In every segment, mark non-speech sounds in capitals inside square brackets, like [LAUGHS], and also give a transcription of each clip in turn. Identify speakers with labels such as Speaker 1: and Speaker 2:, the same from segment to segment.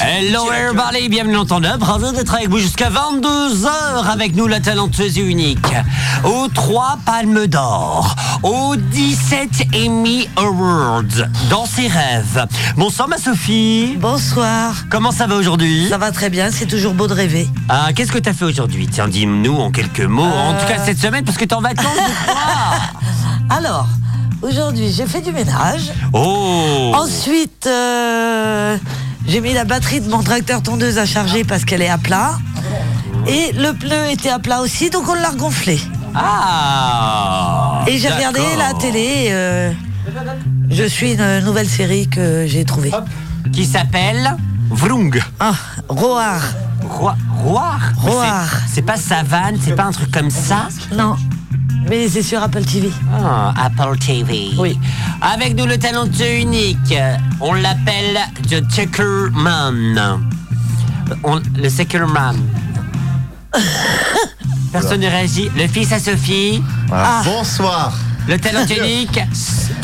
Speaker 1: Hello everybody, bienvenue dans Tandem. Ravi d'être avec vous jusqu'à 22h avec nous, la talentueuse et unique. Aux 3 Palmes d'Or, aux 17 Emmy Awards, dans ses rêves. Bonsoir ma Sophie.
Speaker 2: Bonsoir.
Speaker 1: Comment ça va aujourd'hui
Speaker 2: Ça va très bien, c'est toujours beau de rêver.
Speaker 1: Ah, qu'est-ce que t'as fait aujourd'hui Tiens, dis-nous en quelques mots. En tout cas, cette semaine, parce que t'es en vacances, je crois.
Speaker 2: Alors, aujourd'hui, j'ai fait du ménage.
Speaker 1: Oh
Speaker 2: Ensuite, euh, j'ai mis la batterie de mon tracteur tondeuse à charger parce qu'elle est à plat. Et le pneu était à plat aussi, donc on l'a regonflé.
Speaker 1: Ah
Speaker 2: Et j'ai regardé
Speaker 1: D'accord.
Speaker 2: la télé. euh, je suis une nouvelle série que j'ai trouvée.
Speaker 1: Qui s'appelle Vroung.
Speaker 2: Ah, Roar.
Speaker 1: Roi, Roar Mais
Speaker 2: Roar.
Speaker 1: c'est- C'est pas savane, c'est pas un truc comme ça
Speaker 2: Non. Mais c'est sur Apple TV.
Speaker 1: Ah, Apple TV.
Speaker 2: Oui.
Speaker 1: Avec nous le talentueux unique. On l'appelle The Checker Man. On- le Checker Man.
Speaker 2: [LAUGHS]
Speaker 1: Personne ne réagit. Le fils à Sophie.
Speaker 3: Ah, Bonsoir.
Speaker 1: Le talentueux
Speaker 3: [LAUGHS]
Speaker 1: unique.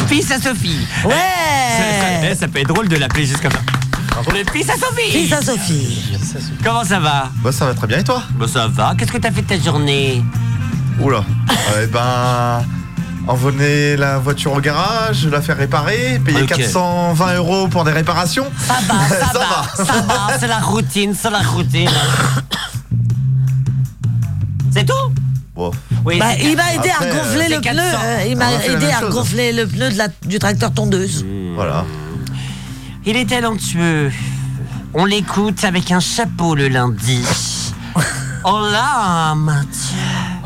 Speaker 1: Fils à Sophie. Ça, ça-
Speaker 2: Ouais
Speaker 1: eh, ça peut être drôle de l'appeler juste comme ça. Le fils à Sophie.
Speaker 2: Fils à Sophie.
Speaker 1: Comment ça va
Speaker 3: Bah ça va très bien et toi
Speaker 1: Bah ça va. Qu'est-ce que t'as fait de ta journée
Speaker 3: Oula. [LAUGHS] Eh ben, envoyer la voiture au garage, la faire réparer, payer
Speaker 1: Ok.
Speaker 3: 420 euros pour des réparations.
Speaker 1: Ça
Speaker 4: Ah.
Speaker 2: Bah,
Speaker 3: [LAUGHS]
Speaker 1: va, ça,
Speaker 3: Ça
Speaker 1: va, ça va, c'est la routine, c'est la routine. [COUGHS] C'est tout
Speaker 3: Bon.
Speaker 1: Oui.
Speaker 2: Bah,
Speaker 1: c'est-
Speaker 2: il m'a aidé
Speaker 3: Après,
Speaker 2: à
Speaker 3: euh,
Speaker 2: gonfler le
Speaker 1: c'est
Speaker 2: pneu.
Speaker 1: 400.
Speaker 2: euh, il
Speaker 3: On
Speaker 2: m'a
Speaker 3: va faire la
Speaker 2: aidé
Speaker 3: même
Speaker 2: à
Speaker 3: chose. hein.
Speaker 2: gonfler le pneu de la- du tracteur tondeuse.
Speaker 3: Voilà.
Speaker 1: Hmm. Il est talentueux. On l'écoute avec un chapeau
Speaker 2: [LAUGHS]
Speaker 1: le lundi. Hola, Mathieu.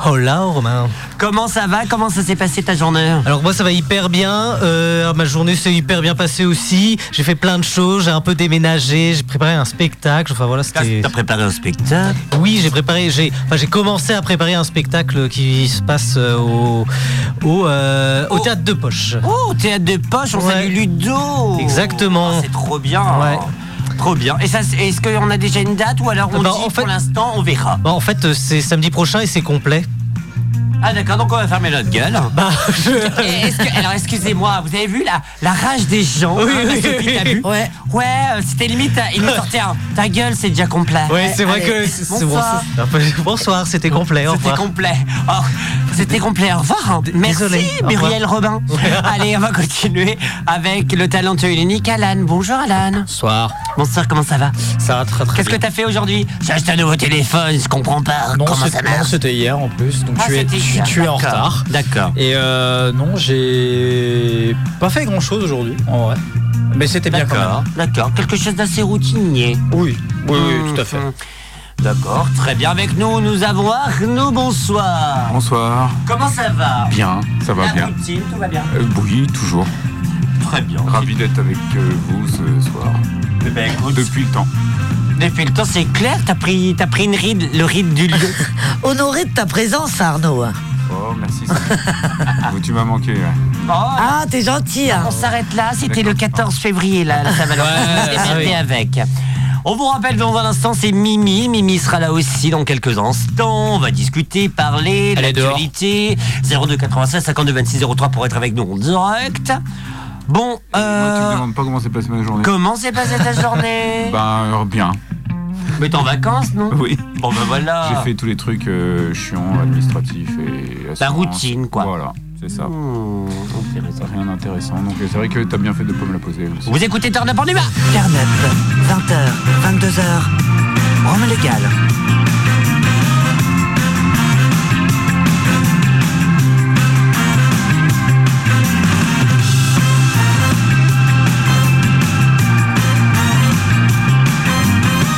Speaker 5: Hola Romain.
Speaker 1: Comment ça va Comment ça s'est passé ta journée
Speaker 5: Alors moi ça va hyper bien, euh, ma journée s'est hyper bien passée aussi, j'ai fait plein de choses, j'ai un peu déménagé, j'ai préparé un spectacle, enfin voilà c'était...
Speaker 1: T'as préparé un spectacle
Speaker 5: Oui j'ai préparé, j'ai enfin, j'ai commencé à préparer un spectacle qui se passe euh, au, au, euh, au
Speaker 1: Oh.
Speaker 5: théâtre de poche.
Speaker 1: Oh, théâtre de poche, on
Speaker 5: Ouais.
Speaker 1: salue Ludo
Speaker 5: Exactement.
Speaker 1: Ah, C'est trop bien
Speaker 5: Ouais.
Speaker 1: Trop bien. Et ça, c'est- est-ce qu'on a déjà une date ou alors on
Speaker 5: Bah,
Speaker 1: dit
Speaker 5: en fait-
Speaker 1: pour l'instant, on verra
Speaker 5: Bon, en fait euh, c'est samedi prochain et c'est complet.
Speaker 1: Ah d'accord, donc on va fermer notre gueule.
Speaker 5: [LAUGHS] Bah je...
Speaker 1: Et est-ce que- alors excusez-moi, vous avez vu la, la rage des gens
Speaker 5: Oui,
Speaker 1: hein,
Speaker 5: oui,
Speaker 1: parce que
Speaker 5: oui.
Speaker 1: puis t'as vu
Speaker 2: Ouais.
Speaker 1: Ouais, euh, c'était limite, euh, il nous sortait un ta gueule, c'est déjà complet.
Speaker 5: Ouais c'est vrai
Speaker 2: allez,
Speaker 5: que... c'est- c'est-
Speaker 1: Ah, bonsoir.
Speaker 5: c'est un peu- [LAUGHS] Bonsoir, c'était complet, au
Speaker 1: C'était
Speaker 5: revoir.
Speaker 1: complet. Oh, c'était complet. Au revoir. hein. Merci
Speaker 5: désolé. Au revoir.
Speaker 1: Muriel Robin.
Speaker 6: [LAUGHS]
Speaker 1: Allez, on va continuer avec le talentueux et l'unique Alan. Bonjour Alan.
Speaker 6: Bonsoir.
Speaker 1: Bonsoir, comment ça va
Speaker 6: Ça va très très
Speaker 1: Qu'est-ce que
Speaker 6: bien.
Speaker 1: t'as fait aujourd'hui J'ai acheté un nouveau téléphone, je comprends pas
Speaker 6: non,
Speaker 1: comment
Speaker 6: c'est-
Speaker 1: ça
Speaker 6: non,
Speaker 1: marche.
Speaker 6: c'était hier en plus, donc
Speaker 1: Ah,
Speaker 6: tu es,
Speaker 1: c'était
Speaker 6: tu-
Speaker 1: hier.
Speaker 6: tu es en
Speaker 1: D'accord.
Speaker 6: retard.
Speaker 1: D'accord.
Speaker 6: Et euh, non, j'ai pas fait grand chose aujourd'hui, en vrai. Mais c'était bien quand
Speaker 1: D'accord.
Speaker 6: même. hein.
Speaker 1: D'accord. Quelque chose d'assez routinier.
Speaker 6: Oui, oui,
Speaker 1: Mmh,
Speaker 6: oui, tout à fait.
Speaker 1: mmh. D'accord, très bien. Avec nous, nous avons Arnaud, bonsoir.
Speaker 7: Bonsoir.
Speaker 1: Comment ça va
Speaker 7: Bien, ça va
Speaker 1: La
Speaker 7: bien.
Speaker 1: routine, tout va bien.
Speaker 7: Euh, oui, toujours.
Speaker 1: Très bien.
Speaker 7: Ravi d'être avec euh, vous ce soir.
Speaker 1: Eh ben, écoute, depuis...
Speaker 7: Depuis le temps.
Speaker 1: le temps, c'est clair, t'as pris, t'as pris une ride, le ride du lion.
Speaker 2: Honoré de ta présence, Arnaud.
Speaker 7: Oh, merci. Sophie.
Speaker 1: [LAUGHS]
Speaker 7: vous, tu m'as manqué. ouais.
Speaker 1: Oh,
Speaker 2: Ah, t'es gentil. hein.
Speaker 1: on s'arrête là, c'était le 14 février, là, la Saint-Valentin.
Speaker 5: Ouais,
Speaker 1: On s'est démerdé
Speaker 5: ah oui.
Speaker 1: avec. On vous rappelle dans un instant, c'est Mimi. Mimi sera là aussi dans quelques instants. On va discuter, parler, de
Speaker 6: Elle est dehors.
Speaker 1: l'actualité. 02 96 52 26 03 pour être avec nous en direct. Bon,
Speaker 7: Moi, tu me
Speaker 1: euh,
Speaker 7: demandes pas comment s'est passée ma journée.
Speaker 1: Comment s'est passée ta
Speaker 7: [LAUGHS]
Speaker 1: journée
Speaker 7: Ben, euh, bien.
Speaker 1: Mais t'es en vacances, non
Speaker 7: Oui.
Speaker 1: Bon ben
Speaker 7: J'ai
Speaker 1: voilà.
Speaker 7: fait tous les trucs euh, chiants, administratifs et.
Speaker 1: La
Speaker 7: assurance.
Speaker 1: routine, quoi.
Speaker 7: Voilà, c'est ça.
Speaker 1: Hmm, intéressant.
Speaker 7: Rien d'intéressant. Donc, euh, c'est vrai que t'as bien fait de pas me la poser aussi.
Speaker 1: Vous écoutez Turn Up en Humain
Speaker 2: Turn up, 20h, 22h, Rome légal.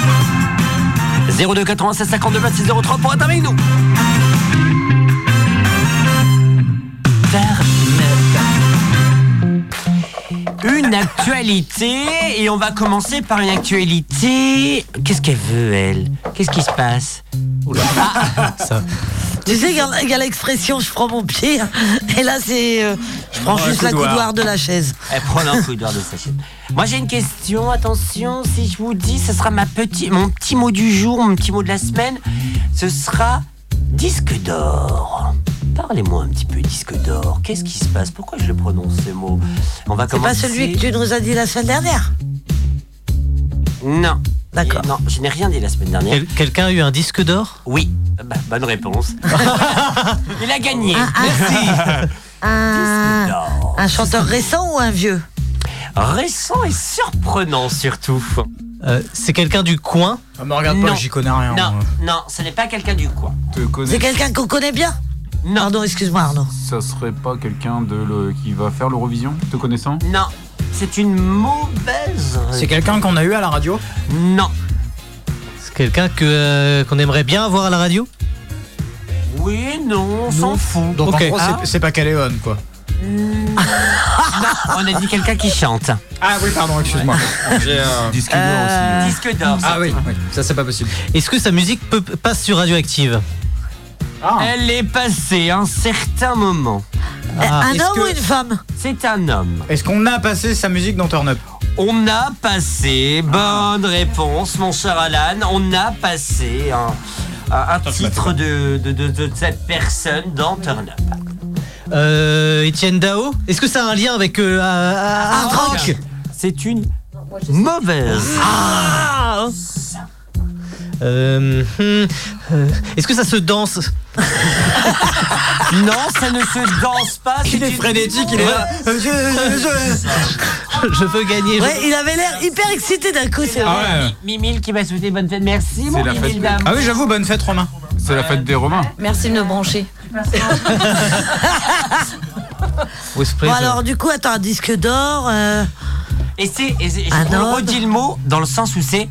Speaker 1: « 02 96 52 26 03 pour être avec nous. Une actualité et on va commencer par une actualité. Qu'est-ce qu'elle veut elle Qu'est-ce qui se passe
Speaker 2: Tu sais, il y a- il y a l'expression je prends mon pied. [LAUGHS] Et là, c'est. euh, je prends
Speaker 6: prends
Speaker 2: juste
Speaker 6: un
Speaker 2: la
Speaker 6: coudoir.
Speaker 2: coudoir de la chaise.
Speaker 1: Elle prend un coup d'heure de sa chaîne. Moi j'ai une question, attention, si je vous dis, ce sera ma petit, mon petit mot du jour, mon petit mot de la semaine, ce sera disque d'or. Parlez-moi un petit peu disque d'or. Qu'est-ce qui se passe Pourquoi je le prononce ce mot On va
Speaker 2: C'est pas
Speaker 1: commencer.
Speaker 2: celui que tu nous as dit la semaine dernière.
Speaker 1: Non.
Speaker 2: D'accord.
Speaker 1: Non, je n'ai rien dit la semaine dernière.
Speaker 5: Quel- Quelqu'un a eu un disque d'or
Speaker 1: Oui. Bah, bonne réponse. [LAUGHS] Il a gagné.
Speaker 2: Ah, Un,
Speaker 1: Non.
Speaker 2: un chanteur récent ou un vieux
Speaker 1: [LAUGHS] Récent et surprenant surtout.
Speaker 5: Euh, C'est quelqu'un du coin
Speaker 6: Ah, me regarde
Speaker 1: Non.
Speaker 6: pas, j'y connais rien.
Speaker 1: Non,
Speaker 6: moi.
Speaker 1: non, ce n'est pas quelqu'un du coin.
Speaker 7: Te
Speaker 2: C'est
Speaker 7: connais.
Speaker 2: quelqu'un qu'on connaît bien
Speaker 1: Non,
Speaker 2: Pardon, excuse-moi Arnaud.
Speaker 7: Ça serait pas quelqu'un de le... qui va faire l'Eurovision, te connaissant
Speaker 1: non, c'est une mauvaise.
Speaker 6: C'est quelqu'un qu'on a eu à la radio
Speaker 1: Non,
Speaker 5: C'est quelqu'un que, euh, qu'on aimerait bien avoir à la radio
Speaker 1: oui, non, on s'en fout.
Speaker 6: Donc
Speaker 5: Ok.
Speaker 6: en gros, c'est-
Speaker 1: Ah.
Speaker 6: c'est pas Caléon, quoi.
Speaker 1: On a dit quelqu'un qui chante.
Speaker 6: Ah oui, pardon, excuse-moi. J'ai, euh,
Speaker 7: Disque d'or aussi.
Speaker 1: Disque d'or.
Speaker 6: Ah oui, oui, ça c'est pas possible.
Speaker 5: Est-ce que sa musique peut- passe sur Radioactive
Speaker 1: Elle est passée un certain moment.
Speaker 2: Euh,
Speaker 6: Ah.
Speaker 2: un
Speaker 6: Est-ce
Speaker 2: homme
Speaker 6: que-
Speaker 2: ou une femme
Speaker 1: C'est un homme.
Speaker 6: Est-ce qu'on a passé sa musique dans Turn Up
Speaker 1: On a passé, bonne réponse, mon cher Alan, on a passé un, un- un titre de, de, de- de cette personne dans Turn Up.
Speaker 5: Euh, Étienne Dao Est-ce que ça a un lien avec euh, à-
Speaker 2: Hard
Speaker 5: à- Hard
Speaker 2: rock.
Speaker 5: Rock
Speaker 1: C'est une mauvaise. Ah, hein.
Speaker 5: Euh, hmm, euh, Est-ce que ça se danse
Speaker 1: Non, ça ne se danse pas. c'est une-
Speaker 5: [LAUGHS] Je veux gagner. je-
Speaker 2: Ouais, il avait l'air hyper excité d'un coup, c'est vrai.
Speaker 6: Ah ouais.
Speaker 1: Mimile qui m'a souhaité bonne fête. Merci, mon
Speaker 7: la fête.
Speaker 1: Mimile d'amour.
Speaker 6: Ah oui, j'avoue, bonne fête Romain.
Speaker 7: C'est la fête des Romains.
Speaker 4: Merci de me brancher.
Speaker 1: [LAUGHS]
Speaker 5: Wes
Speaker 2: Bon
Speaker 5: Presley.
Speaker 2: alors du coup, attends, un disque d'or. euh,
Speaker 1: Et c'est. et c'est-
Speaker 2: Un
Speaker 1: on
Speaker 2: homme.
Speaker 1: redit le mot dans le sens où c'est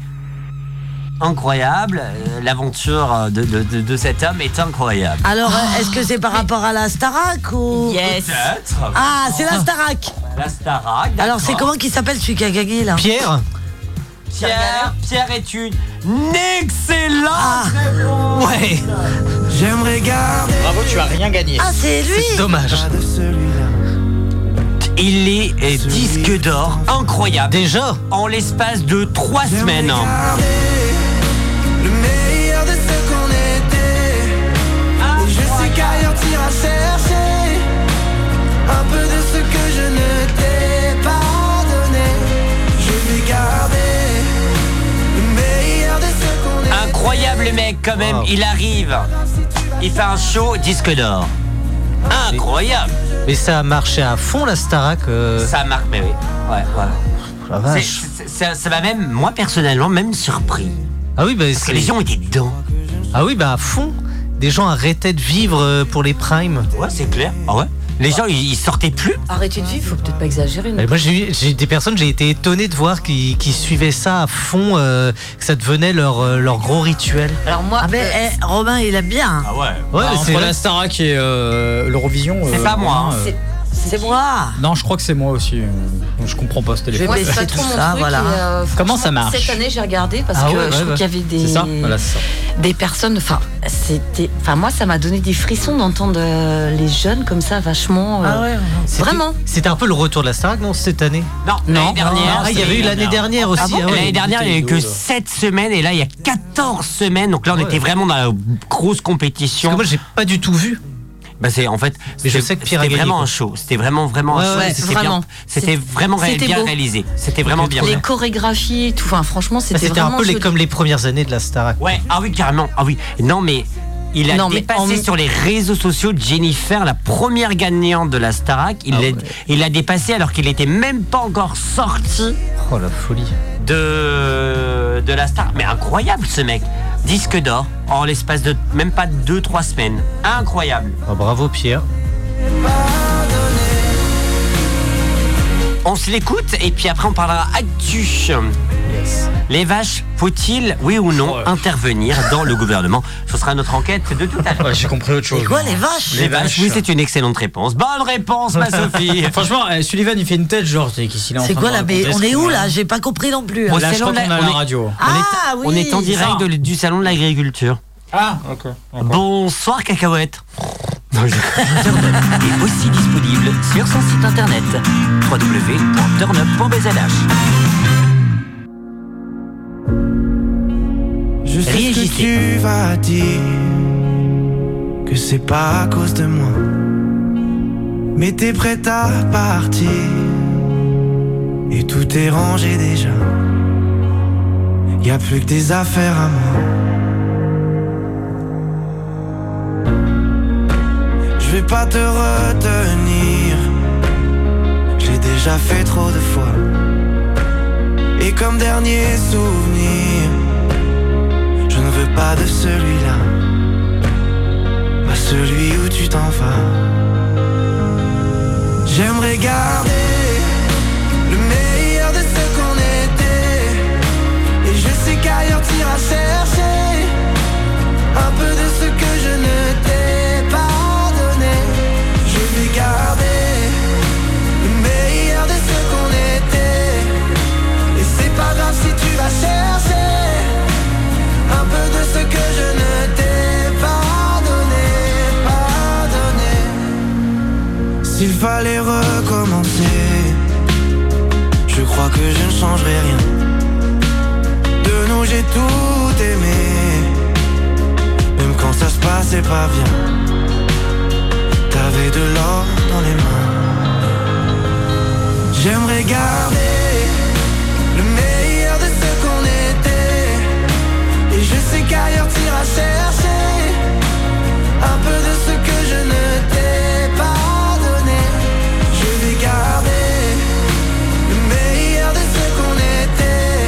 Speaker 1: incroyable. euh, L'aventure de, de- de- de cet homme est incroyable.
Speaker 2: Alors, euh, est-ce que c'est par rapport à la Starac ou
Speaker 4: Yes.
Speaker 1: Ah. Peut-être.
Speaker 2: Ah, c'est la Starac.
Speaker 1: La Starac.
Speaker 2: Alors, c'est
Speaker 1: d'accord.
Speaker 2: comment qui s'appelle celui qui a gagné là
Speaker 5: Pierre
Speaker 1: Pierre, Pierre est une excellente
Speaker 2: Ah,
Speaker 1: réponse.
Speaker 5: Ouais
Speaker 6: Bravo, tu as rien gagné.
Speaker 2: Ah, c'est lui.
Speaker 5: Dommage.
Speaker 1: Il est euh, disque d'or incroyable.
Speaker 5: Déjà
Speaker 1: en l'espace de trois semaines. Incroyable le mec quand même,
Speaker 5: Wow.
Speaker 1: il arrive. Il fait un show disque d'or. Incroyable.
Speaker 5: Mais ça a marché à fond la Starac. euh,
Speaker 1: Ça marque, mais oui. Ouais, ouais.
Speaker 5: la
Speaker 1: C'est-
Speaker 5: vache.
Speaker 1: c'est- ça- ça m'a même, moi personnellement, même surpris.
Speaker 5: Ah oui, bah,
Speaker 1: Parce que
Speaker 5: c'est-
Speaker 1: les gens étaient dedans.
Speaker 5: ah oui, bah à fond. Des gens arrêtaient de vivre euh, pour les primes.
Speaker 1: Ouais, c'est clair. Ah ouais. Les gens, ils ils sortaient plus.
Speaker 4: Arrêtez de vivre, faut peut-être pas exagérer. non
Speaker 5: Et moi, j'ai eu- j'ai des personnes, j'ai été étonné de voir qui, qui suivaient ça à fond, euh, que ça devenait leur, euh, leur gros rituel.
Speaker 4: Alors moi,
Speaker 2: Ah mais eh, Romain, il aime bien.
Speaker 1: Ah ouais.
Speaker 5: Ouais,
Speaker 6: Ah,
Speaker 5: c'est
Speaker 6: entre la Starac et euh, l'Eurovision.
Speaker 1: C'est
Speaker 6: euh,
Speaker 1: pas moi, hein.
Speaker 6: euh,
Speaker 4: c'est-
Speaker 2: C'est moi.
Speaker 6: Non, je crois que c'est moi aussi. euh, donc Je comprends pas ce
Speaker 4: je
Speaker 6: téléphone.
Speaker 4: vais
Speaker 2: c'est
Speaker 4: pas trop
Speaker 2: tout
Speaker 4: mon
Speaker 2: ça,
Speaker 4: truc.
Speaker 2: voilà.
Speaker 4: et, euh,
Speaker 6: Comment ça
Speaker 4: franchement,
Speaker 6: marche
Speaker 4: Cette année, j'ai regardé parce
Speaker 5: Ah
Speaker 4: que
Speaker 5: ouais, ouais,
Speaker 4: je trouve
Speaker 5: ouais.
Speaker 4: qu'il y avait des,
Speaker 6: C'est ça Voilà, c'est ça.
Speaker 4: des personnes. Enfin, c'était. Enfin, moi, ça m'a donné des frissons d'entendre euh, les jeunes comme ça, vachement. euh,
Speaker 2: ouais.
Speaker 5: C'était-
Speaker 4: Vraiment
Speaker 5: C'était un peu le retour de la Starac, non, cette année
Speaker 1: Non, l'année dernière.
Speaker 5: Ah, il y
Speaker 1: c'était
Speaker 5: avait eu l'année dernière aussi. ah ouais.
Speaker 1: L'année dernière, il n'y avait que 7 semaines et là, il y a 14 semaines. Donc là, on
Speaker 5: Ouais.
Speaker 1: était vraiment dans la grosse compétition.
Speaker 5: Parce que moi, j'ai pas du tout vu.
Speaker 1: Bah c'est en fait,
Speaker 5: Mais je
Speaker 1: c'est-
Speaker 5: sais que Pierre
Speaker 1: c'était
Speaker 5: a gagné,
Speaker 1: vraiment
Speaker 5: quoi.
Speaker 1: un show. C'était vraiment vraiment
Speaker 5: Ouais,
Speaker 1: un show.
Speaker 5: ouais,
Speaker 1: et c'était
Speaker 4: vraiment.
Speaker 1: bien- C'était vraiment ré-
Speaker 4: c'était
Speaker 1: bien
Speaker 4: beau.
Speaker 1: réalisé. C'était vraiment bien.
Speaker 4: les chorégraphies et tout. Enfin, franchement,
Speaker 5: Bah,
Speaker 4: c'était
Speaker 5: C'était un
Speaker 4: vraiment.
Speaker 5: peu les-
Speaker 4: joli.
Speaker 5: comme les premières années de la Starac.
Speaker 1: Ouais, ah oui carrément. Ah oui. Non mais il a
Speaker 4: Non, mais
Speaker 1: dépassé
Speaker 4: en-
Speaker 1: sur les réseaux sociaux Jennifer, la première gagnante de la Starac.
Speaker 4: Ah
Speaker 1: Il l'a il l'a dépassé alors qu'il n'était même pas encore sorti
Speaker 5: Oh la folie.
Speaker 1: de de la Star. Mais incroyable ce mec. Disque d'or en l'espace de même pas 2-3 semaines. Incroyable.
Speaker 5: Ah, bravo Pierre.
Speaker 1: On se l'écoute et puis après on parlera actu. Les vaches, faut-il, oui ou non, intervenir dans le gouvernement Ce sera notre enquête de tout à l'heure.
Speaker 6: Ouais, j'ai compris autre chose.
Speaker 2: C'est quoi les vaches
Speaker 1: Les vaches, oui, c'est une excellente réponse. Bonne réponse,
Speaker 6: [LAUGHS]
Speaker 1: ma Sophie.
Speaker 6: Franchement, euh, Sullivan, il fait une tête, genre, c'est qu'ici, il est en
Speaker 2: C'est
Speaker 6: train
Speaker 2: quoi
Speaker 6: de
Speaker 2: là
Speaker 6: raconter
Speaker 2: Mais
Speaker 6: ce
Speaker 2: on est
Speaker 6: qu'on
Speaker 2: où
Speaker 6: a.
Speaker 2: là J'ai pas compris non plus. hein.
Speaker 1: Au
Speaker 6: Là, je
Speaker 1: salon
Speaker 6: crois
Speaker 1: de la-
Speaker 6: qu'on est à
Speaker 1: on
Speaker 6: la
Speaker 1: est-
Speaker 6: radio.
Speaker 2: Ah oui.
Speaker 1: On est en direct
Speaker 6: ça.
Speaker 1: de- du salon de l'agriculture.
Speaker 6: Ah, ok.
Speaker 1: Bonsoir, cacahuète. Non, je- [LAUGHS] Turnup est aussi disponible sur son site internet www.turnup.bzh.
Speaker 8: Je sais ce que
Speaker 1: Réagissez.
Speaker 8: tu vas dire Que c'est pas à cause de moi Mais t'es prête à partir Et tout est rangé déjà y a plus que des affaires à moi. Je vais pas te retenir, j'ai déjà fait trop de fois. Et comme dernier souvenir, je ne veux pas de celui-là, pas celui où tu t'en vas. J'aimerais garder le meilleur de ce qu'on était. Et je sais qu'ailleurs t'iras chercher un peu de ce que je ne t'ai pas donné. Je vais garder le meilleur de ce qu'on était. Et c'est pas grave si tu vas chercher un peu de ce que je ne t'ai pas donné. Pas donné. S'il fallait recommencer, je crois que je ne changerai rien. De nous j'ai tout aimé, même quand ça se passait pas bien. T'avais de l'or dans les mains. J'aimerais garder le meilleur de ce qu'on était, et je sais qu'ailleurs t'iras chercher un peu de ce que je ne t'ai pas donné. Je vais garder le meilleur de ce qu'on était.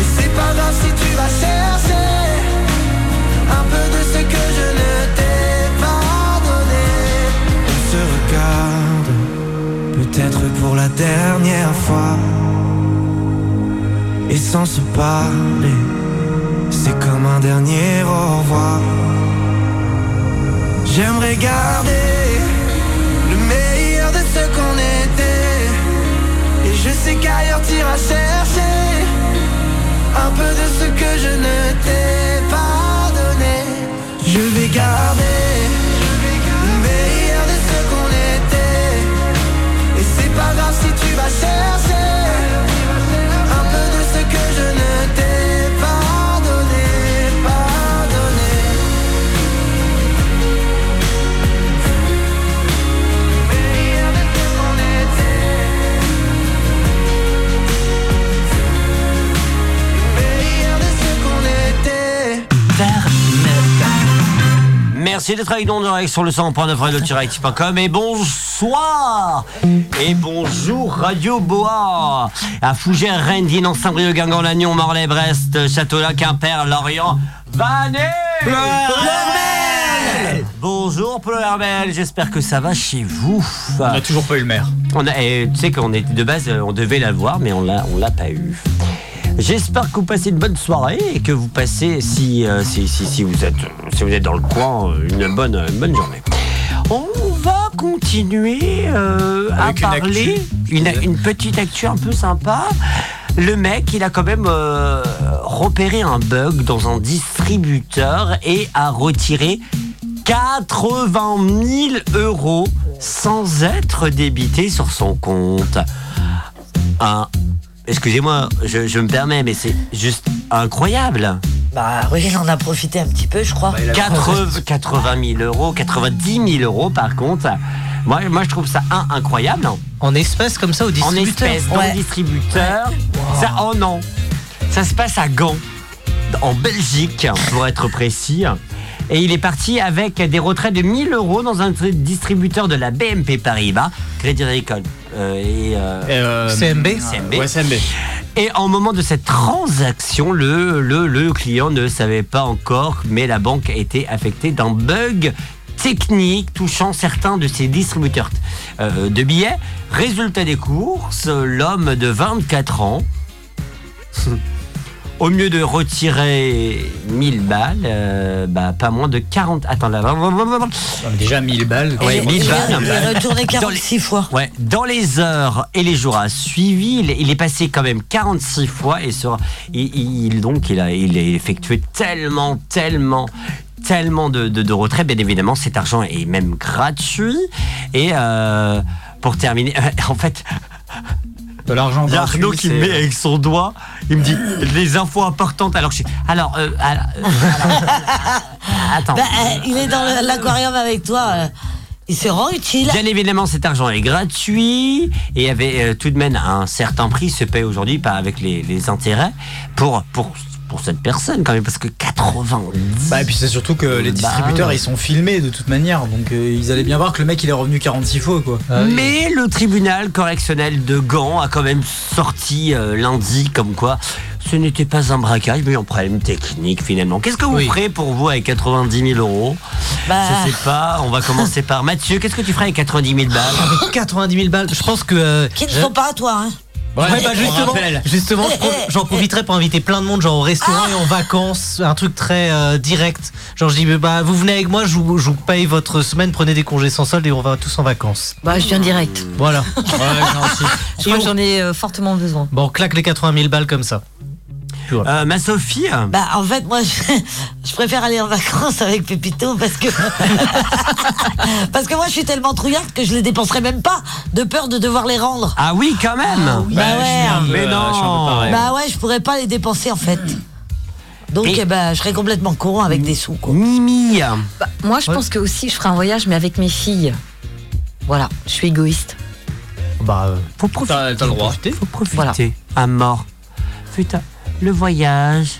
Speaker 8: Et c'est pas grave si tu vas chercher un peu de ce que je ne t'ai pas donné. On se regarde, peut-être pour la dernière fois. Et sans se parler, c'est comme un dernier au revoir. J'aimerais garder le meilleur de ce qu'on était. Et je sais qu'ailleurs t'iras chercher un peu de ce que je ne t'ai pas donné. Je vais garder le meilleur de ce qu'on était. Et c'est pas grave si tu vas chercher un peu de ce que je ne t'ai pas donné. Pas donné.
Speaker 1: Merci d'être avec nous en direct sur le 100.9 radio-active.com et bonsoir et bonjour Radio Boa à Fougères, Rennes, Dinan, Saint-Brieuc, Guingamp, Lannion, Morlaix, Brest, Châteaulin, Quimper, Lorient, Vannes Pleurmel Bonjour Pleurmel, j'espère que ça va chez vous.
Speaker 6: On n'a toujours pas eu le maire.
Speaker 1: On a- et tu sais qu'on était de base, euh, on devait l'avoir, mais on l'a, on l'a pas eu. J'espère que vous passez une bonne soirée et que vous passez, si, euh, si, si, si vous êtes, si vous êtes dans le coin, euh, une bonne, une bonne journée. On va continuer euh, à
Speaker 6: Avec une actu.
Speaker 1: parler une, une petite actu un peu sympa. Le mec, il a quand même euh, repéré un bug dans un distributeur et a retiré 80 000 euros sans être débité sur son compte. Un- Excusez-moi, je, je me permets, mais c'est juste incroyable.
Speaker 2: Bah oui, il en a profité un petit peu, je
Speaker 1: Bah,
Speaker 2: crois.
Speaker 1: 80, 80 000 euros, 90 000 euros par contre. Moi, moi je trouve ça un, incroyable.
Speaker 5: En espèces comme ça au
Speaker 1: En
Speaker 5: distributeur.
Speaker 1: espèces, dans
Speaker 2: ouais.
Speaker 1: le distributeur. Ça, oh non. Ça se passe à Gand, en Belgique, pour être précis. Et il est parti avec des retraits de 1000 euros dans un tri- distributeur de la BNP Paribas, Crédit Agricole euh, et euh,
Speaker 5: CMB.
Speaker 1: CMB.
Speaker 6: Ouais, CMB.
Speaker 1: Et en moment de cette transaction, le, le, le client ne savait pas encore, mais la banque était affectée d'un bug technique touchant certains de ses distributeurs euh, de billets. Résultat des courses, l'homme de 24 ans, [LAUGHS] au lieu de retirer 1000 balles, euh, bah, pas moins de 40... Attends, là...
Speaker 6: Non, mais déjà 1000 balles.
Speaker 1: Ouais,
Speaker 2: Et-
Speaker 1: mille
Speaker 2: il, a-
Speaker 1: balles.
Speaker 2: il a retourné
Speaker 1: Dans les-
Speaker 2: 46 fois.
Speaker 1: Ouais, dans les heures et les jours à suivi, il, il est passé quand même 46 fois et sera, il, il- donc il a, il a effectué tellement, tellement, tellement de, de, de retraits. Bien évidemment, cet argent est même gratuit. Et euh, pour terminer, [LAUGHS] en fait,
Speaker 6: De l'argent
Speaker 1: il y a Arnaud qui
Speaker 6: gratuit,
Speaker 1: me
Speaker 6: c'est-
Speaker 1: met
Speaker 9: euh,
Speaker 1: avec son doigt, il me dit les infos importantes. Alors, je, suis- alors, euh, alors, euh, alors, attends.
Speaker 2: Bah, euh, il est dans le- l'aquarium avec toi. euh, Il se rend utile.
Speaker 1: Bien évidemment, cet argent est gratuit et avait euh, tout de même un certain prix, se paie aujourd'hui pas avec les, les intérêts pour, pour, pour cette personne quand même, parce que 90.
Speaker 9: Bah, et puis c'est surtout que les
Speaker 1: Bah.
Speaker 9: distributeurs ils sont filmés de toute manière donc euh, ils allaient bien voir que le mec il est revenu 46 fois quoi.
Speaker 4: Ah
Speaker 1: Mais le tribunal correctionnel de Gand a quand même sorti euh, lundi comme quoi ce n'était pas un braquage, mais un problème technique finalement. Qu'est-ce que vous
Speaker 5: Oui.
Speaker 1: ferez pour vous avec 90 000 euros
Speaker 2: Bah.
Speaker 1: Je sais pas, on va commencer par Mathieu. Qu'est-ce que tu ferais avec 90 000 balles
Speaker 5: 90 000 balles, je pense que. euh,
Speaker 2: Qui ne
Speaker 5: je-
Speaker 2: sont pas à toi, hein.
Speaker 5: Ouais,
Speaker 1: Ouais,
Speaker 5: bah
Speaker 1: on
Speaker 5: justement,
Speaker 1: rappelle.
Speaker 5: justement, je pro-
Speaker 2: [LAUGHS]
Speaker 5: j'en profiterai pour inviter plein de monde, genre au restaurant
Speaker 2: Ah.
Speaker 5: et en vacances, un truc très euh, direct. Genre je dis bah vous venez avec moi, je vous, je vous paye votre semaine, prenez des congés sans solde et on va tous en vacances.
Speaker 4: Bah, je viens direct.
Speaker 2: [LAUGHS]
Speaker 5: Voilà.
Speaker 4: [LAUGHS] Je crois que j'en ai euh, fortement besoin.
Speaker 5: Bon, on claque les 80 000 balles comme ça.
Speaker 1: Euh, Ma Sophie
Speaker 2: Bah, en fait, moi, [LAUGHS] je, je préfère aller en vacances avec Pépito parce que. [LAUGHS] parce que moi, je suis tellement trouillarde que je les dépenserai même pas de peur de devoir les rendre.
Speaker 1: Ah oui, quand même
Speaker 2: bah
Speaker 9: je suis
Speaker 2: ouais.
Speaker 9: un peu,
Speaker 1: Mais
Speaker 9: euh,
Speaker 1: non.
Speaker 9: je suis un peu pareil.
Speaker 2: Bah ouais, je pourrais pas les dépenser en fait. Donc,
Speaker 1: Et-
Speaker 2: eh ben, je serais complètement con avec des sous, quoi.
Speaker 1: Mimi
Speaker 4: Bah, moi, je pense que aussi, je ferai un voyage, mais avec mes filles. Voilà, je suis égoïste.
Speaker 5: Bah euh,
Speaker 1: Faut profiter.
Speaker 9: T'as- t'as le droit.
Speaker 1: Faut profiter
Speaker 4: Voilà.
Speaker 1: à mort. Putain, le voyage,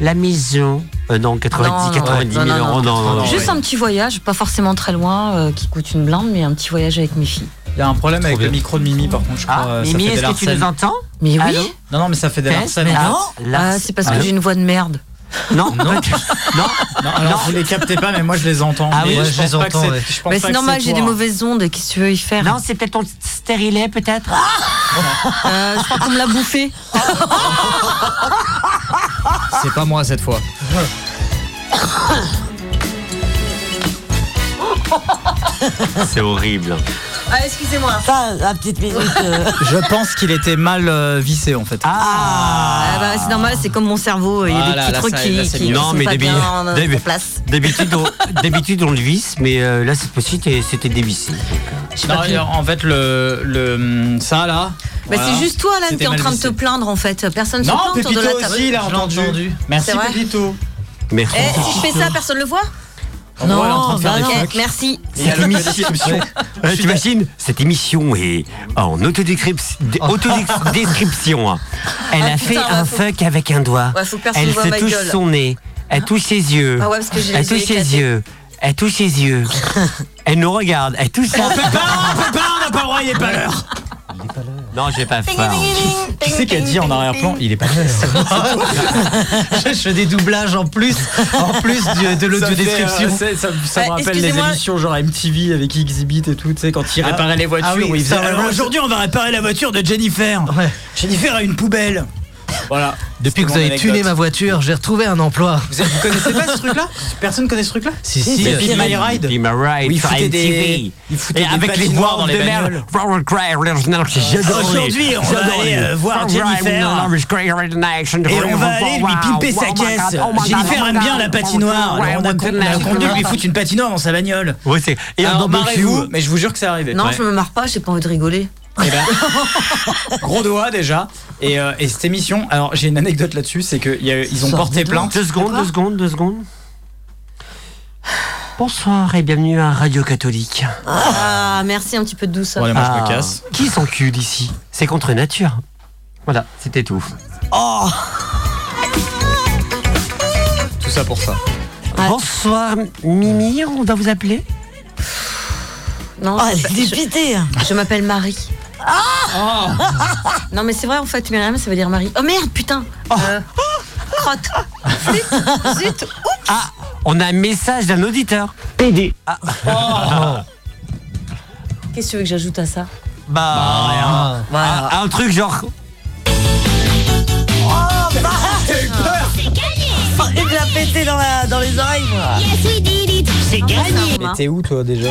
Speaker 1: la maison. Euh, non, 90,
Speaker 4: Non,
Speaker 1: 90
Speaker 4: non,
Speaker 1: 000
Speaker 4: non,
Speaker 1: euros. Non, non, non.
Speaker 4: Juste un petit voyage, pas forcément très loin, euh, qui coûte une blinde, mais un petit voyage avec mes filles.
Speaker 9: Il y a un problème avec
Speaker 1: Trop
Speaker 9: le
Speaker 1: bien.
Speaker 9: micro de Mimi par contre je crois.
Speaker 1: Ah,
Speaker 9: euh, ça
Speaker 1: Mimi,
Speaker 9: fait des
Speaker 1: est-ce que tu nous
Speaker 9: larcènes.
Speaker 1: entends
Speaker 4: Mais oui,
Speaker 1: Allô
Speaker 9: Non non mais ça fait des
Speaker 1: Tess,
Speaker 9: larcènes.
Speaker 1: ah,
Speaker 4: Ah,
Speaker 1: Lars-
Speaker 4: c'est parce que
Speaker 1: Allô
Speaker 4: j'ai une voix de merde.
Speaker 1: Non, non, non.
Speaker 9: [LAUGHS] Non, alors
Speaker 1: Non.
Speaker 9: vous les captez pas mais moi je les entends.
Speaker 1: Ah
Speaker 9: Mais
Speaker 1: oui,
Speaker 9: je,
Speaker 1: ouais,
Speaker 9: pense
Speaker 5: je les
Speaker 9: pas que
Speaker 5: entends,
Speaker 9: c'est-
Speaker 5: ouais.
Speaker 9: je pense
Speaker 4: Mais Bah,
Speaker 9: pas
Speaker 4: c'est
Speaker 9: que
Speaker 4: normal,
Speaker 9: c'est
Speaker 4: j'ai
Speaker 9: toi.
Speaker 4: des mauvaises ondes, qu'est-ce que tu veux y faire
Speaker 1: Non, c'est peut-être ton stérilet, peut-être.
Speaker 4: Euh, Je crois qu'on me l'a bouffé.
Speaker 10: C'est pas moi cette fois.
Speaker 1: c'est horrible.
Speaker 4: Ah, excusez-moi.
Speaker 2: Ça, la petite minute. euh,
Speaker 9: Je pense qu'il était mal euh, vissé en fait.
Speaker 1: Ah,
Speaker 4: Ah, bah, c'est normal, c'est comme mon cerveau, il y a
Speaker 10: Voilà,
Speaker 4: des petits
Speaker 10: là,
Speaker 4: trucs
Speaker 10: ça-
Speaker 4: qui,
Speaker 10: là, c'est
Speaker 4: qui- qui
Speaker 10: mieux.
Speaker 1: Non,
Speaker 4: sont
Speaker 1: mais
Speaker 4: pas
Speaker 1: David-
Speaker 4: bien en, en
Speaker 1: David-
Speaker 4: place.
Speaker 1: D'habitude, on, d'habitude, on le visse, mais euh, là, cette fois-ci, t'es- c'était dévissé. euh.
Speaker 4: Je sais
Speaker 9: Non,
Speaker 4: pas plus.
Speaker 9: en fait le, le Hum, ça là.
Speaker 4: Bah,
Speaker 9: voilà.
Speaker 4: C'est juste toi, Alan, qui
Speaker 9: C'était
Speaker 4: est en
Speaker 9: mal
Speaker 4: train de te
Speaker 9: vissé.
Speaker 4: plaindre, en fait. Personne ne se
Speaker 9: Non,
Speaker 4: plaint autour
Speaker 9: Pépito
Speaker 4: de la table.
Speaker 9: aussi, il a
Speaker 5: Je l'ai
Speaker 9: entendu. Oh,
Speaker 5: entendu.
Speaker 9: Merci
Speaker 4: C'est vrai
Speaker 9: Pépito.
Speaker 1: Merci.
Speaker 4: Eh, si je fais ça, personne ne le voit
Speaker 9: Non,
Speaker 2: Non, bah
Speaker 4: Ok,
Speaker 2: non.
Speaker 4: merci.
Speaker 1: Cette émission,
Speaker 4: [LAUGHS]
Speaker 1: Ouais, t'imagines, cette émission est en autodécrips- d- autodescription. hein. Elle
Speaker 4: Oh. Ah, putain,
Speaker 1: a fait
Speaker 4: ouais,
Speaker 1: un
Speaker 4: faut-
Speaker 1: fuck avec un doigt.
Speaker 4: Ouais, faut que personne
Speaker 1: Elle
Speaker 4: voit ma
Speaker 1: se touche
Speaker 4: gueule.
Speaker 1: son nez. Elle touche ses yeux.
Speaker 4: Ah ouais, parce que j'ai
Speaker 1: elle
Speaker 4: les yeux
Speaker 1: touche ses
Speaker 4: éclatés.
Speaker 1: yeux. Elle touche
Speaker 4: [LAUGHS]
Speaker 1: ses yeux. Elle nous regarde. Elle touche sa. On peut pas, on peut pas, on n'a pas le droit, il est [LAUGHS] pas l'heure. Non, j'ai pas faim.
Speaker 9: Qui c'est qui a dit en arrière-plan Il est pas mal.
Speaker 5: [LAUGHS]
Speaker 4: [LAUGHS]
Speaker 5: je fais des doublages en plus, en plus du- de
Speaker 9: Ça
Speaker 5: l'audio
Speaker 9: fait,
Speaker 5: description.
Speaker 9: euh, c'est- ça, ça me
Speaker 4: Ouais,
Speaker 9: rappelle les
Speaker 4: excusez-moi.
Speaker 9: émissions genre MTV avec Xbit et tout, tu sais, quand ils réparaient les voitures.
Speaker 5: ah oui,
Speaker 9: où ils
Speaker 5: ça,
Speaker 9: faisaient,
Speaker 5: ouais,
Speaker 9: Alors
Speaker 5: ouais.
Speaker 9: aujourd'hui, on va réparer la voiture de Jennifer.
Speaker 5: Ouais.
Speaker 9: Jennifer a une poubelle. Voilà.
Speaker 5: Depuis que vous avez tuné ma voiture, j'ai retrouvé un emploi.
Speaker 9: Vous, vous connaissez pas ce truc-là Personne connaît ce truc-là
Speaker 5: [LAUGHS] Si si.
Speaker 9: C'est
Speaker 5: euh,
Speaker 9: Pimp My Ride.
Speaker 1: Be my ride,
Speaker 9: Oui, il
Speaker 1: sur
Speaker 9: foutait
Speaker 1: MTV.
Speaker 9: des- il foutait
Speaker 1: Et
Speaker 9: des
Speaker 1: avec les
Speaker 9: patinoires
Speaker 1: voix
Speaker 9: dans
Speaker 1: de
Speaker 9: les
Speaker 1: merde.
Speaker 9: bagnoles.
Speaker 1: Robert Gray, original, j'ai adoré.
Speaker 9: Euh, Aujourd'hui, on va
Speaker 1: J'adore
Speaker 9: aller,
Speaker 1: lui.
Speaker 9: euh, voir
Speaker 1: Robert Gray,
Speaker 9: Jennifer.
Speaker 1: Robert Gray, Original Action,
Speaker 9: Et on va aller lui
Speaker 1: wow,
Speaker 9: pimper
Speaker 1: wow,
Speaker 9: sa
Speaker 1: oh my God,
Speaker 9: caisse.
Speaker 1: oh my God,
Speaker 9: Jennifer
Speaker 1: oh my
Speaker 9: aime bien
Speaker 1: God, oh
Speaker 9: la
Speaker 1: my
Speaker 9: patinoire.
Speaker 1: God,
Speaker 9: Alors on a
Speaker 1: Robert
Speaker 9: con- on
Speaker 1: Gray,
Speaker 9: a convenu de lui
Speaker 1: Robert
Speaker 9: foutre une patinoire dans sa bagnole.
Speaker 1: Ouais, c'est. Et un
Speaker 9: Alors
Speaker 1: barbecue.
Speaker 9: marrez-vous, mais je vous jure que c'est arrivé.
Speaker 4: Non,
Speaker 9: Ouais.
Speaker 4: je me marre pas, j'ai pas envie de rigoler.
Speaker 9: Eh ben, gros doigt déjà. Et, euh, et cette émission, alors j'ai une anecdote là-dessus, c'est qu'ils ont
Speaker 2: Sors
Speaker 9: porté
Speaker 2: de là.
Speaker 9: plainte.
Speaker 1: Deux secondes, deux secondes, deux secondes. Bonsoir et bienvenue à Radio Catholique.
Speaker 4: Ah, merci, un petit peu de douceur.
Speaker 9: Bon, allez, moi je
Speaker 1: Ah,
Speaker 9: me casse.
Speaker 1: Qui s'encule ici C'est contre nature. Voilà, c'était tout.
Speaker 4: Oh.
Speaker 9: Tout ça pour ça.
Speaker 1: Bonsoir Mimi, on va vous appeler
Speaker 4: Non,
Speaker 2: Oh,
Speaker 4: je-
Speaker 2: elle est
Speaker 4: je-
Speaker 2: dépitée. hein.
Speaker 4: Je m'appelle Marie. non, mais c'est vrai en fait, Myriam, ça veut dire Marie. Oh merde, putain Euh, Crotte Zut, zut.
Speaker 1: Ah, on a un message d'un auditeur. PD. Ah, [LAUGHS]
Speaker 4: Qu'est-ce que tu veux que j'ajoute à ça
Speaker 1: bah, rien.
Speaker 4: Voilà.
Speaker 1: Un, un truc genre. Oh, bah,
Speaker 2: Oh, Il me l'a pété dans, la- dans les oreilles, moi.
Speaker 1: Ah,
Speaker 4: C'est gagné
Speaker 9: Mais t'es où toi déjà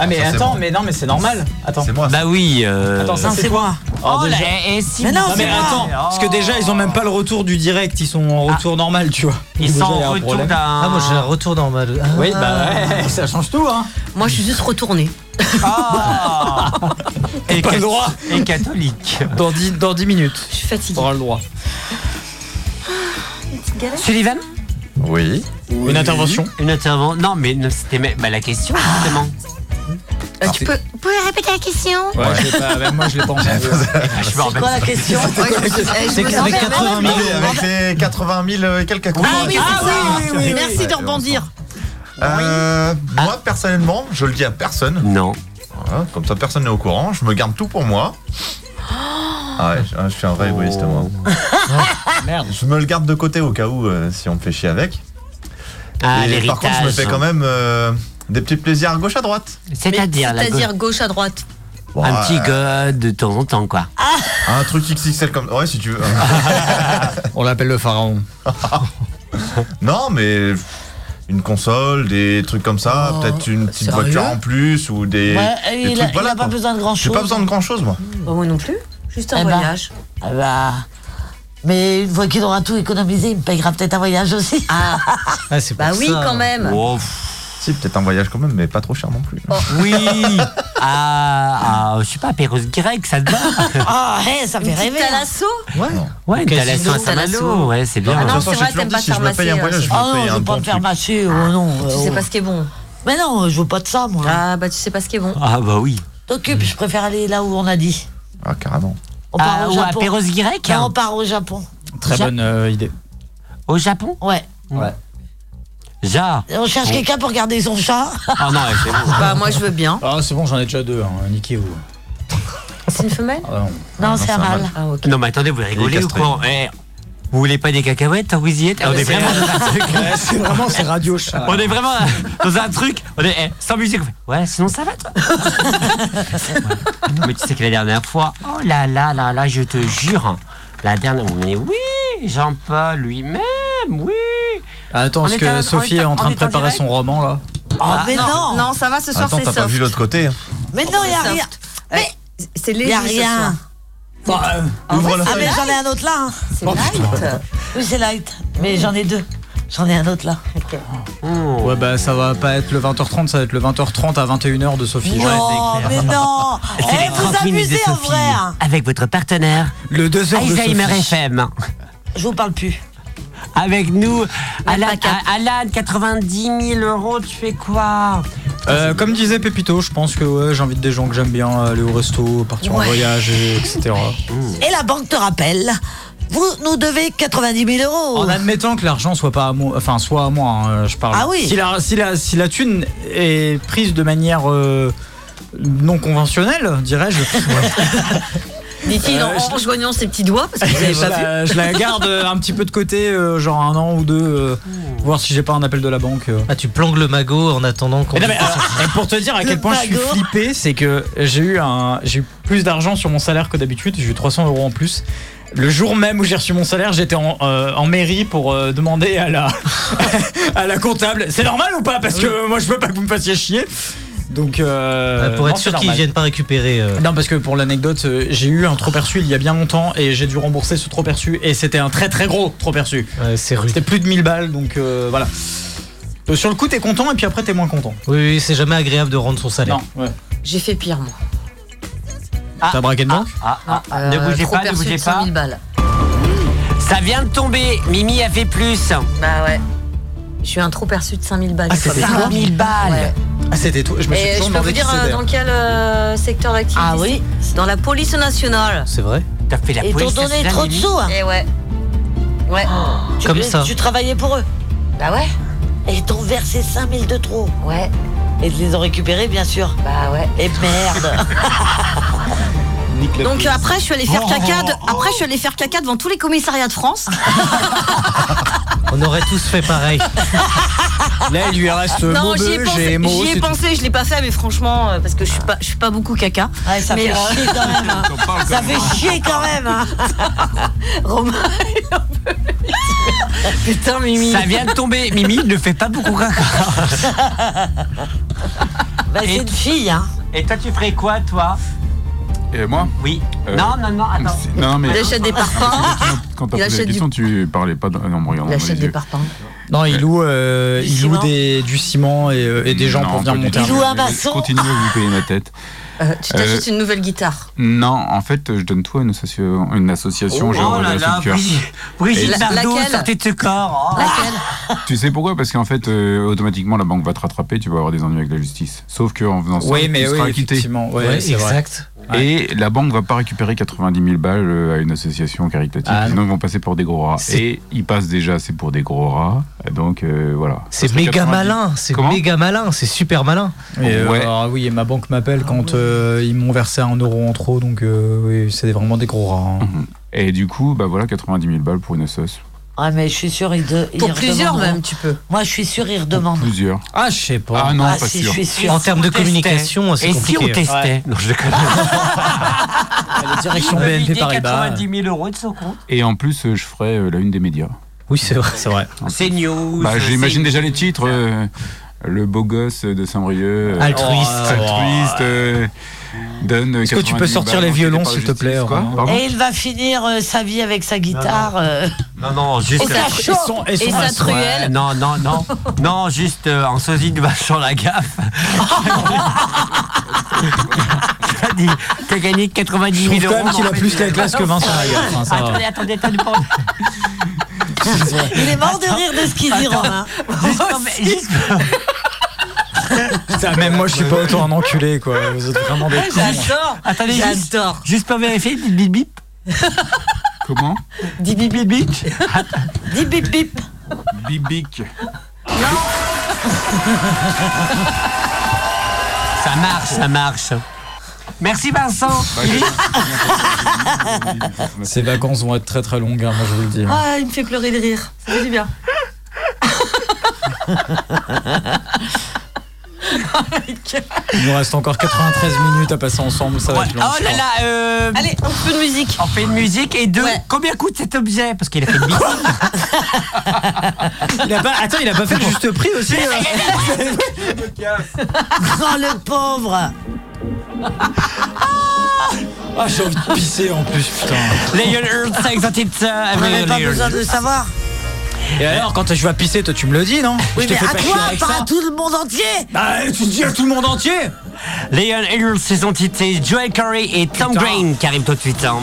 Speaker 9: Ah mais
Speaker 3: ça, c'est
Speaker 9: attends,
Speaker 3: bon.
Speaker 9: mais non, mais c'est normal. Attends.
Speaker 3: C'est moi. ça.
Speaker 1: Bah oui. euh,
Speaker 9: Attends, ça
Speaker 2: Non,
Speaker 9: c'est
Speaker 2: c'est
Speaker 9: quoi
Speaker 2: moi.
Speaker 1: Oh
Speaker 9: déjà-
Speaker 1: là, eh, eh, si
Speaker 2: Mais
Speaker 1: vous-
Speaker 2: non,
Speaker 9: Non Oh. mais
Speaker 2: c'est moi.
Speaker 9: attends, parce que déjà ils ont même pas le retour du direct, ils sont en retour normal, tu vois.
Speaker 1: Ah. Ils
Speaker 9: Déjà,
Speaker 1: sont
Speaker 9: il y a
Speaker 1: en
Speaker 9: un
Speaker 1: retour
Speaker 9: problème.
Speaker 1: d'un.
Speaker 5: Ah moi j'ai un retour dans ma. Ah.
Speaker 9: Oui, bah ouais, ça change tout hein.
Speaker 4: Moi, je suis juste retournée.
Speaker 1: Ah. et,
Speaker 9: Pas le
Speaker 1: cath-
Speaker 9: droit.
Speaker 1: et catholique.
Speaker 9: Dans 10 dans 10 minutes,
Speaker 4: Je suis fatiguée.
Speaker 9: t'auras le droit.
Speaker 1: Sullivan
Speaker 3: Oui.
Speaker 9: Une intervention.
Speaker 1: Une intervention. Non, mais ne- c'était même- bah, la question, justement.
Speaker 11: Euh, tu peux, vous pouvez répéter la question
Speaker 9: Ouais, je l'ai pas, même moi je l'ai
Speaker 1: [LAUGHS]
Speaker 9: pas entendu.
Speaker 1: Eh, bah, Je me
Speaker 2: C'est
Speaker 1: rappelle.
Speaker 2: quoi la question
Speaker 5: C'est qu'avec 80 000
Speaker 3: Allez, avec les euh, 80 000 et quelques
Speaker 4: Ah oui,
Speaker 3: couleurs.
Speaker 4: c'est ça.
Speaker 9: oui, oui,
Speaker 4: Merci de rebondir.
Speaker 3: Euh, Moi, personnellement, je le dis à personne.
Speaker 1: Non.
Speaker 3: Voilà, comme ça, personne n'est au courant. Je me garde tout pour moi. Ah ouais, je- je suis un vrai égoïste, moi.
Speaker 9: Merde.
Speaker 3: Je me le garde de côté au cas où, euh, si on me fait chier avec.
Speaker 1: Ah,
Speaker 3: et par contre, je me fais quand même euh, des petits plaisirs à gauche à droite.
Speaker 1: C'est-à-dire la
Speaker 4: C'est-à-dire gauche à droite.
Speaker 3: Bon,
Speaker 1: Un
Speaker 3: euh,
Speaker 1: petit gars de temps en temps, quoi.
Speaker 2: Ah.
Speaker 3: Un truc XXL comme. Ouais, si
Speaker 2: [LAUGHS]
Speaker 3: tu veux.
Speaker 12: On l'appelle le pharaon.
Speaker 3: [LAUGHS] non, mais. Une console, des trucs comme ça,
Speaker 2: Oh,
Speaker 3: peut-être une petite
Speaker 2: sérieux
Speaker 3: voiture en plus ou des.
Speaker 2: Ouais,
Speaker 3: des
Speaker 2: il
Speaker 3: trucs,
Speaker 2: a, il
Speaker 3: voilà,
Speaker 2: a pas
Speaker 3: quoi.
Speaker 2: besoin de grand
Speaker 3: J'ai
Speaker 2: chose. Bah,
Speaker 3: pas besoin de grand chose, moi.
Speaker 11: Moi non plus. Juste un
Speaker 2: Eh ben.
Speaker 11: voyage.
Speaker 2: Ah bah, mais une fois qu'il aura tout économisé, il me payera peut-être un voyage aussi. [LAUGHS] Ah,
Speaker 5: Ah, c'est pour
Speaker 11: Bah oui,
Speaker 5: ça.
Speaker 11: quand même. Oh.
Speaker 1: Oh, pff,
Speaker 3: Si, peut-être un voyage quand même, mais pas trop cher non plus.
Speaker 11: [LAUGHS]
Speaker 1: oui. Ah, ah, je sais pas, Pérouse grecque, ça te va
Speaker 4: Ah.
Speaker 2: ouais, ça
Speaker 4: Une
Speaker 2: fait
Speaker 4: petite
Speaker 2: rêver. hein.
Speaker 4: thalasso
Speaker 5: Ouais.
Speaker 1: Ouais, t'as la
Speaker 11: casino.
Speaker 1: sauce à Malo, ouais, c'est
Speaker 3: Ah, De
Speaker 1: bien.
Speaker 3: toute
Speaker 11: non,
Speaker 3: façon,
Speaker 11: c'est
Speaker 3: j'ai
Speaker 11: vrai,
Speaker 3: toujours
Speaker 11: t'aimes
Speaker 3: dit,
Speaker 11: pas
Speaker 3: si je me
Speaker 11: te
Speaker 3: paye un
Speaker 11: ramasser,
Speaker 3: voyage, je
Speaker 2: Ah
Speaker 3: me
Speaker 2: non, je
Speaker 3: paye un
Speaker 2: veux pas
Speaker 3: bon
Speaker 2: me faire
Speaker 3: truc. Ah.
Speaker 2: mâcher. oh non,
Speaker 11: Tu
Speaker 2: euh,
Speaker 11: sais
Speaker 2: oh.
Speaker 11: pas ce qui est bon.
Speaker 2: Mais non, je veux pas de ça, moi.
Speaker 11: Ah bah tu sais pas ce qui est bon.
Speaker 1: Ah bah oui.
Speaker 2: T'occupes, je préfère aller là où on a dit.
Speaker 3: Ah, carrément.
Speaker 2: On part
Speaker 1: Ah,
Speaker 2: au
Speaker 1: ou à
Speaker 2: Japon.
Speaker 1: Pérouse grecque
Speaker 2: Non, on part au Japon.
Speaker 9: Très
Speaker 1: Ja-
Speaker 9: bonne euh, idée.
Speaker 1: Au Japon
Speaker 2: Ouais.
Speaker 1: Ja.
Speaker 2: Et on cherche quelqu'un pour garder son chat.
Speaker 1: Ah non, ouais, c'est bon.
Speaker 4: [LAUGHS] Bah moi je veux bien.
Speaker 9: Ah, c'est bon, j'en ai déjà deux, hein, niqué ou.
Speaker 11: C'est une femelle
Speaker 9: Ah, non.
Speaker 2: Non, c'est un mâle.
Speaker 11: Ah ok.
Speaker 1: Non, mais attendez, vous rigolez ou
Speaker 3: castré.
Speaker 1: quoi Eh, Vous voulez pas des cacahuètes tant que vous y êtes Eh, On est vraiment dans un truc.
Speaker 9: Ouais, c'est
Speaker 1: [LAUGHS]
Speaker 9: vraiment, c'est radio chat.
Speaker 1: On est vraiment dans un truc. On est eh, sans musique. on fait, Ouais, sinon ça va toi. Ouais. Mais tu sais que la dernière fois, oh là là là là, je te jure, hein, la dernière. Mais oui, Jean-Paul lui-même, oui.
Speaker 9: Ah, Attends,
Speaker 1: On
Speaker 9: parce
Speaker 1: est en- on
Speaker 9: que
Speaker 1: est
Speaker 9: Sophie est
Speaker 1: en-
Speaker 9: en train
Speaker 1: on
Speaker 9: de
Speaker 1: est en
Speaker 9: préparer
Speaker 1: direct
Speaker 9: son roman là.
Speaker 2: Oh,
Speaker 1: Ah,
Speaker 2: mais non,
Speaker 4: Non, ça va, ce soir
Speaker 3: Attends,
Speaker 4: c'est
Speaker 3: t'as pas
Speaker 4: soft.
Speaker 3: vu l'autre
Speaker 9: hein.
Speaker 3: côté
Speaker 2: Mais non, il a
Speaker 4: Soft.
Speaker 2: rien. Mais
Speaker 4: Euh, C'est
Speaker 2: il
Speaker 4: léger.
Speaker 2: n'y a
Speaker 4: ce
Speaker 2: rien.
Speaker 4: soir.
Speaker 3: Ouvre-le.
Speaker 2: Ah, mais j'en ai un autre là. hein.
Speaker 11: C'est
Speaker 1: Oh,
Speaker 11: light.
Speaker 2: Oui, c'est light. Mais j'en ai deux. J'en ai un autre là.
Speaker 9: Ouais, bah ça va pas être le 20h30, ça va être le 20h30 à 21h de Sophie.
Speaker 2: non, mais
Speaker 1: [LAUGHS]
Speaker 2: non.
Speaker 1: C'est
Speaker 2: Eh,
Speaker 1: les 30
Speaker 2: vous
Speaker 1: minutes de
Speaker 2: abusez en
Speaker 1: Sophie
Speaker 2: vrai. hein.
Speaker 1: avec votre partenaire
Speaker 9: Le 2h de Sophie.
Speaker 1: Alzheimer FM.
Speaker 2: Je vous parle plus.
Speaker 1: Avec nous, Alan,
Speaker 11: PACA.
Speaker 1: A- Alan, 90 000 euros, tu fais quoi
Speaker 9: Euh, comme disait Pépito, je pense que ouais, j'invite des gens que j'aime bien à aller au resto, partir en
Speaker 4: Ouais.
Speaker 9: voyage, et- etc.
Speaker 2: Et la banque te rappelle, vous nous devez 90 000 euros.
Speaker 9: En admettant que l'argent soit pas à moi, enfin soit à moi, hein, je parle.
Speaker 2: Ah oui.
Speaker 9: Si la, si la- si la thune est prise de manière euh, non conventionnelle,
Speaker 2: [LAUGHS]
Speaker 9: dirais-je,
Speaker 4: Dit-il en
Speaker 9: Euh, je-
Speaker 4: en joignant ses petits doigts
Speaker 9: [LAUGHS]
Speaker 4: parce que vous avez
Speaker 9: je,
Speaker 4: pas vu.
Speaker 9: la, je
Speaker 4: [LAUGHS]
Speaker 9: la garde euh, un petit peu de côté, euh, genre un an ou deux, euh, voir si j'ai pas un appel de la banque. euh.
Speaker 5: Ah, tu planques le magot en attendant qu'on.
Speaker 9: Mais non, mais, euh, pour te dire à quel point je suis
Speaker 2: pago.
Speaker 9: flippé, c'est que j'ai eu un, j'ai eu plus d'argent sur mon salaire que d'habitude. J'ai eu 300 euros en plus. Le jour même où j'ai reçu mon salaire, j'étais en, euh, en mairie pour euh, demander à la, [LAUGHS] à la comptable. C'est normal ou pas Parce que euh, moi, je veux pas que vous me fassiez chier. Donc, euh,
Speaker 5: Ah, Pour
Speaker 9: non,
Speaker 5: être
Speaker 9: c'est
Speaker 5: sûr qu'ils
Speaker 9: normal.
Speaker 5: viennent pas récupérer. euh,
Speaker 9: Non, parce que pour l'anecdote, euh, j'ai eu un trop perçu il y a bien longtemps et j'ai dû rembourser ce trop perçu. Et c'était un très très gros trop perçu.
Speaker 5: ouais, c'est rude.
Speaker 9: C'était plus de 1000 balles, donc euh, voilà. Euh, Sur le coup, t'es content et puis après, t'es moins content.
Speaker 5: Oui, oui, c'est jamais agréable de rendre son salaire.
Speaker 9: Non, ouais.
Speaker 11: J'ai fait pire moi.
Speaker 9: T'as braqué le banque
Speaker 1: Ah, ah, ah, Ne
Speaker 11: Euh,
Speaker 1: bougez
Speaker 11: trop
Speaker 1: pas, ne
Speaker 11: perçu de
Speaker 1: bougez
Speaker 11: 100
Speaker 1: pas.
Speaker 11: 000 balles.
Speaker 1: Ça vient de tomber. Mimi a fait plus.
Speaker 11: Bah ouais. Je suis un trop perçu de 5000 balles.
Speaker 9: Ah, c'était
Speaker 11: Ça va.
Speaker 1: 50 000 balles.
Speaker 11: Ouais.
Speaker 9: Ah, c'était toi. Je me suis
Speaker 11: Et
Speaker 9: toujours
Speaker 11: je peux vous
Speaker 9: demandé qui
Speaker 11: dire euh,
Speaker 9: c'était.
Speaker 11: dans quel euh, secteur d'activité
Speaker 2: Ah oui.
Speaker 11: c'est Dans la police nationale.
Speaker 5: C'est vrai
Speaker 1: T'as fait la
Speaker 2: Et t'ont
Speaker 1: police
Speaker 2: donné
Speaker 1: nationale,
Speaker 2: trop de
Speaker 1: Mimi
Speaker 2: sous. hein.
Speaker 11: Et ouais. Ouais.
Speaker 1: Oh,
Speaker 2: Tu-
Speaker 5: Comme ça.
Speaker 2: Tu travaillais pour eux.
Speaker 11: Bah ouais.
Speaker 2: Et ils t'ont versé 5 000 de trop.
Speaker 11: Ouais.
Speaker 2: Et ils les ont récupérés, bien sûr.
Speaker 11: Bah ouais.
Speaker 2: Et merde.
Speaker 1: [LAUGHS]
Speaker 4: Donc euh, après je suis allée faire
Speaker 1: Oh.
Speaker 4: caca. de- Après je suis allée faire caca devant tous les commissariats de France.
Speaker 9: Ah,
Speaker 5: On aurait tous fait pareil.
Speaker 9: [LAUGHS] Là, il lui reste
Speaker 4: Non j'y ai
Speaker 9: Maubeu,
Speaker 4: pensé.
Speaker 9: j'ai Mo.
Speaker 4: J'y ai
Speaker 9: c'est tout.
Speaker 4: pensé. Je l'ai pas fait mais franchement euh, parce que je suis pas je suis pas beaucoup caca.
Speaker 2: Ouais, ça
Speaker 4: Mais,
Speaker 2: fait
Speaker 4: euh,
Speaker 2: chier quand même.
Speaker 9: [LAUGHS]
Speaker 2: hein.
Speaker 13: On parle
Speaker 2: Ça
Speaker 13: comme-
Speaker 2: fait chier quand même. hein.
Speaker 4: Romain. il en peut plus. Putain Mimi.
Speaker 1: Ça vient de tomber. Mimi ne fait pas beaucoup caca.
Speaker 2: Bah, c'est une fille. Hein.
Speaker 1: Et toi, tu ferais quoi, toi
Speaker 7: Et moi
Speaker 1: Oui.
Speaker 7: non,
Speaker 1: Non, non, non, attends.
Speaker 7: non, mais-
Speaker 4: Il achète des parfums.
Speaker 7: Quand t'as
Speaker 4: Il
Speaker 7: posé la
Speaker 4: achète du-
Speaker 7: question, tu parlais pas. de- ah Non, me regarde
Speaker 4: Il
Speaker 7: dans les
Speaker 4: achète des
Speaker 7: yeux.
Speaker 4: parfums.
Speaker 9: Non, il loue, euh, il loue
Speaker 4: ciment
Speaker 9: des, du ciment et, euh, et des gens
Speaker 7: Non,
Speaker 9: pour venir
Speaker 7: pas du
Speaker 9: monter
Speaker 7: tout.
Speaker 4: Il loue un maçon.
Speaker 7: Continuez à vous payer la tête.
Speaker 4: [LAUGHS] Euh, tu t'achètes
Speaker 7: Euh,
Speaker 4: une nouvelle guitare.
Speaker 7: Non, en fait, je donne tout à une association. Une association
Speaker 1: Oh,
Speaker 7: j'ai
Speaker 1: oh
Speaker 7: un
Speaker 1: là
Speaker 7: relais
Speaker 1: là,
Speaker 7: sur le cœur.
Speaker 1: Brigitte- Brigitte
Speaker 4: La-
Speaker 1: Bardot,
Speaker 4: laquelle
Speaker 1: sortez de ce corps. Oh.
Speaker 7: Tu sais pourquoi Parce qu'en fait, euh, automatiquement, la banque va te rattraper, tu vas avoir des ennuis avec la justice. Sauf qu'en faisant ça,
Speaker 9: Oui,
Speaker 7: tu
Speaker 9: mais oui,
Speaker 7: seras acquitté.
Speaker 9: effectivement, ouais, Ouais, c'est vrai. exact.
Speaker 7: Et la banque va pas récupérer 90 000 balles euh, à une association caritative.
Speaker 9: Ah, non.
Speaker 7: Sinon, ils vont passer pour des gros rats. Et ils passent déjà, c'est pour des gros rats. Donc, euh, voilà.
Speaker 5: C'est
Speaker 7: Parce que
Speaker 5: méga
Speaker 7: 90
Speaker 5: malin, c'est
Speaker 7: Comment
Speaker 5: méga malin, c'est super malin.
Speaker 9: Et, euh,
Speaker 7: Ouais.
Speaker 9: alors, oui, et ma banque m'appelle quand euh, ils m'ont versé un euro en trop, donc euh, oui, c'est vraiment des gros rats. hein.
Speaker 7: Mhm. Et du coup, bah voilà, 90 000 balles pour une assoce.
Speaker 2: Ah, mais je suis sûr, il de, il
Speaker 4: Pour plusieurs
Speaker 2: redemandera.
Speaker 4: même, tu peux.
Speaker 2: Moi, je suis sûr, il redemande.
Speaker 7: Plusieurs.
Speaker 5: Ah, je sais pas.
Speaker 7: Ah non,
Speaker 2: Ah,
Speaker 7: pas
Speaker 2: si,
Speaker 7: sûr.
Speaker 2: je suis sûr.
Speaker 5: En termes de
Speaker 1: testait
Speaker 5: communication, c'est
Speaker 1: Et
Speaker 5: compliqué.
Speaker 1: si on testait
Speaker 6: Ouais.
Speaker 1: Non, je [LAUGHS] déconne.
Speaker 5: La direction
Speaker 1: On
Speaker 5: BNP
Speaker 1: validait
Speaker 5: Paribas.
Speaker 1: 90 000 euros de son compte.
Speaker 7: Et en plus, euh, je ferai euh, la une des médias.
Speaker 5: Oui, c'est vrai, c'est vrai.
Speaker 1: C'est news.
Speaker 7: Bah, j'imagine
Speaker 1: c'est-
Speaker 7: déjà les titres. euh, le beau gosse de Saint-Brieuc. euh,
Speaker 5: Altruiste.
Speaker 7: altruiste euh, donne.
Speaker 5: Est-ce que tu
Speaker 7: 90
Speaker 5: peux sortir
Speaker 7: balles
Speaker 5: les
Speaker 7: enquêtées
Speaker 5: violons,
Speaker 7: par la
Speaker 5: s'il te
Speaker 7: justice,
Speaker 5: plaît,
Speaker 7: quoi
Speaker 5: Romain
Speaker 7: Pardon
Speaker 2: Et il va finir euh, sa vie avec sa guitare. euh,
Speaker 1: Non, non, juste.
Speaker 4: Et ça-
Speaker 5: Ils sont- ils
Speaker 4: Et
Speaker 5: sont-
Speaker 4: ça truelle.
Speaker 1: Ouais, non, non,
Speaker 4: [LAUGHS]
Speaker 1: non. non, juste euh, en sosie de Vachon la gaffe. T'as dit, t'as gagné 90
Speaker 5: Je
Speaker 1: 000 euros.
Speaker 5: trouve quand même qu'il a
Speaker 1: mais-
Speaker 5: plus la classe que Vincent Lagaffe. hein, ça va.
Speaker 1: Attendez, attendez, attendez.
Speaker 5: [LAUGHS]
Speaker 1: pardon.
Speaker 2: Il est mort de rire de ce qu'il dit, Romain.
Speaker 1: Juste
Speaker 2: Oh,
Speaker 1: quand même- juste-
Speaker 5: [LAUGHS] Putain,
Speaker 9: hein. Même moi, je suis pas autant un enculé, quoi. Vous êtes vraiment
Speaker 1: Ah,
Speaker 4: [LAUGHS]
Speaker 9: des cons.
Speaker 4: J'adore.
Speaker 1: Attendez, juste,
Speaker 4: J'adore.
Speaker 1: juste pour vérifier, bip bip
Speaker 5: [LAUGHS]
Speaker 1: bip.
Speaker 7: Comment
Speaker 1: Dis bip
Speaker 4: [LAUGHS]
Speaker 1: bip bip.
Speaker 2: Dis bip bip.
Speaker 7: Bibic.
Speaker 1: Ça marche,
Speaker 4: [LAUGHS]
Speaker 1: ça marche. Merci Vincent.
Speaker 9: Ces vacances vont être très très longues, hein, moi je vous le dis.
Speaker 4: Ah, il me fait pleurer de rire. Ça fait du
Speaker 9: [LAUGHS]
Speaker 4: bien.
Speaker 9: hein.
Speaker 2: Oh,
Speaker 9: Il nous reste encore 93 minutes à passer ensemble, ça va
Speaker 1: Ouais.
Speaker 9: être long.
Speaker 1: Oh
Speaker 9: je
Speaker 1: là
Speaker 9: crois.
Speaker 1: là, euh,
Speaker 4: Allez, un peu de musique.
Speaker 1: on fait une musique et deux.
Speaker 4: Ouais.
Speaker 1: Combien coûte cet objet Parce qu'il a fait une bise.
Speaker 5: Oh, Il a pas, attends, il a pas fait le juste prix aussi. euh
Speaker 2: Oh, le pauvre.
Speaker 9: Ah, j'ai envie de pisser en plus, putain.
Speaker 1: Lion Earth, ça exotique ça.
Speaker 2: On n'avait Ah, pas besoin de le savoir.
Speaker 9: Et alors, quand je vais pisser, toi tu me le dis, non
Speaker 2: Oui,
Speaker 9: Je te
Speaker 2: mais
Speaker 9: fais
Speaker 2: à
Speaker 9: pas chier
Speaker 2: toi,
Speaker 9: avec
Speaker 2: pas
Speaker 9: ça.
Speaker 2: à tout le monde entier.
Speaker 9: Bah, tu dis à tout le monde entier
Speaker 1: Lion Earth, ses entités, Joel Curry et Tom Green qui arrivent tout de suite. hein.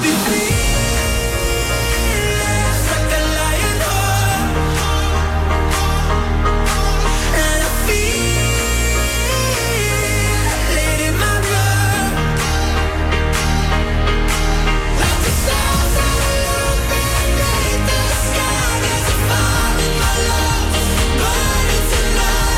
Speaker 8: I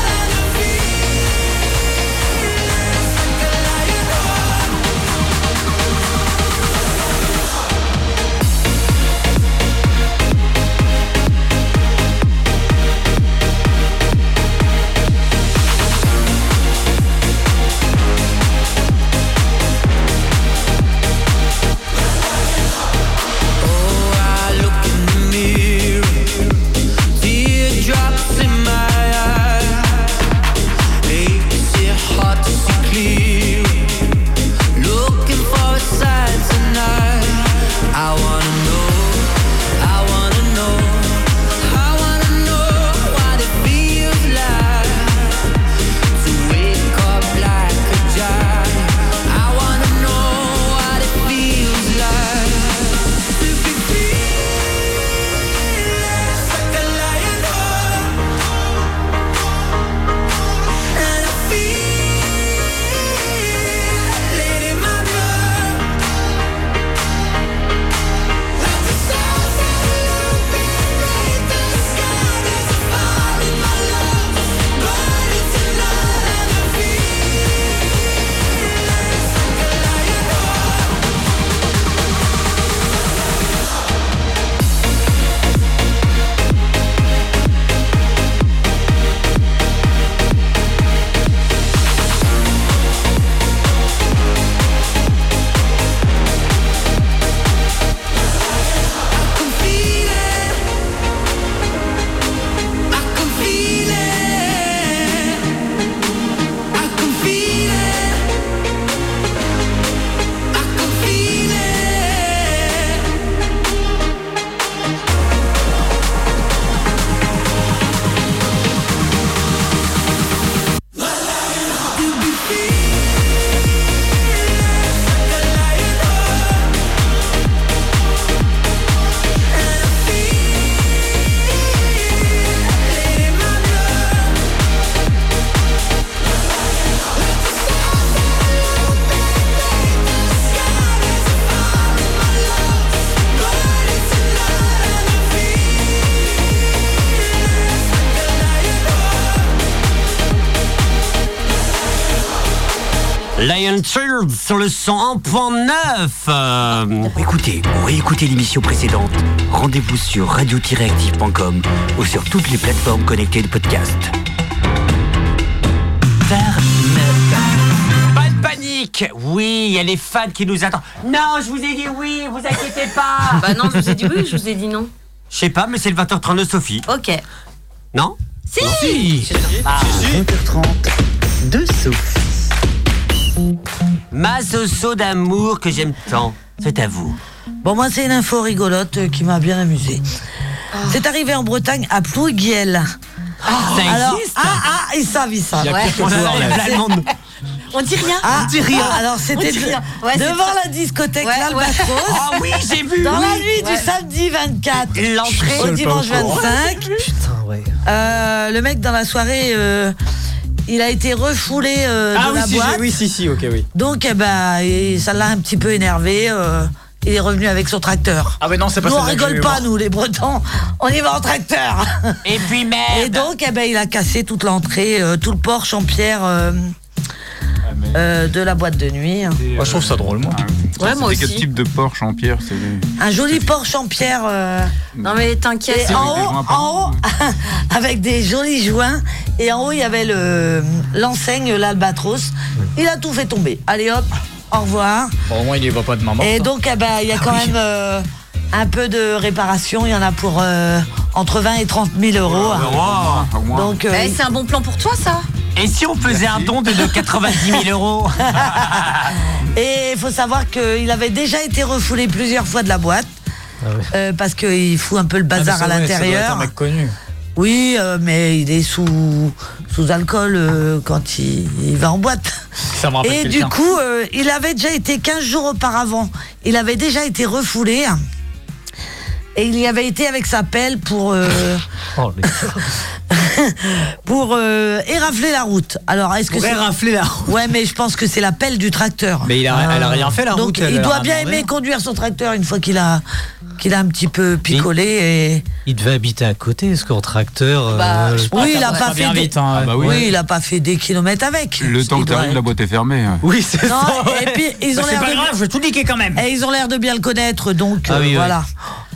Speaker 1: Lion Shield sur le 101.9. Euh,
Speaker 14: Écoutez ou réécoutez l'émission précédente, rendez-vous sur radio-active.com ou sur toutes les plateformes connectées de podcast.
Speaker 1: Pas de panique. Oui, il y a les fans qui nous attendent. Non, je vous ai dit oui, vous inquiétez pas.
Speaker 4: [LAUGHS] Bah non, je vous ai dit oui, je vous ai dit non.
Speaker 1: Je sais pas, mais c'est le 20h30 de Sophie.
Speaker 4: Ok.
Speaker 1: Non Oh,
Speaker 4: Si,
Speaker 1: Ah.
Speaker 14: 20h30 de Sophie.
Speaker 1: Ma soso d'amour que j'aime tant, c'est à vous.
Speaker 2: Bon, moi, c'est une info rigolote euh, qui m'a bien amusée.
Speaker 4: Ah.
Speaker 2: C'est arrivé en Bretagne à Plouguiel.
Speaker 1: ça
Speaker 2: Alors-
Speaker 1: existe
Speaker 2: Ah, ah, ils savent, ils savent.
Speaker 1: Il y a pire que
Speaker 2: Ouais.
Speaker 1: toi, là.
Speaker 2: C'est-
Speaker 1: L'allemande.
Speaker 4: On dit rien.
Speaker 2: Ah,
Speaker 4: on dit rien.
Speaker 2: ah, alors, c'était
Speaker 4: On dit
Speaker 2: de-
Speaker 4: rien. Ouais, c'est
Speaker 2: devant
Speaker 4: ça.
Speaker 2: la discothèque
Speaker 4: Ouais,
Speaker 2: L'Albatros.
Speaker 4: ouais. Ah oui, j'ai vu,
Speaker 2: Dans la
Speaker 4: oui.
Speaker 2: nuit
Speaker 4: Ouais.
Speaker 2: du samedi 24
Speaker 4: suis seul, pas
Speaker 2: au
Speaker 4: au
Speaker 2: dimanche
Speaker 4: courant.
Speaker 2: 25.
Speaker 5: Putain, ouais.
Speaker 2: Euh, le mec dans la soirée, euh, il a été refoulé euh,
Speaker 9: Ah
Speaker 2: de
Speaker 9: oui
Speaker 2: la
Speaker 9: si, j'ai-
Speaker 2: boîte.
Speaker 9: oui, si, si, ok, oui.
Speaker 2: Donc, eh ben, et ça l'a un petit peu énervé. euh, il est revenu avec son tracteur.
Speaker 9: Ah ouais, non, c'est pas
Speaker 2: nous,
Speaker 9: ça
Speaker 2: on
Speaker 9: que je
Speaker 2: rigole
Speaker 9: voulais
Speaker 2: pas,
Speaker 9: voir.
Speaker 2: nous, les Bretons. On y va en tracteur.
Speaker 1: Et puis merde.
Speaker 2: Et donc, eh ben, il a cassé toute l'entrée, euh, tout le porche en pierre euh,
Speaker 9: Ah,
Speaker 2: euh, de la boîte de nuit.
Speaker 7: Moi, je trouve
Speaker 9: ça drôle, moi.
Speaker 4: Ouais, moi
Speaker 7: Ah, Quel
Speaker 4: aussi.
Speaker 7: type de Porsche en pierre c'est
Speaker 2: Un joli porche en pierre. euh,
Speaker 4: Non mais t'inquiète.
Speaker 2: et en haut, en haut, [LAUGHS] avec des jolis joints. Et en haut, il y avait le- euh, l'enseigne, l'albatros. Il a tout fait tomber. Allez hop, au revoir.
Speaker 9: Bon, au moins, il y va pas de Ah, maman.
Speaker 2: Et donc, eh ben,
Speaker 1: Ah
Speaker 2: il y a quand même euh, un peu de réparation. Il y en a pour euh, entre 20 et 30 000 euros.
Speaker 1: là, au moins, au moins.
Speaker 2: Donc, euh,
Speaker 4: Eh, c'est un bon plan pour toi ça.
Speaker 1: Et si on faisait un don de, de 90 000
Speaker 9: [LAUGHS]
Speaker 1: euros
Speaker 2: et il faut savoir qu'il avait déjà été refoulé plusieurs fois de la boîte.
Speaker 1: Ah
Speaker 2: euh, parce qu'il fout un peu le bazar à l'intérieur.
Speaker 9: connu.
Speaker 2: Oui, euh, mais il est sous, sous alcool euh, quand il, il va en boîte.
Speaker 9: Ça me rappelle
Speaker 2: Et du
Speaker 9: quelqu'un.
Speaker 2: coup, euh, il avait déjà été 15 jours auparavant. Il avait déjà été refoulé. Et il y avait été avec sa pelle pour, euh, [LAUGHS]
Speaker 5: Oh,
Speaker 9: [LAUGHS]
Speaker 5: les-
Speaker 2: pour euh, érafler la route. Alors, est-ce que
Speaker 5: Pour
Speaker 2: c'est-
Speaker 5: érafler la route.
Speaker 2: Ouais, mais je pense que c'est la pelle du tracteur.
Speaker 5: Mais il a- elle a rien fait, la
Speaker 2: Donc,
Speaker 5: route, elle
Speaker 2: il
Speaker 5: a
Speaker 2: doit bien
Speaker 5: abandonné.
Speaker 2: aimer conduire son tracteur une fois qu'il a, qu'il a un petit peu picolé. Et...
Speaker 5: Il devait habiter à côté, euh, est-ce qu'en tracteur.
Speaker 2: Bah, je pense Oui, il a
Speaker 5: ça
Speaker 2: pas
Speaker 5: va
Speaker 2: fait
Speaker 5: bien
Speaker 2: des-
Speaker 5: vite, hein.
Speaker 7: Ah bah oui.
Speaker 2: Oui, il a pas fait des kilomètres avec.
Speaker 7: Le temps
Speaker 2: Il
Speaker 7: que
Speaker 2: doit
Speaker 7: t'arrives, la boîte est fermée. hein.
Speaker 5: Oui, c'est
Speaker 2: Non, et puis ils ont
Speaker 6: Bah, C'est
Speaker 2: l'air
Speaker 6: pas
Speaker 2: de...
Speaker 6: grave, je vais tout niquer quand même.
Speaker 2: Et ils ont l'air de bien le connaître, donc
Speaker 5: Ah
Speaker 2: euh,
Speaker 5: oui, oui.
Speaker 2: voilà.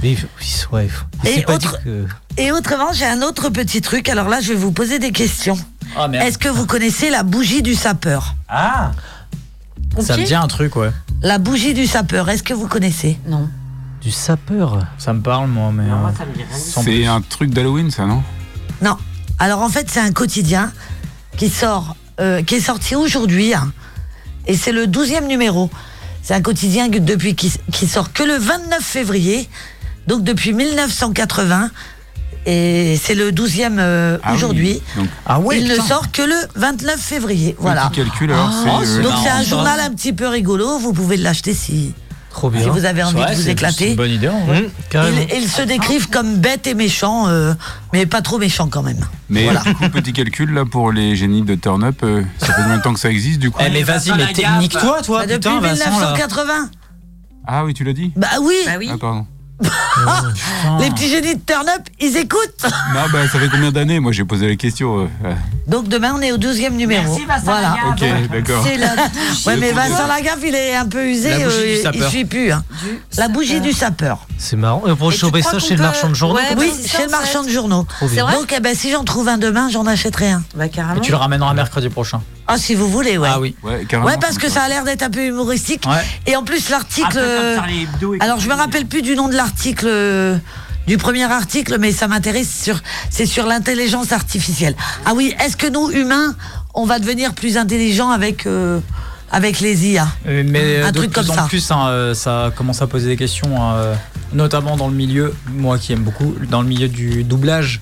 Speaker 5: Mais il- oui, ouais, il faut-
Speaker 2: Et
Speaker 5: c'est pas dit
Speaker 2: autre-
Speaker 5: que-
Speaker 2: Et autrement, j'ai un autre petit truc. Alors là, je vais vous poser des questions.
Speaker 9: Ah merde.
Speaker 2: Est-ce que vous connaissez la bougie du sapeur
Speaker 9: Ah Ça me dit un truc, ouais.
Speaker 2: La bougie du sapeur, est-ce que vous connaissez
Speaker 4: Non.
Speaker 9: Du sapeur Ça me parle, moi, mais. euh,
Speaker 7: Ah,
Speaker 9: sans
Speaker 7: C'est
Speaker 9: plus.
Speaker 7: un truc d'Halloween, ça, non
Speaker 2: Non. Alors en fait, c'est un quotidien qui sort, euh, qui est sorti aujourd'hui, hein. et c'est le 12e numéro. C'est un quotidien que- depuis qui, qui sort que le 29 février, donc depuis 1980, et c'est le 12e euh,
Speaker 7: Ah oui.
Speaker 2: aujourd'hui.
Speaker 7: Donc,
Speaker 9: Ah ouais
Speaker 2: Il ne
Speaker 9: putain.
Speaker 2: sort que le 29 février. Voilà.
Speaker 7: Petit calcul, alors,
Speaker 2: Oh,
Speaker 7: c'est... euh,
Speaker 2: donc c'est un
Speaker 5: ça.
Speaker 2: journal un petit peu rigolo, vous pouvez l'acheter si,
Speaker 5: Trop
Speaker 2: si
Speaker 5: bien.
Speaker 2: vous avez envie
Speaker 9: Ouais,
Speaker 2: de vous
Speaker 9: c'est- C'est
Speaker 2: éclater.
Speaker 9: une bonne idée, en vrai.
Speaker 5: Mmh, carrément.
Speaker 2: Ils, ils se décrivent comme bêtes et méchants, euh, mais pas trop méchants quand même.
Speaker 7: Mais
Speaker 2: Voilà.
Speaker 7: du coup, petit calcul, là, pour les génies de Turn Up, euh, ça fait combien de temps que ça existe, du coup
Speaker 5: Eh, mais vas-y, mais
Speaker 1: gaffe.
Speaker 5: technique toi, toi,
Speaker 2: Bah, depuis
Speaker 5: putain, Vincent. là.
Speaker 2: 1980
Speaker 7: Ah oui, tu l'as dit
Speaker 2: Bah oui,
Speaker 4: Bah oui.
Speaker 7: Ah, pardon.
Speaker 2: les petits génies de Turn Up, ils écoutent
Speaker 7: Non, bah, ça fait combien d'années Moi, j'ai posé la question. euh, euh,
Speaker 2: Donc demain, on est au 12e numéro.
Speaker 1: Merci, Vincent
Speaker 2: voilà.
Speaker 1: Lagaffe. Ah,
Speaker 7: ok, d'accord.
Speaker 2: C'est la bougie. Ouais, mais Vincent Lagaffe, il est un peu usé,
Speaker 9: La bougie du
Speaker 2: euh, il
Speaker 9: sapeur.
Speaker 2: suit plus. hein. La bougie du sapeur.
Speaker 5: C'est marrant. Euh, Pour
Speaker 4: Et tu
Speaker 5: choper
Speaker 4: crois
Speaker 5: ça
Speaker 4: qu'on
Speaker 5: chez le
Speaker 4: peut-
Speaker 5: marchand de journaux.
Speaker 4: Ouais,
Speaker 5: comme
Speaker 4: bah,
Speaker 2: Oui,
Speaker 4: c'est ça,
Speaker 2: chez le
Speaker 4: en
Speaker 2: marchand
Speaker 4: fait.
Speaker 2: de journaux.
Speaker 5: Trop bien.
Speaker 4: vrai
Speaker 2: Donc, eh ben, si j'en trouve un demain, j'en achèterai un.
Speaker 4: Bah
Speaker 9: Et
Speaker 4: carrément.
Speaker 9: tu le ramèneras mercredi prochain.
Speaker 2: Ah, si vous voulez, ouais.
Speaker 9: Ah oui.
Speaker 7: Ouais, carrément.
Speaker 2: Ouais, parce que ça a l'air d'être un peu humoristique.
Speaker 9: Ouais.
Speaker 2: Et en plus,
Speaker 1: Un
Speaker 2: l'article.
Speaker 1: peu comme Charlie Hebdo et
Speaker 2: Alors, je me
Speaker 1: compagnie.
Speaker 2: rappelle plus du nom de l'article, euh, du premier article, mais ça m'intéresse. Sur, c'est sur l'intelligence artificielle. Ah oui, est-ce que nous, humains, on va devenir plus intelligents avec, euh, avec les IA
Speaker 9: Euh, Mais
Speaker 2: Un
Speaker 9: euh, de
Speaker 2: truc
Speaker 9: plus
Speaker 2: comme
Speaker 9: en
Speaker 2: ça.
Speaker 9: plus, hein, euh, ça commence à poser des questions, hein, euh, notamment dans le milieu, moi qui aime beaucoup, dans le milieu du doublage.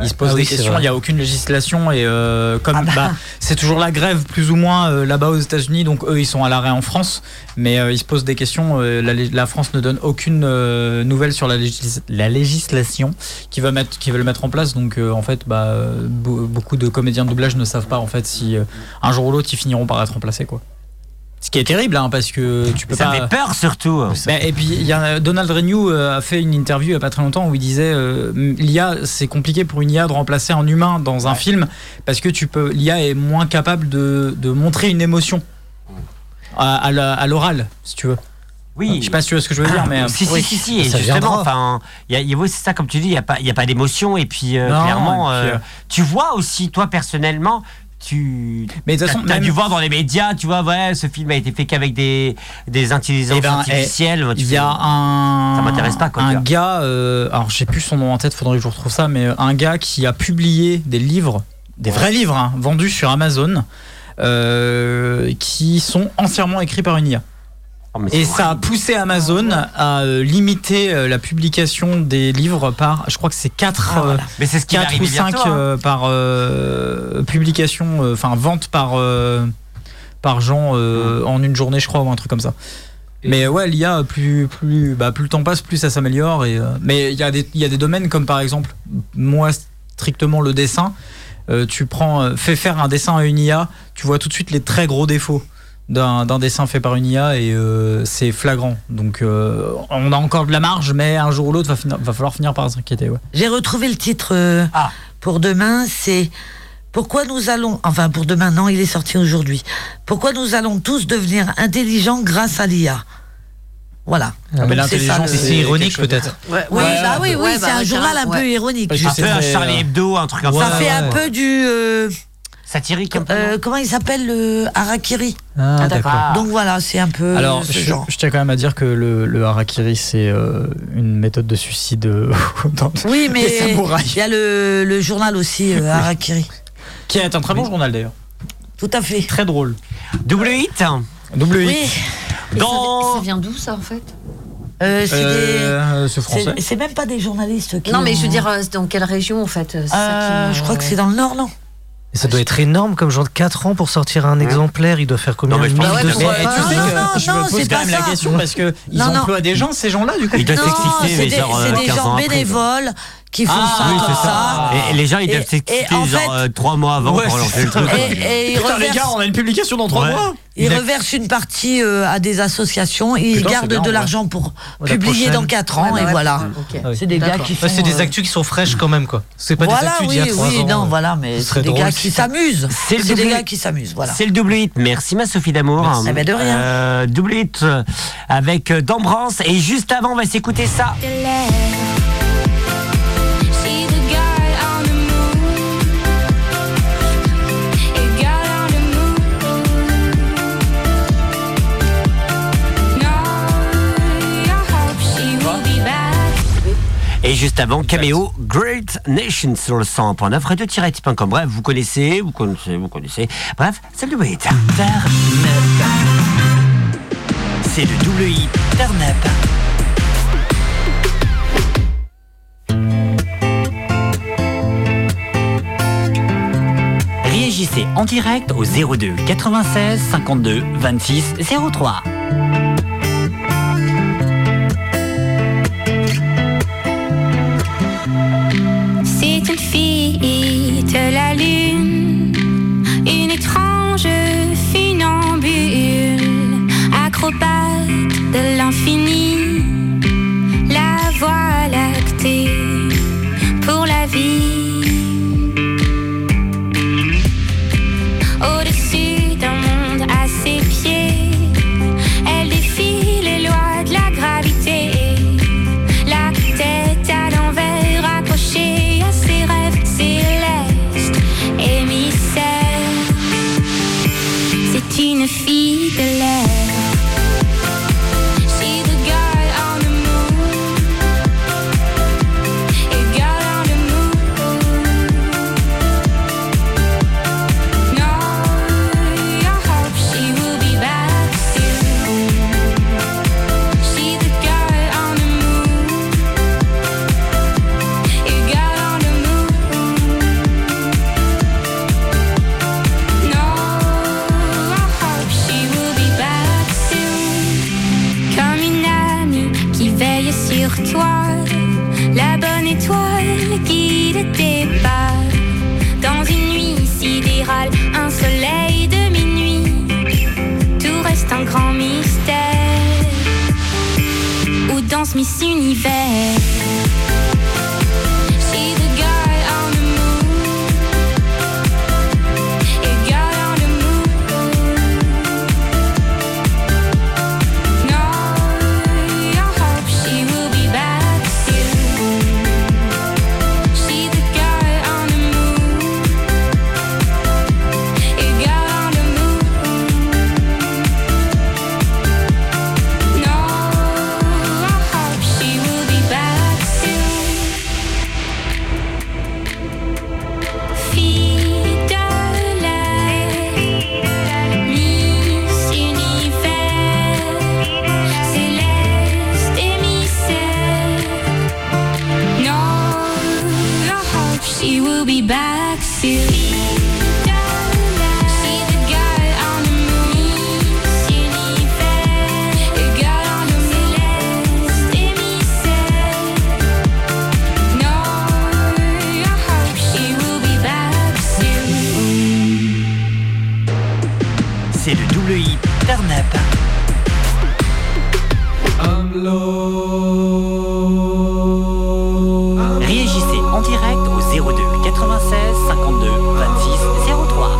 Speaker 9: Il se pose
Speaker 5: Ah
Speaker 9: des
Speaker 5: oui, c'est
Speaker 9: questions,
Speaker 5: vrai.
Speaker 9: il n'y a aucune législation et euh,
Speaker 2: Ah
Speaker 9: comme bah, c'est toujours la grève plus ou moins euh, là-bas aux États-Unis, donc eux ils sont à l'arrêt en France, mais euh, ils se posent des questions. euh, la, lég- la France ne donne aucune euh, nouvelle sur la, légis- la législation qu'ils veulent mettre, qu'ils veulent mettre en place, donc euh, en fait bah, euh, be- beaucoup de comédiens de doublage ne savent pas en fait si euh, un jour ou l'autre ils finiront par être remplacés quoi. Ce qui est terrible hein, parce que tu peux
Speaker 1: Ça
Speaker 9: pas.
Speaker 1: fait peur surtout.
Speaker 9: Bah, et puis, il y a, Donald Renew euh, a fait une interview il n'y a pas très longtemps où il disait euh, l'IA, c'est compliqué pour une IA de remplacer un humain dans un film parce que tu peux l'IA est moins capable de, de montrer une émotion. à, à la- à l'oral, si tu veux.
Speaker 1: Oui. Ah,
Speaker 9: Je sais pas si tu vois ce que je veux dire, mais. euh,
Speaker 1: si,
Speaker 9: oui.
Speaker 1: si, si, si, et
Speaker 9: Ça
Speaker 1: justement,
Speaker 9: viendra.
Speaker 1: enfin, il y a- il y a- oui, c'est ça, comme tu dis, il n'y a pas, il y a pas d'émotion, et puis euh,
Speaker 9: Non,
Speaker 1: clairement,
Speaker 9: et puis,
Speaker 1: euh,
Speaker 9: euh,
Speaker 1: tu vois aussi, toi personnellement, tu
Speaker 9: Mais de toute
Speaker 1: t'as-
Speaker 9: façon,
Speaker 1: t'as
Speaker 9: même-
Speaker 1: dû voir dans les médias, tu vois, ouais, ce film a été fait qu'avec des, des intelligences
Speaker 9: Eh ben, eh,
Speaker 1: artificielles. tu
Speaker 9: Il y a
Speaker 1: fais-
Speaker 9: un.
Speaker 1: Ça m'intéresse pas, quoi,
Speaker 9: Un
Speaker 1: dire.
Speaker 9: gars, euh, alors j'ai plus son nom en tête, faudrait que je retrouve ça, mais euh, un gars qui a publié des livres, des vrais livres, hein, vendus sur Amazon, euh, qui sont entièrement écrits par une IA.
Speaker 1: Oh, mais
Speaker 9: Et
Speaker 1: c'est
Speaker 9: ça a poussé Amazon à euh, limiter euh, la publication des livres par, je crois que c'est 4
Speaker 2: Ah,
Speaker 5: Ah, euh,
Speaker 1: Mais c'est ce qui va
Speaker 9: euh, ou
Speaker 1: arriver
Speaker 9: 5
Speaker 1: bientôt, hein.
Speaker 9: par euh, publication, euh, enfin vente par euh, par gens euh, en une journée, je crois, ou un truc comme ça. Mais ouais, l'IA, plus, plus, bah, plus le temps passe, plus ça s'améliore. Et, euh, mais il y, a des- il y a des domaines comme par exemple, moi, strictement le dessin. Euh, tu prends, euh, fais faire un dessin à une IA, tu vois tout de suite les très gros défauts d'un d'un dessin fait par une IA et euh, c'est flagrant. Donc euh, on a encore de la marge, mais un jour ou l'autre, va, finir- va falloir finir par s'inquiéter. Ouais.
Speaker 2: J'ai retrouvé le titre euh,
Speaker 9: Ah.
Speaker 2: pour demain, c'est Pourquoi nous allons enfin pour demain non, il est sorti aujourd'hui. Pourquoi nous allons tous devenir intelligents grâce à l'IA. Voilà.
Speaker 9: Ah, mais
Speaker 2: Donc, c'est ça,
Speaker 9: l'intelligence,
Speaker 2: le-
Speaker 9: c'est ironique peut-être.
Speaker 2: Oui,
Speaker 1: Ouais,
Speaker 4: Ah
Speaker 2: bah oui, oui,
Speaker 1: ouais,
Speaker 2: c'est
Speaker 1: bah,
Speaker 2: un journal un peu
Speaker 1: ouais.
Speaker 2: ironique.
Speaker 1: un peu un Charlie Hebdo, un truc comme
Speaker 2: euh, ça
Speaker 1: ça.
Speaker 2: fait un peu du euh,
Speaker 1: satirique
Speaker 2: euh, comment il s'appelle le harakiri.
Speaker 9: Ah, Ah, d'accord. d'accord.
Speaker 2: Donc voilà, c'est un peu
Speaker 9: Alors,
Speaker 2: ce
Speaker 9: je,
Speaker 2: genre.
Speaker 9: je tiens quand même à dire que le, le harakiri, c'est euh, une méthode de
Speaker 1: [LAUGHS]
Speaker 9: suicide euh, dans-
Speaker 2: Oui, mais
Speaker 9: des samouraïs.
Speaker 2: il y a le, le journal aussi euh, harakiri.
Speaker 9: Qui est un très bon journal d'ailleurs.
Speaker 2: Tout à fait.
Speaker 9: Très drôle.
Speaker 1: Double hit.
Speaker 9: Double hit.
Speaker 2: Oui.
Speaker 1: Dans...
Speaker 4: Ça vient d'où ça en fait
Speaker 2: Euh, c'est
Speaker 9: Euh,
Speaker 2: des-
Speaker 9: c'est français.
Speaker 2: c'est- C'est même pas des journalistes qui.
Speaker 4: Non mais je veux
Speaker 2: ont-
Speaker 4: dire euh, c'est dans quelle région en fait euh, c'est ça
Speaker 2: Euh,
Speaker 4: qui me-
Speaker 2: je crois que c'est dans le Nord, non
Speaker 15: Et ça doit être énorme comme genre de 4 ans pour sortir
Speaker 2: Mmh.
Speaker 15: un exemplaire. Il doit faire combien
Speaker 1: Non, mais je pense que-
Speaker 15: 1200
Speaker 1: Mais tu
Speaker 15: pages
Speaker 1: sais que-
Speaker 2: Non,
Speaker 9: je
Speaker 2: non,
Speaker 9: me pose
Speaker 2: c'est
Speaker 9: quand
Speaker 2: pas
Speaker 9: même la
Speaker 2: ça.
Speaker 9: question parce que ils
Speaker 2: Non, non.
Speaker 9: emploient des gens, ces gens-là, du coup.
Speaker 1: Ils doivent
Speaker 2: Non,
Speaker 1: s'exciter,
Speaker 2: c'est
Speaker 1: mais
Speaker 2: des,
Speaker 1: genre,
Speaker 2: c'est
Speaker 1: euh,
Speaker 2: des
Speaker 1: 15 ans
Speaker 2: gens
Speaker 1: après,
Speaker 2: bénévoles qui font
Speaker 1: Ah,
Speaker 2: ça,
Speaker 1: oui,
Speaker 2: comme
Speaker 1: c'est ça. Et, et les gens, ils
Speaker 2: Et-
Speaker 1: doivent s'exciter
Speaker 2: et en
Speaker 1: genre
Speaker 2: fait-
Speaker 1: euh, trois mois avant
Speaker 2: Ouais,
Speaker 1: pour
Speaker 2: c'est
Speaker 1: lancer le
Speaker 2: ça.
Speaker 1: truc.
Speaker 2: Et- et ils
Speaker 9: Putain, les
Speaker 2: reversent-
Speaker 9: gars, on a une publication dans 3
Speaker 1: Ouais.
Speaker 9: mois.
Speaker 2: Ils reversent une partie euh, à des associations et ils
Speaker 9: Putain, c'est
Speaker 2: gardent
Speaker 9: bien,
Speaker 2: de
Speaker 9: ouais.
Speaker 2: l'argent pour
Speaker 9: Ouais, la
Speaker 2: publier
Speaker 9: prochaine.
Speaker 2: dans 4 ans
Speaker 9: Ouais,
Speaker 2: et
Speaker 9: bah,
Speaker 2: voilà.
Speaker 9: ouais.
Speaker 2: C'est des gars qui font.
Speaker 5: Bah,
Speaker 15: Ouais, c'est des
Speaker 2: euh,
Speaker 15: actus qui sont fraîches quand même quoi. C'est pas des
Speaker 2: Voilà,
Speaker 15: actus
Speaker 2: oui,
Speaker 15: d'il y a 3
Speaker 2: oui,
Speaker 15: ans.
Speaker 5: hein.
Speaker 2: non,
Speaker 15: euh.
Speaker 2: voilà, mais
Speaker 15: Ce serait
Speaker 2: c'est des
Speaker 15: drôle
Speaker 2: gars
Speaker 15: si
Speaker 2: qui
Speaker 15: ça-
Speaker 2: s'amusent.
Speaker 1: C'est le
Speaker 2: C'est des
Speaker 1: double-
Speaker 2: gars qui s'amusent, voilà.
Speaker 1: C'est le double hit. Merci ma Sophie d'amour.
Speaker 2: Merci. Ah ben, de rien.
Speaker 1: Euh, double hit euh, avec euh, Dambrance. Et juste avant, on va s'écouter ça.
Speaker 16: See the guy on the moon. It got on the moon. No, I hope she will be back.
Speaker 1: Et juste avant, caméo Great Nation sur le 100.9 radio-type.com. Bref, vous connaissez, vous connaissez, vous connaissez. Bref, c'est le double hit. C'est le double hit.
Speaker 14: Réagissez en direct au 02 96 52 26 03.
Speaker 16: C'est une fille de la lune, une étrange funambule, acrobate de l'infini, la voie lactée pour la vie. Au-dessus d'un monde à ses pieds, elle défie les lois de la gravité. La tête à l'envers, accrochée à ses rêves célestes, émissaire. C'est une fille de l'air. See the girl on the moon. A girl on the moon. No, I hope she will be back soon. See the girl on the moon. You got on the moon. No, I hope Oh, she will be back soon. Comme une amie qui veille sur toi, la bonne étoile guide tes pas. Dans une nuit sidérale, un soleil de minuit, tout reste un grand mystère. Où danse Miss Univers? See the guy on the moon. It got on the moon.
Speaker 13: She will be back soon. See the girl on the moon, c'est l'hiver. The girl on the moon, c'est mi-sel. No, I hope she will be back soon.
Speaker 17: C'est le double hit turn up.
Speaker 1: Réagissez en direct au 02 96 52 26 03.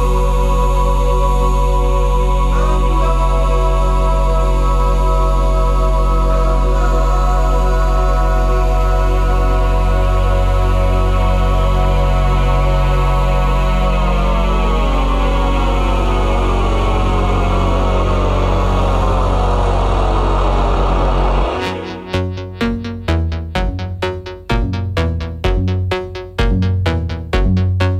Speaker 13: She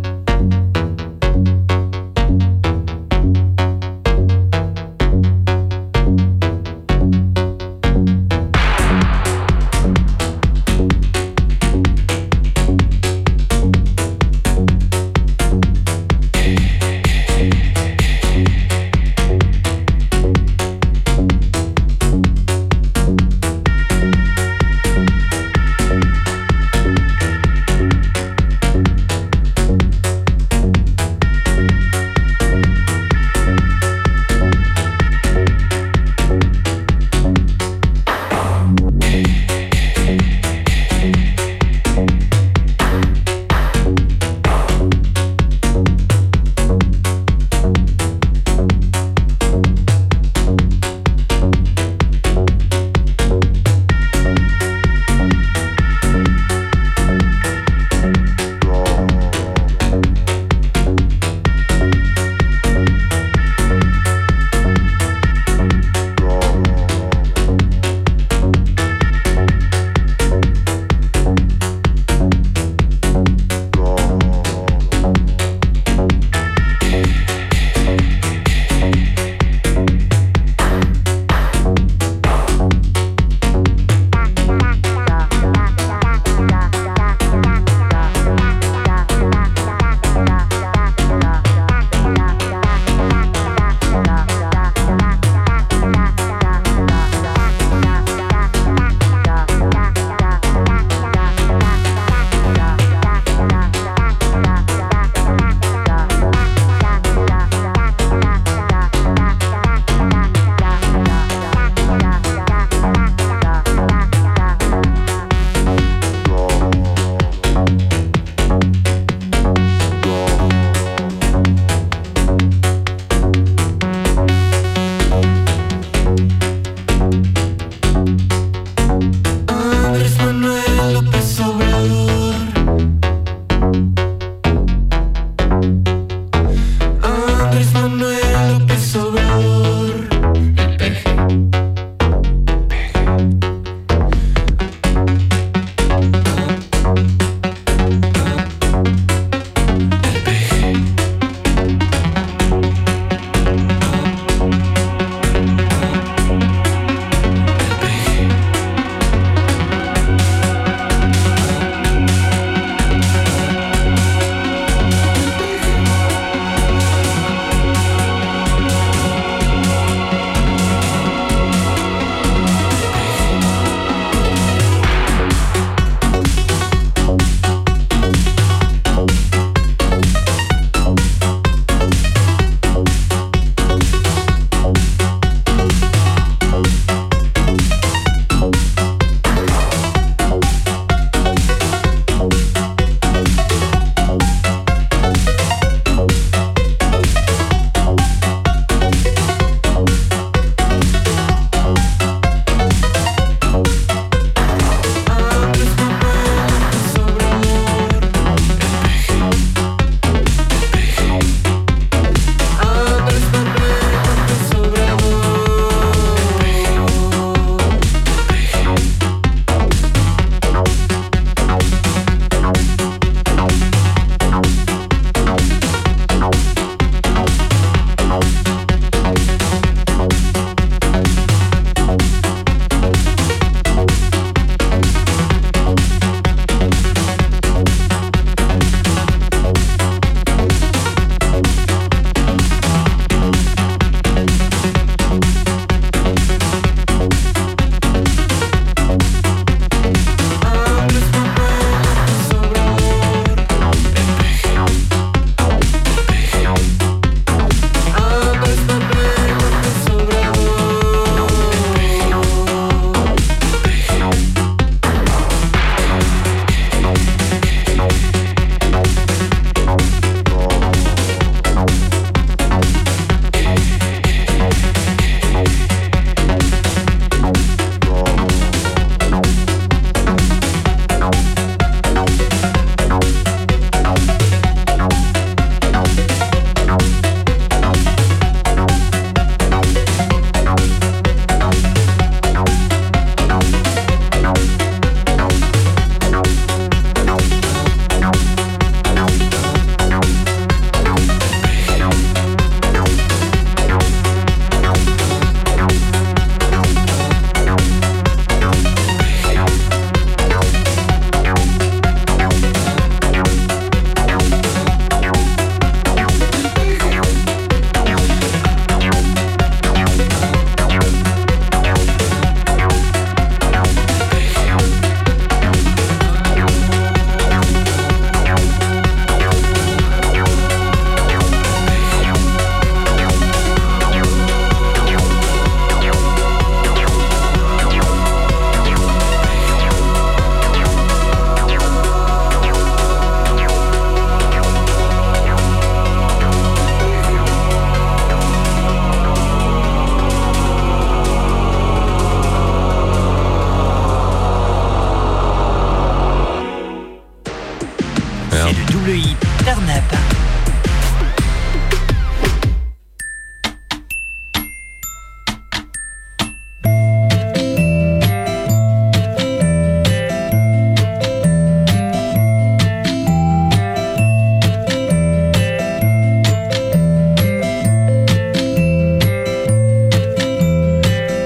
Speaker 1: C'est le double I turn up.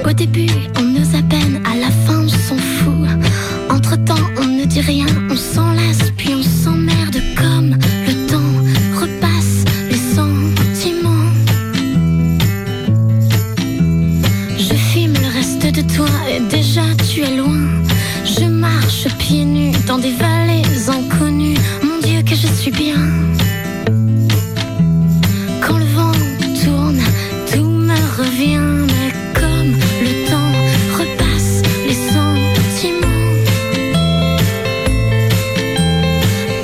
Speaker 11: Au début, on ose à peine, à la fin, on s'en fout. Entre temps, on ne dit rien, on s'enlace, puis on s'emmerde comme le temps repasse les sentiments. Je filme le reste de toi et déjà tu es loin. Je marche pieds nus dans des vallées inconnues. Mon Dieu, que je suis bien. Quand le vent tourne, tout me revient, mais comme le temps repasse les sentiments.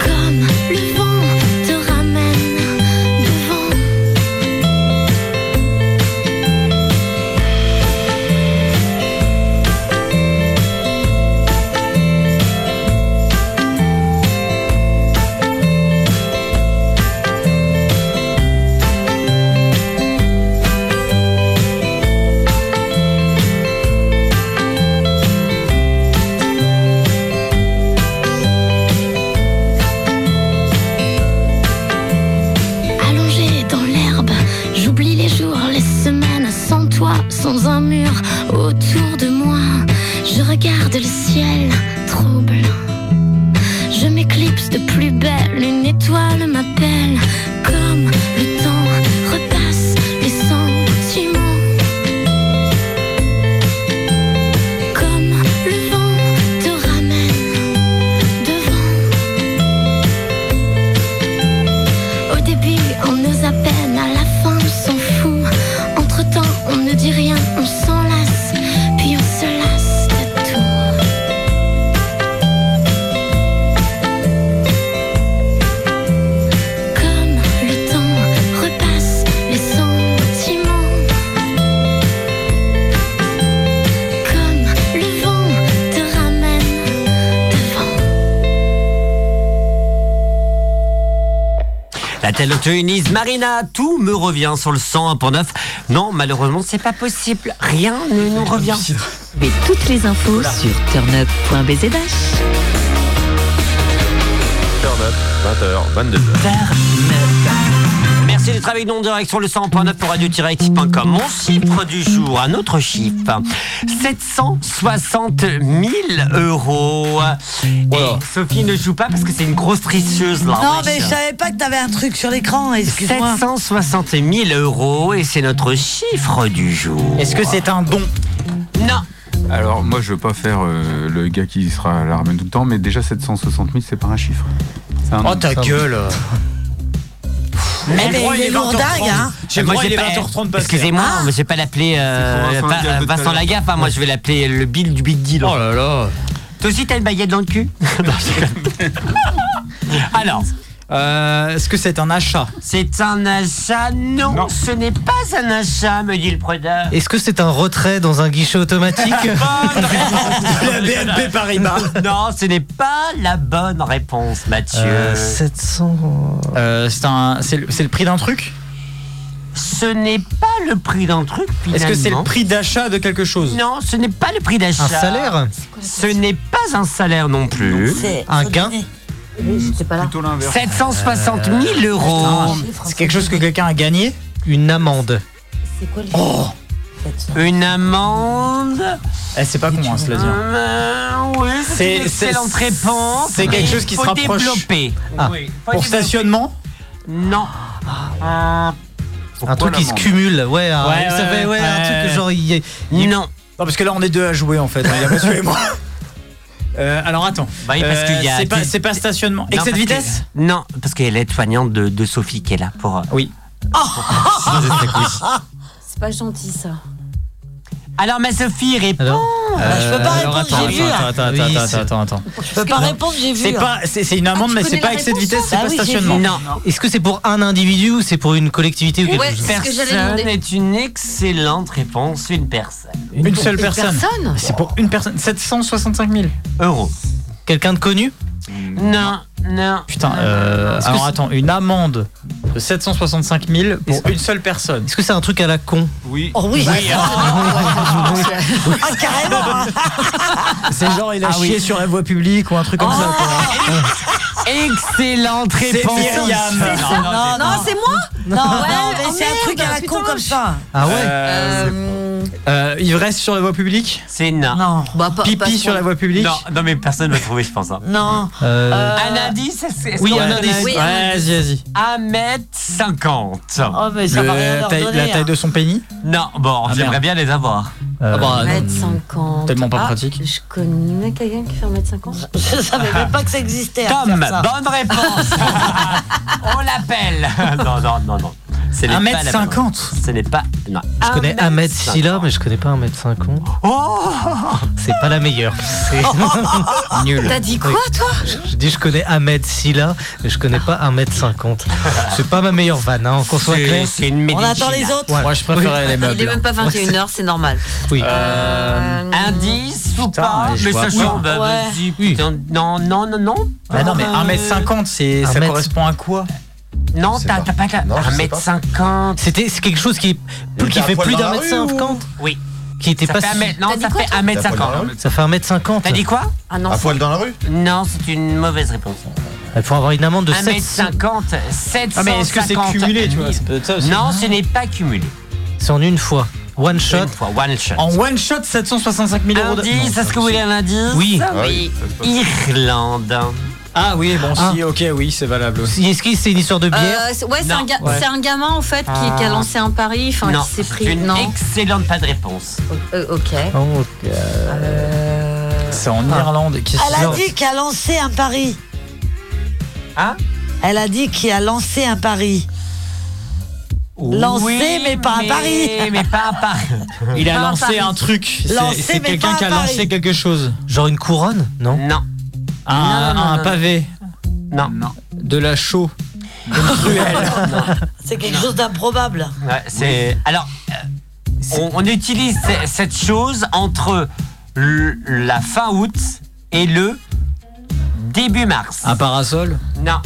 Speaker 11: Comme le vent te ramène devant. Allongé dans l'herbe, j'oublie les jours, les semaines, sans toi, sans un mur autour de moi. Je regarde le ciel trouble. Je m'éclipse de plus belle, une étoile m'appelle. Comme le temps repasse les sentiments. Comme le vent te ramène devant. Au début, on ose à peine, à la fin, on s'en fout. Entre temps, on ne dit rien, on s'enlace, puis on se lasse de tout. Comme le temps repasse les sentiments. Comme le vent te ramène devant.
Speaker 1: La Tunise, Marina, tout me revient sur le 101.9. Non, malheureusement, c'est pas possible. Rien ne nous revient.
Speaker 4: Mais toutes les infos sur turnup.bzdash.
Speaker 3: Turn up, 20h, 22h.
Speaker 1: Merci d'être avec nous en direct sur le 100.9 pour radio-active.com. Mon chiffre du jour, un autre chiffre, 760 000 euros. Et Sophie ne joue pas parce que c'est une grosse tricheuse là.
Speaker 2: Non,
Speaker 1: wesh.
Speaker 2: mais je savais pas que t'avais un truc sur l'écran, excuse-moi.
Speaker 1: 760 000 euros et c'est notre chiffre du jour.
Speaker 9: Est-ce que c'est un don
Speaker 1: Non.
Speaker 7: Alors, moi, je veux pas faire euh, le gars qui sera à l'armée tout le temps, mais déjà 760 000, c'est pas un chiffre. C'est un
Speaker 6: Oh,
Speaker 7: nom,
Speaker 6: ta
Speaker 7: ça,
Speaker 6: gueule.
Speaker 2: Mais
Speaker 1: Eh ben,
Speaker 2: il est lourd dingue, hein.
Speaker 1: Eh, moi, j'ai pas- Excusez-moi,
Speaker 2: Ah.
Speaker 1: mais je vais pas l'appeler euh,
Speaker 2: C'est pour Vincent
Speaker 1: pas-
Speaker 2: Lagaffe de tout à
Speaker 1: Vincent
Speaker 2: l'heure.
Speaker 1: Lagaffe, hein, moi je vais l'appeler le Bill du Big Deal. Oh là là Toi aussi t'as une baguette dans le
Speaker 9: [LAUGHS]
Speaker 1: cul Non, je [LAUGHS] déconne. Alors
Speaker 9: euh, Est-ce que c'est un achat
Speaker 1: C'est un achat non, ce n'est pas un achat, me dit le preneur.
Speaker 5: Est-ce que c'est un retrait dans un guichet [LAUGHS] automatique
Speaker 9: [LAUGHS]
Speaker 1: la BNP Paribas Non, ce n'est pas la bonne réponse, Mathieu.
Speaker 9: Euh, 700. Euh, c'est un- c'est le, c'est le prix d'un truc
Speaker 1: Ce n'est pas le prix d'un truc,
Speaker 9: Est-ce que c'est le
Speaker 1: finalement.
Speaker 9: prix d'achat de quelque chose
Speaker 1: Non, ce n'est pas le prix d'achat.
Speaker 9: Un salaire
Speaker 1: Ce n'est pas un salaire non plus.
Speaker 9: C'est- Un faut gain
Speaker 4: pas là.
Speaker 1: 760 000
Speaker 4: Euh,
Speaker 1: euros.
Speaker 9: Euh, C'est quelque chose que quelqu'un a gagné Une amende.
Speaker 4: C'est quoi le
Speaker 1: Oh Une amende
Speaker 9: Eh, c'est pas con, hein, cela dit.
Speaker 1: Euh, oui, c'est une excellente réponse.
Speaker 9: C'est quelque chose qui
Speaker 1: Faut
Speaker 9: se rapproche.
Speaker 1: développer.
Speaker 9: Ah,
Speaker 1: Oui, faut
Speaker 9: Pour
Speaker 1: développer.
Speaker 9: stationnement
Speaker 1: Non. Euh,
Speaker 9: Un truc qui se cumule, ouais. un-
Speaker 5: Ouais,
Speaker 9: ça
Speaker 5: ouais,
Speaker 9: fait, ouais, un
Speaker 5: ouais.
Speaker 9: truc genre. Il, il- il-
Speaker 1: Non.
Speaker 9: parce que là, on est deux à jouer en fait. hein, Il
Speaker 1: [LAUGHS]
Speaker 9: y a Mathieu et moi. Euh, alors attends.
Speaker 1: Bah oui, parce
Speaker 9: Euh,
Speaker 1: qu'il y a-
Speaker 9: c'est pas, c'est pas stationnement.
Speaker 1: parce
Speaker 9: Excès de
Speaker 1: que-
Speaker 9: vitesse
Speaker 1: Non, parce qu'il y a l'aide-soignante de, de Sophie qui est là pour. euh,
Speaker 9: Oui.
Speaker 2: Ah,
Speaker 4: C'est pas gentil ça.
Speaker 1: Alors ma Sophie répond.
Speaker 9: Ah
Speaker 1: Euh,
Speaker 9: Euh,
Speaker 1: Ah,
Speaker 2: je peux pas
Speaker 9: alors,
Speaker 2: répondre,
Speaker 9: attends,
Speaker 2: j'ai vu,
Speaker 9: attends,
Speaker 2: hein.
Speaker 9: attends,
Speaker 2: Oui,
Speaker 9: attends,
Speaker 2: c'est-
Speaker 9: attends, attends, attends.
Speaker 2: Je peux pas répondre, j'ai vu. hein. Ah,
Speaker 9: C'est
Speaker 5: Ah,
Speaker 9: pas, c'est c'est une
Speaker 1: Ah,
Speaker 9: amende, mais c'est pas excès de vitesse, c'est pas stationnement.
Speaker 5: Est-ce que c'est pour un individu ou c'est pour une collectivité ou quelque chose
Speaker 1: personne est une excellente réponse, une personne.
Speaker 9: Une seule personne. C'est pour une personne. 765 000
Speaker 1: euros.
Speaker 5: Quelqu'un de connu
Speaker 1: Non, non. [LAUGHS]
Speaker 9: Putain, euh, alors attends, une amende de 765 000 pour une seule personne. Est-ce
Speaker 5: que c'est un truc à la con
Speaker 9: Oui.
Speaker 2: Oh oui, Ah, carrément
Speaker 9: [LAUGHS] C'est genre, il a
Speaker 5: Ah oui.
Speaker 9: chié sur la voie publique ou un truc comme
Speaker 1: Oh.
Speaker 9: ça.
Speaker 1: Ah
Speaker 9: quoi. Euh,
Speaker 1: Excellente
Speaker 9: C'est
Speaker 1: réponse.
Speaker 9: Myriam.
Speaker 1: C'est ça.
Speaker 9: Non, non,
Speaker 2: non,
Speaker 4: c'est moi
Speaker 2: Non, non, mais
Speaker 4: oh
Speaker 2: c'est un
Speaker 4: merde,
Speaker 2: truc à la con
Speaker 4: putain.
Speaker 2: comme ça.
Speaker 9: Ah ouais Euh, Ivresse sur la voie publique
Speaker 1: C'est non.
Speaker 2: Non. Bah,
Speaker 9: Pipi sur la voie publique
Speaker 1: Non, non, mais personne ne va trouver, je pense. hein.
Speaker 2: Non.
Speaker 9: Euh,
Speaker 1: Un indice c'est- est-ce
Speaker 9: Oui,
Speaker 1: qu'on
Speaker 9: un
Speaker 1: a
Speaker 9: indice.
Speaker 1: indice
Speaker 9: Oui, un Ouais, indice. vas-y,
Speaker 1: 1m50.
Speaker 2: Oh, mais
Speaker 9: ça va Le rien leur taille- donner, la taille hein. de son pénis
Speaker 1: Non, bon,
Speaker 9: Ah,
Speaker 1: j'aimerais
Speaker 9: merde.
Speaker 1: bien les avoir.
Speaker 9: Ah bah, non.
Speaker 4: 1m50.
Speaker 9: Tellement pas
Speaker 4: Ah,
Speaker 9: pratique.
Speaker 4: Je connais quelqu'un qui fait 1m50.
Speaker 2: Je
Speaker 4: [LAUGHS]
Speaker 2: savais même pas que ça existait. à
Speaker 1: Tom,
Speaker 2: faire ça.
Speaker 1: bonne réponse. On l'appelle. [LAUGHS] non, non, non, non. Ce n'est pas la bonne
Speaker 5: 1m50.
Speaker 1: réponse. Ce n'est pas. Non.
Speaker 5: Je connais
Speaker 1: bah
Speaker 5: 1m Silla, mais je connais pas 1m50.
Speaker 18: Oh.
Speaker 5: C'est pas la meilleure.
Speaker 4: [LAUGHS]
Speaker 5: C'est
Speaker 9: nul.
Speaker 4: T'as dit quoi, toi
Speaker 5: Je dis je connais Ahmed Silla, mais je connais pas 1m50. C'est pas ma meilleure vanne, hein, qu'on soit
Speaker 9: C'est-
Speaker 5: clair.
Speaker 9: c'est une
Speaker 4: On attend les autres.
Speaker 9: Moi, je préférais les meubles.
Speaker 4: Il est même pas
Speaker 9: hein.
Speaker 4: 21h, c'est normal.
Speaker 5: Oui.
Speaker 1: Euh, Indice ou pas
Speaker 9: mais je
Speaker 1: Mais
Speaker 9: vois
Speaker 1: sachant,
Speaker 9: pas.
Speaker 1: bah,
Speaker 4: Ouais.
Speaker 1: vas-y, putain, non, non, non, non.
Speaker 9: Bah non, mais 1m50, c'est- ça
Speaker 1: 1m50.
Speaker 9: correspond à quoi
Speaker 1: Non, t'as t'as pas que
Speaker 9: Non, je sais
Speaker 1: 1m50.
Speaker 5: C'était c'est quelque chose qui,
Speaker 1: était
Speaker 5: qui
Speaker 1: à
Speaker 5: fait
Speaker 1: poil
Speaker 5: plus
Speaker 1: dans la
Speaker 5: d'un mètre
Speaker 1: rue,
Speaker 5: cinquante
Speaker 1: Oui.
Speaker 5: Qui était
Speaker 1: Ça
Speaker 5: pas
Speaker 1: fait un
Speaker 5: si-
Speaker 1: mètre- non, ça fait
Speaker 5: T'as poil dans la
Speaker 1: 1m50.
Speaker 5: rue Ça fait 1m50.
Speaker 1: T'as dit quoi ah
Speaker 4: non, À
Speaker 1: poil
Speaker 3: dans la rue
Speaker 1: Non, c'est une mauvaise réponse.
Speaker 5: Il faut avoir une amende de 700.
Speaker 1: 1m50, 750.
Speaker 5: Ah, mais est-ce que c'est cumulé, tu vois, c'est peut-être ça aussi.
Speaker 1: Non, ce n'est pas cumulé.
Speaker 5: C'est en une fois. One shot.
Speaker 1: fois, one shot.
Speaker 9: En one shot, 765 000 euros. de-
Speaker 1: Indice,
Speaker 9: Non,
Speaker 1: est-ce que vous voulez un indice
Speaker 9: Oui.
Speaker 1: Ah oui. Irlande.
Speaker 9: Ah oui, bon,
Speaker 5: Ah.
Speaker 9: si, ok, oui, c'est valable aussi.
Speaker 5: Est-ce que c'est une histoire de bière
Speaker 4: Euh, c'est- ouais, c'est
Speaker 9: Non.
Speaker 4: un, ga-
Speaker 9: Ouais.
Speaker 4: c'est un gamin en fait qui, qui a
Speaker 9: Ah.
Speaker 4: lancé un pari, enfin
Speaker 1: non,
Speaker 4: qui s'est
Speaker 1: c'est
Speaker 4: pris.
Speaker 1: une
Speaker 4: Non.
Speaker 1: excellente pas de réponse.
Speaker 4: Euh, ok.
Speaker 5: Oh, ok.
Speaker 1: Euh,
Speaker 9: C'est en
Speaker 2: Ah.
Speaker 9: Irlande. Qu'est-ce
Speaker 2: Elle a
Speaker 9: que-
Speaker 2: dit qu'elle a lancé un pari.
Speaker 1: Hein
Speaker 2: Elle a dit qu'il a lancé un pari. Lancé,
Speaker 1: Oui,
Speaker 2: mais pas un pari. [LAUGHS]
Speaker 1: Mais pas un [LAUGHS] pari.
Speaker 9: Il a lancé un truc. C'est-
Speaker 2: Lancé,
Speaker 9: C'est
Speaker 2: mais
Speaker 9: quelqu'un
Speaker 2: pas
Speaker 9: qui a
Speaker 2: à Paris.
Speaker 9: lancé quelque chose.
Speaker 5: Genre une couronne Non.
Speaker 1: Non.
Speaker 9: Un,
Speaker 1: Non, non,
Speaker 9: un
Speaker 1: non,
Speaker 9: pavé.
Speaker 1: Non.
Speaker 9: De la chaux.
Speaker 2: C'est quelque chose d'improbable.
Speaker 1: Ouais, c'est. Alors, euh, on, on utilise ce- cette chose entre le- la fin août et le début mars.
Speaker 9: Un parasol. Euh,
Speaker 1: Non.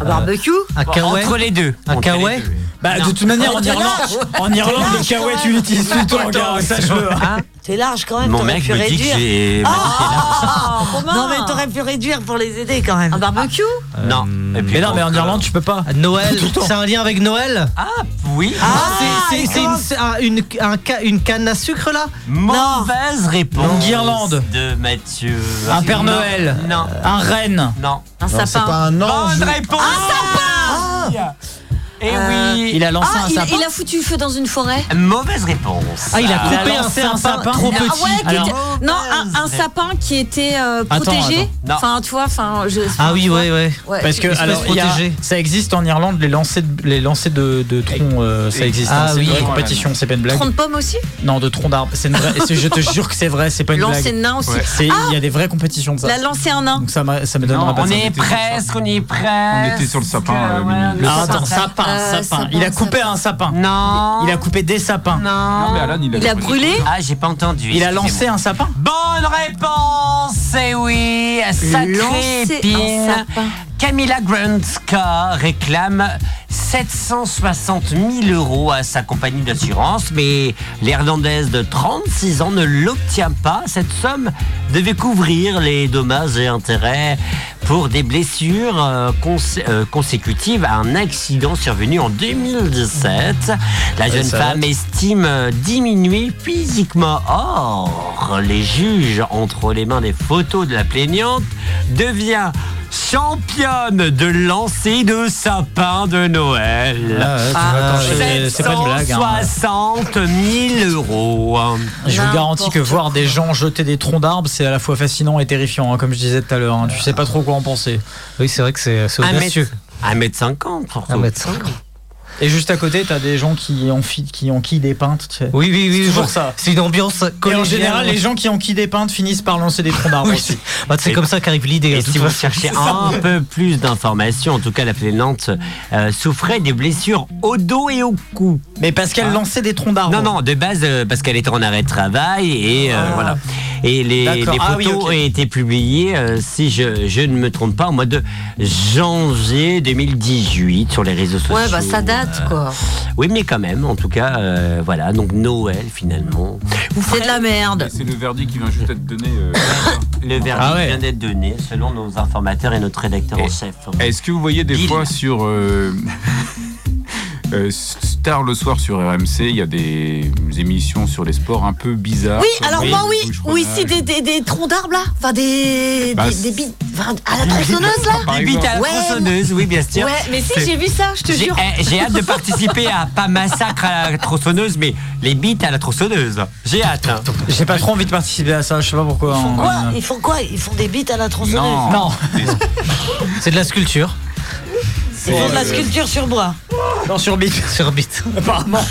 Speaker 4: Un barbecue
Speaker 9: un
Speaker 1: Bon,
Speaker 9: kawaii
Speaker 1: Entre les deux.
Speaker 9: Un
Speaker 1: Entre les
Speaker 9: kawaii
Speaker 1: deux.
Speaker 9: Bah,
Speaker 1: Non.
Speaker 9: de toute manière,
Speaker 1: Oh,
Speaker 9: en
Speaker 1: t'es
Speaker 9: Irlande,
Speaker 1: lâche.
Speaker 9: en Irlande,
Speaker 1: T'es
Speaker 9: le
Speaker 1: lâche,
Speaker 9: kawaii,
Speaker 1: quand
Speaker 9: tu
Speaker 1: même.
Speaker 9: l'utilises tout le temps,
Speaker 1: Attends,
Speaker 9: gars,
Speaker 1: attends.
Speaker 9: sache-le.
Speaker 1: Ah.
Speaker 9: hein.
Speaker 2: T'es large quand même.
Speaker 1: Mon
Speaker 2: t'aurais
Speaker 1: mec
Speaker 2: pu
Speaker 1: me dit que
Speaker 2: réduire.
Speaker 1: j'ai-
Speaker 2: Ah,
Speaker 1: m'a dit que t'es large.
Speaker 2: ah, ah,
Speaker 4: Romain.
Speaker 2: non mais t'aurais pu réduire pour les aider quand même. Ah,
Speaker 4: Un barbecue
Speaker 1: Non. Et puis euh,
Speaker 9: Mais non,
Speaker 1: bon,
Speaker 9: mais en
Speaker 1: que-
Speaker 9: Irlande, tu peux pas.
Speaker 5: euh, Noël.
Speaker 9: Tout le temps. Ah,
Speaker 5: C'est un lien avec Noël
Speaker 1: Ah, oui.
Speaker 5: C'est- c'est- C'est une, un- une, un ca- une canne à sucre là
Speaker 1: Mauvaise réponse.
Speaker 9: Non. Guirlande.
Speaker 1: De Mathieu.
Speaker 9: Un Père
Speaker 1: Non.
Speaker 9: Noël.
Speaker 1: Non.
Speaker 9: Un renne.
Speaker 1: Non.
Speaker 4: Un
Speaker 3: Non, c'est
Speaker 4: sapin.
Speaker 3: pas un ange.
Speaker 1: Bonne réponse. Un sapin. Eh
Speaker 4: Ah, Euh,
Speaker 1: oui.
Speaker 9: Il a lancé
Speaker 4: Ah,
Speaker 9: un
Speaker 4: il,
Speaker 9: sapin.
Speaker 4: il a foutu le feu dans une forêt
Speaker 1: Mauvaise réponse.
Speaker 5: Ah, il a
Speaker 9: Il a
Speaker 5: coupé un,
Speaker 9: lancé un sapin
Speaker 5: trop
Speaker 4: Ah
Speaker 5: petit.
Speaker 4: ouais, qui
Speaker 5: Alors-
Speaker 4: était- non, un, un sapin qui était euh,
Speaker 9: Attends,
Speaker 4: protégé.
Speaker 9: attends.
Speaker 1: Non.
Speaker 4: Enfin, tu vois, enfin, je.
Speaker 5: Ah oui, ouais, ouais.
Speaker 4: Ouais.
Speaker 9: Parce que
Speaker 5: Espèce
Speaker 9: alors, il y a-
Speaker 5: protégée.
Speaker 9: ça existe en Irlande, les lancers de, les lancers de, de troncs, euh, ça existe.
Speaker 5: Ah
Speaker 9: hein, c'est
Speaker 5: oui.
Speaker 9: une vraie compétition, c'est pas une blague.
Speaker 4: Tronc de pomme aussi
Speaker 9: Non, de troncs d'arbres. C'est une vraie- c'est- Je te jure que c'est vrai, c'est pas une
Speaker 4: Lancer
Speaker 9: blague.
Speaker 4: de nain aussi.
Speaker 9: C'est- Il y a des vraies compétitions de ça.
Speaker 4: La lancer un nain.
Speaker 9: Donc ça, m'a- ça me
Speaker 7: Non,
Speaker 9: donnera pas
Speaker 7: on
Speaker 9: ça.
Speaker 7: est
Speaker 1: On est presque, on est presque.
Speaker 7: On était sur le sapin, euh, Mimi.
Speaker 9: Ah, attends, sapin,
Speaker 4: Euh,
Speaker 9: sapin.
Speaker 4: sapin,
Speaker 9: Il a coupé un sapin.
Speaker 1: Non.
Speaker 9: Il a coupé des sapins.
Speaker 1: Non.
Speaker 7: Non, mais Alan, il a
Speaker 4: Il a
Speaker 7: répondu.
Speaker 4: brûlé
Speaker 1: Ah, j'ai pas entendu.
Speaker 9: Il a lancé un sapin.
Speaker 1: Bonne réponse, et oui, sacré
Speaker 4: Lancer un
Speaker 1: épine.
Speaker 4: sapin.
Speaker 1: Camila Grandska réclame 760 000 euros à sa compagnie d'assurance, mais l'Irlandaise de 36 ans ne l'obtient pas. Cette somme devait couvrir les dommages et intérêts pour des blessures euh, consé- euh, consécutives à un accident survenu en 2017. La jeune
Speaker 9: ça
Speaker 1: femme estime euh, diminuer physiquement. Or, les juges, entre les mains des photos de la plaignante, devient championne de lancer de sapin de Noël.
Speaker 9: Ah ouais, tu vois, quand je- c'est pas une blague, hein.
Speaker 1: 760 000 euros.
Speaker 9: Je vous
Speaker 4: N'importe
Speaker 9: garantis que voir des gens jeter des troncs d'arbres, c'est à la fois fascinant et terrifiant, hein, comme je disais tout à l'heure. hein. Tu sais pas trop quoi en penser.
Speaker 5: Oui, c'est vrai que c'est c'est
Speaker 1: Un mètre-
Speaker 5: audacieux.
Speaker 1: 1m50 surtout.
Speaker 5: Un mètre cinquante.
Speaker 9: Et juste à côté, t'as des gens qui enquillent qui enquillent des peintes. tu sais.
Speaker 5: Oui, oui, oui.
Speaker 9: C'est
Speaker 5: je
Speaker 9: toujours
Speaker 5: vois.
Speaker 9: ça.
Speaker 5: C'est une ambiance
Speaker 9: Et
Speaker 5: collégiale.
Speaker 9: en général, les gens qui enquillent des peintes finissent par lancer des troncs d'arbres
Speaker 5: Oui,
Speaker 9: aussi.
Speaker 5: c'est- bah, c'est comme ça qu'arrive l'idée.
Speaker 1: Et
Speaker 5: de
Speaker 1: si
Speaker 5: toute
Speaker 1: vous
Speaker 5: façon.
Speaker 1: cherchez un peu plus d'informations, en tout cas la plaignante euh, souffrait des blessures au dos et au cou. Ah.
Speaker 9: Mais parce qu'elle lançait des troncs d'arbres.
Speaker 1: Non, non, de base, euh, parce qu'elle était en arrêt de travail et euh, voilà. et les, les
Speaker 6: Ah. D'accord.
Speaker 1: photos
Speaker 6: Ah oui, ok.
Speaker 1: ont été publiées, euh, si je, je ne me trompe pas, au mois de janvier 2018 sur les réseaux sociaux.
Speaker 4: Ouais, bah ça date quoi.
Speaker 1: Oui, mais quand même, en tout cas, euh, voilà, donc Noël finalement.
Speaker 4: C'est de la Ah, merde.
Speaker 7: C'est le verdict qui vient juste être donné. euh,
Speaker 1: [COUGHS] Le verdict
Speaker 7: Ah ouais.
Speaker 1: vient d'être donné selon nos informateurs et notre rédacteur en chef.
Speaker 7: Est-ce que vous voyez des
Speaker 1: Bill.
Speaker 7: fois sur euh, [LAUGHS] euh, Star le soir sur RMC, il y a des émissions sur les sports un peu bizarres
Speaker 4: Oui,
Speaker 7: comme
Speaker 4: alors
Speaker 7: les
Speaker 4: moi oui,
Speaker 7: bouches-renards,
Speaker 4: oui, c'est des, des, des troncs d'arbres là, enfin des,
Speaker 7: Bah,
Speaker 4: des, des
Speaker 7: c'est-
Speaker 4: bites, enfin, à Ah, la tronçonneuse là.
Speaker 1: Des bites à la
Speaker 4: Ouais,
Speaker 1: tronçonneuse, oui, bien sûr.
Speaker 4: Ouais, mais si
Speaker 1: C'est-
Speaker 4: j'ai vu ça, je te
Speaker 1: J'ai-
Speaker 4: jure.
Speaker 1: eh, J'ai hâte de participer à pas massacre à la tronçonneuse, mais les bites à la tronçonneuse. J'ai hâte.
Speaker 9: J'ai pas trop envie de participer à ça, je sais pas pourquoi.
Speaker 2: Ils font
Speaker 9: hein.
Speaker 2: quoi Ils font quoi Ils font des bites à la tronçonneuse
Speaker 9: Non. C'est de la sculpture.
Speaker 2: Ils font de
Speaker 5: Euh,
Speaker 2: la sculpture sur bois.
Speaker 9: Non, sur bite. [LAUGHS] Sur
Speaker 5: [LAUGHS]
Speaker 9: bite. Apparemment.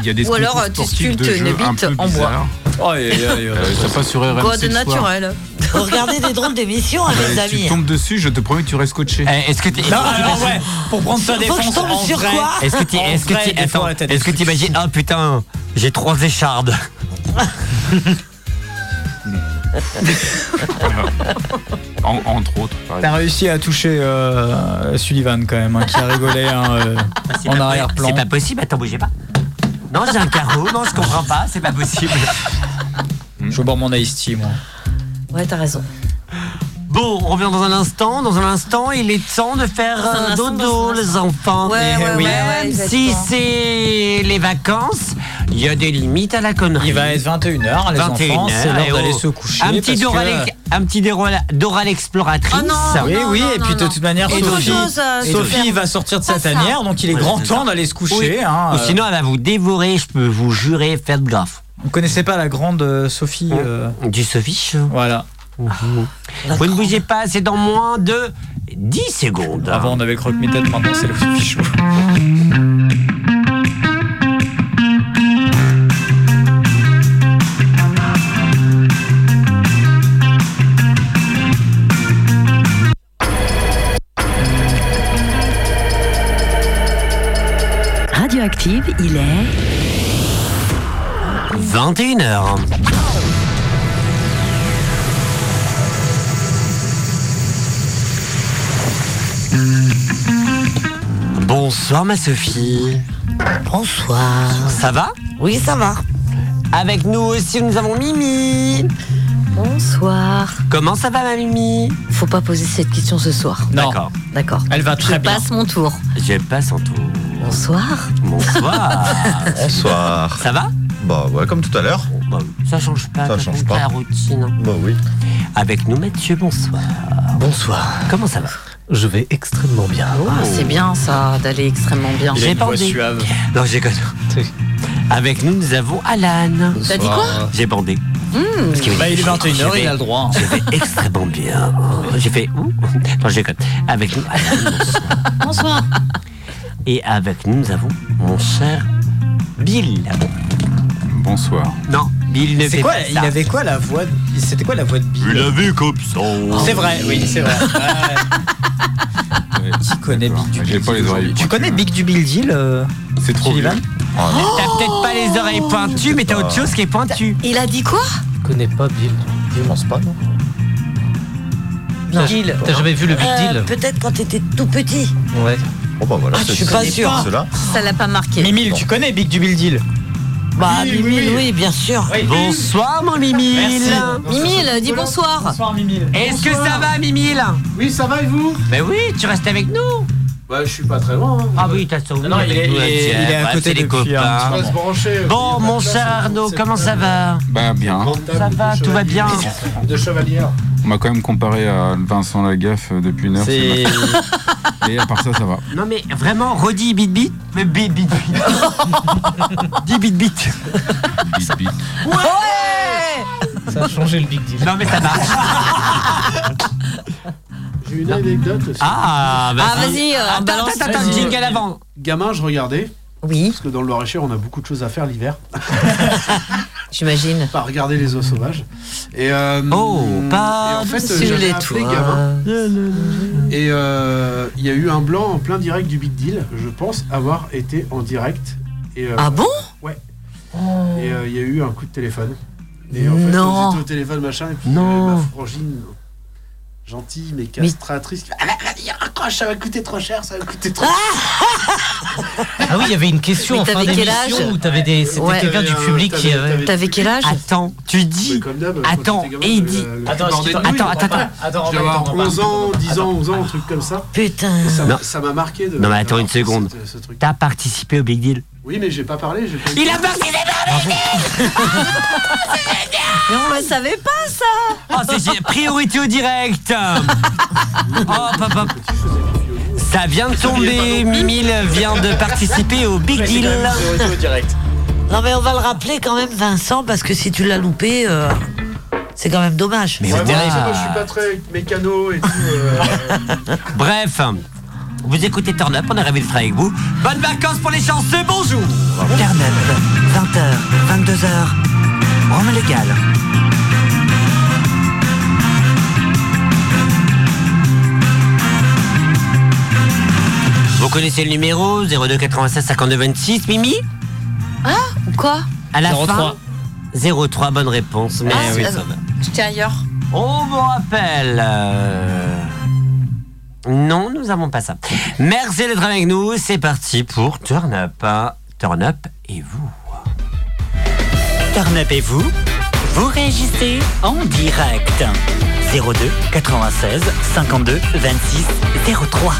Speaker 7: Il y a des
Speaker 4: Ou alors, euh,
Speaker 7: concours
Speaker 4: tu
Speaker 7: sportifs de
Speaker 4: sculptes une
Speaker 7: jeux un
Speaker 4: bite
Speaker 7: peu
Speaker 4: en bois.
Speaker 7: bizarres. Euh, ça passe sur RMC.
Speaker 4: Quoi de
Speaker 7: le soir.
Speaker 4: naturel.
Speaker 2: Vous regardez des drôles d'émissions, hein,
Speaker 7: Euh,
Speaker 2: les
Speaker 7: tu
Speaker 2: amis.
Speaker 7: tombes dessus, je te promets que tu restes coaché.
Speaker 1: Est-ce que t'es-
Speaker 9: Non, alors ouais, pour prendre sa
Speaker 2: Faut que je
Speaker 9: défense.
Speaker 2: tombe
Speaker 9: en
Speaker 2: sur
Speaker 9: vrai-
Speaker 2: quoi
Speaker 1: Est-ce que tu
Speaker 9: en
Speaker 1: est-ce que
Speaker 9: vrai,
Speaker 1: tu-
Speaker 9: des
Speaker 1: attends,
Speaker 9: fois, t'as des
Speaker 1: est-ce que tu
Speaker 9: trucs-
Speaker 1: imagines oh putain, j'ai trois
Speaker 9: [LAUGHS]
Speaker 1: échardes. [LAUGHS]
Speaker 5: [LAUGHS]
Speaker 7: En- entre autres.
Speaker 9: T'as
Speaker 7: par exemple.
Speaker 9: réussi à toucher euh, Sullivan quand même, hein, qui a rigolé hein,
Speaker 1: [LAUGHS]
Speaker 9: euh,
Speaker 1: Ah, c'est
Speaker 9: en
Speaker 1: pas-
Speaker 9: arrière-plan.
Speaker 1: c'est pas possible, attends, bougez pas. Non, j'ai un carreau, non, je comprends pas, c'est pas possible.
Speaker 9: [LAUGHS] Je vais boire mon iced tea, moi.
Speaker 4: [LAUGHS] Ouais, t'as raison.
Speaker 1: Bon, on revient dans un instant. Dans un instant, il est temps de faire
Speaker 4: Dans un
Speaker 1: euh,
Speaker 4: instant,
Speaker 1: dodo, les enfants.
Speaker 4: Ouais,
Speaker 1: Et
Speaker 4: ouais, ouais, ouais,
Speaker 1: même si
Speaker 4: exactement.
Speaker 1: c'est les vacances, il y a des limites à la connerie.
Speaker 9: Il va être 21h, hein, les
Speaker 1: 21
Speaker 9: enfants, c'est
Speaker 1: heures,
Speaker 9: l'heure
Speaker 1: et
Speaker 9: d'aller
Speaker 1: oh.
Speaker 9: se coucher.
Speaker 1: Un petit
Speaker 9: parce
Speaker 1: Dora
Speaker 9: que-
Speaker 1: l'Ex- un petit Dora- Dora
Speaker 4: Ah
Speaker 1: l'exploratrice.
Speaker 9: oui, oui, et puis de toute manière,
Speaker 1: Et
Speaker 9: Sophie,
Speaker 1: d'autres choses, euh,
Speaker 9: Sophie
Speaker 1: faire-
Speaker 9: va sortir de sa
Speaker 1: Pas ça.
Speaker 9: tanière, donc il est
Speaker 1: Ouais,
Speaker 9: grand
Speaker 1: c'est
Speaker 9: temps
Speaker 1: ça.
Speaker 9: d'aller se coucher.
Speaker 1: Oui.
Speaker 9: hein,
Speaker 1: Ou
Speaker 9: euh.
Speaker 1: sinon, elle va vous dévorer, je peux vous jurer, faites gaffe.
Speaker 9: Vous connaissez pas la grande euh, Sophie euh,
Speaker 1: Hein Du Sophie Ah,
Speaker 9: Voilà.
Speaker 2: Ah,
Speaker 1: Vous ne bougez pas, c'est dans moins de 10 secondes.
Speaker 9: Avant, on avait croque têtes maintenant c'est le Sophie Show.
Speaker 19: Radioactive, il est
Speaker 1: 21h. Bonsoir ma Sophie. Bonsoir. Ça va
Speaker 2: Oui, ça va.
Speaker 1: Avec nous aussi, nous avons Mimi.
Speaker 4: Bonsoir.
Speaker 1: Comment ça va ma Mimi
Speaker 4: Faut pas poser cette question ce soir.
Speaker 1: D'accord.
Speaker 4: D'accord.
Speaker 9: Elle va
Speaker 4: Je passe mon tour.
Speaker 1: Je passe en tour.
Speaker 4: Bonsoir.
Speaker 1: Bonsoir.
Speaker 3: Bonsoir.
Speaker 1: Ça va bah
Speaker 3: Bah ouais, comme tout à l'heure.
Speaker 1: Ça change pas.
Speaker 3: Ça
Speaker 1: t'as
Speaker 3: change
Speaker 1: compris
Speaker 3: pas.
Speaker 1: La routine.
Speaker 3: Bah oui.
Speaker 1: Avec nous Mathieu, bonsoir.
Speaker 15: Bonsoir.
Speaker 1: Comment ça va
Speaker 15: Je vais extrêmement bien.
Speaker 4: Ah, c'est bien ça, d'aller extrêmement bien.
Speaker 1: Oh. J'ai pas envie.
Speaker 4: [LAUGHS]
Speaker 1: Non,
Speaker 15: [LAUGHS]
Speaker 1: j'ai connu. Avec nous, nous avons Oh, Alan.
Speaker 4: T'as dit quoi
Speaker 1: J'ai bandé.
Speaker 4: Hmm.
Speaker 1: Parce qu'il m'a
Speaker 9: Bah,
Speaker 1: dit,
Speaker 9: il est
Speaker 1: je-
Speaker 9: 21h,
Speaker 1: je
Speaker 9: il a
Speaker 1: vais-
Speaker 9: le droit.
Speaker 1: Je vais extrêmement
Speaker 9: [LAUGHS]
Speaker 1: bien. J'ai fait. ouh. Non, je déconne. Avec nous, Alan.
Speaker 4: Bonsoir.
Speaker 1: Et avec nous, nous avons mon cher Bill.
Speaker 7: Bonsoir.
Speaker 1: Non, Bill ne
Speaker 9: C'est
Speaker 1: fait
Speaker 9: quoi
Speaker 1: pas ça.
Speaker 9: Il avait quoi la voix de- C'était quoi la voix de Bill
Speaker 1: Il avait comme ça.
Speaker 9: C'est vrai, oui, c'est vrai. Ouais, ouais. euh, Qui connaît Big du
Speaker 7: J'ai pas les oreilles.
Speaker 9: Tu connais Big du Bill Deal euh,
Speaker 7: C'est trop
Speaker 9: Sullivan
Speaker 7: vieux.
Speaker 1: Oh,
Speaker 7: Oh, bah.
Speaker 1: T'as peut-être pas les oreilles
Speaker 9: Oh,
Speaker 1: pointues, mais t'as autre chose qui est pointu.
Speaker 4: Il a dit quoi
Speaker 15: Je connais pas Bill. Je pense pas, non
Speaker 9: T'as- T'as jamais vu le Big
Speaker 2: Euh,
Speaker 9: Deal
Speaker 2: Peut-être quand t'étais tout petit.
Speaker 15: Ouais.
Speaker 3: Bon
Speaker 7: Oh,
Speaker 3: bah voilà,
Speaker 2: Ah,
Speaker 3: c'est-
Speaker 2: je suis
Speaker 3: c'est-
Speaker 2: pas
Speaker 3: c'est
Speaker 2: sûre.
Speaker 1: Oh.
Speaker 3: Cela.
Speaker 4: Ça l'a pas marqué.
Speaker 9: Mimile, tu connais Big du Bill Deal
Speaker 2: Bah, Mimile, oui, bien sûr.
Speaker 1: Bonsoir, mon Mimile.
Speaker 4: Mimile, dis bonsoir.
Speaker 9: Bonsoir Mimile.
Speaker 1: [LAUGHS] Est-ce que ça va, Mimile
Speaker 6: Oui, ça va et vous
Speaker 1: Ben oui, tu restes avec nous.
Speaker 6: Bah, je suis pas très loin. hein.
Speaker 1: Ah oui, t'as sauvé.
Speaker 6: Non, il
Speaker 1: avec
Speaker 6: est-
Speaker 1: nous,
Speaker 6: il est-
Speaker 1: Jeff.
Speaker 6: il est à
Speaker 1: Bref,
Speaker 6: côté
Speaker 1: c'est les
Speaker 6: depuis un
Speaker 1: copains.
Speaker 6: petit moment. On va se brancher.
Speaker 1: Bon, mon cher Arnaud, comment ça va
Speaker 7: Bah bien.
Speaker 1: Ça va, tout va
Speaker 6: [LAUGHS]
Speaker 1: bien.
Speaker 6: De chevalière.
Speaker 7: On m'a quand même comparé à Vincent Lagaffe euh, depuis une heure.
Speaker 9: C'est-
Speaker 7: c'est ma faute. Et à part ça, ça va.
Speaker 1: Non mais vraiment, redis bit bit, mais bit bit bit. [LAUGHS] Dis bit bit.
Speaker 7: Bip, bip.
Speaker 9: Ça a changé le Big Deal.
Speaker 1: Non mais ça marche.
Speaker 6: J'ai une anecdote aussi.
Speaker 1: Ah, vas-y.
Speaker 4: Ah, vas-y, euh,
Speaker 1: Attends,
Speaker 4: balance.
Speaker 1: attends, attends,
Speaker 6: Vas-y.
Speaker 1: jingle avant.
Speaker 6: Gamin, je regardais.
Speaker 4: Oui,
Speaker 6: Parce que dans le Loir-et-Cher, on a beaucoup de choses à
Speaker 1: [LAUGHS]
Speaker 6: faire l'hiver.
Speaker 4: j'imagine.
Speaker 6: Pas regarder les eaux sauvages. Et, euh,
Speaker 1: Oh, pas
Speaker 6: et en
Speaker 1: de
Speaker 6: fait,
Speaker 1: sur
Speaker 6: euh, j'avais
Speaker 1: les
Speaker 6: appelé
Speaker 1: toits.
Speaker 6: gamin. Et euh, il y a eu un blanc en plein direct du Big Deal. Je pense avoir été en direct. Et, euh,
Speaker 4: Ah bon
Speaker 6: Et euh, il y a eu un coup de téléphone.
Speaker 20: Et en fait,
Speaker 2: Non.
Speaker 20: quand j'étais au téléphone, machin, et puis
Speaker 2: Non.
Speaker 20: euh, ma frangine, gentille, mais castratrice, qui fait, Ah, vas-y, raccroche, ça va coûter trop cher, ça va coûter trop
Speaker 5: Ah oui, il y avait une question
Speaker 4: Mais
Speaker 5: en fin
Speaker 4: t'avais quel âge
Speaker 5: d'émission où t'avais des. C'était
Speaker 4: Ouais.
Speaker 5: quelqu'un du public qui. euh,
Speaker 4: T'avais quel âge
Speaker 1: Attends, tu dis. Attends, et il dit.
Speaker 20: Attends,
Speaker 1: Attends, attends, attends.
Speaker 20: Je devais avoir 11 ans, 10 ans, 11 ans, un truc comme ça.
Speaker 2: Putain.
Speaker 20: Ça
Speaker 1: Non.
Speaker 20: m'a- ça m'a marqué de.
Speaker 1: Non, mais attends une seconde.
Speaker 20: ce- ce truc.
Speaker 1: T'as participé au Big Deal
Speaker 20: Oui, mais j'ai pas parlé. j'ai pas-
Speaker 1: Il a participé
Speaker 20: [LAUGHS]
Speaker 4: Mais on le savait pas ça
Speaker 1: Oh, c'est gé- priorité au [LAUGHS] direct Oh, pop, pop. Ça vient de tomber, Mimile vient de participer au Big Deal.
Speaker 2: Non mais on va le rappeler quand même Vincent parce que si tu l'as loupé, euh, c'est quand même dommage.
Speaker 1: Mais
Speaker 20: Ouais, moi,
Speaker 1: terrible.
Speaker 20: tu sais, moi, je suis pas très mécano et tout. euh,
Speaker 1: Bref, vous écoutez Turn Up, on est ravis de travailler avec vous. Bonnes vacances pour les chanceux, bonjour
Speaker 14: Turn Up, 20h, 22h, Rome légal.
Speaker 1: Vous connaissez le numéro 02 96 52 26, Mimi
Speaker 4: Ah Ou quoi
Speaker 1: À la fin 03, bonne réponse. Mais
Speaker 4: Ah,
Speaker 1: Eh oui,
Speaker 4: c'est-
Speaker 1: ça va.
Speaker 4: J'étais ailleurs.
Speaker 1: On vous rappelle. euh, Non, nous n'avons pas ça. Merci d'être avec nous. C'est parti pour Turn Up. hein. Turn Up et vous. Turn Up et vous.
Speaker 14: Vous réagissez en direct. 02 96 52 26 03.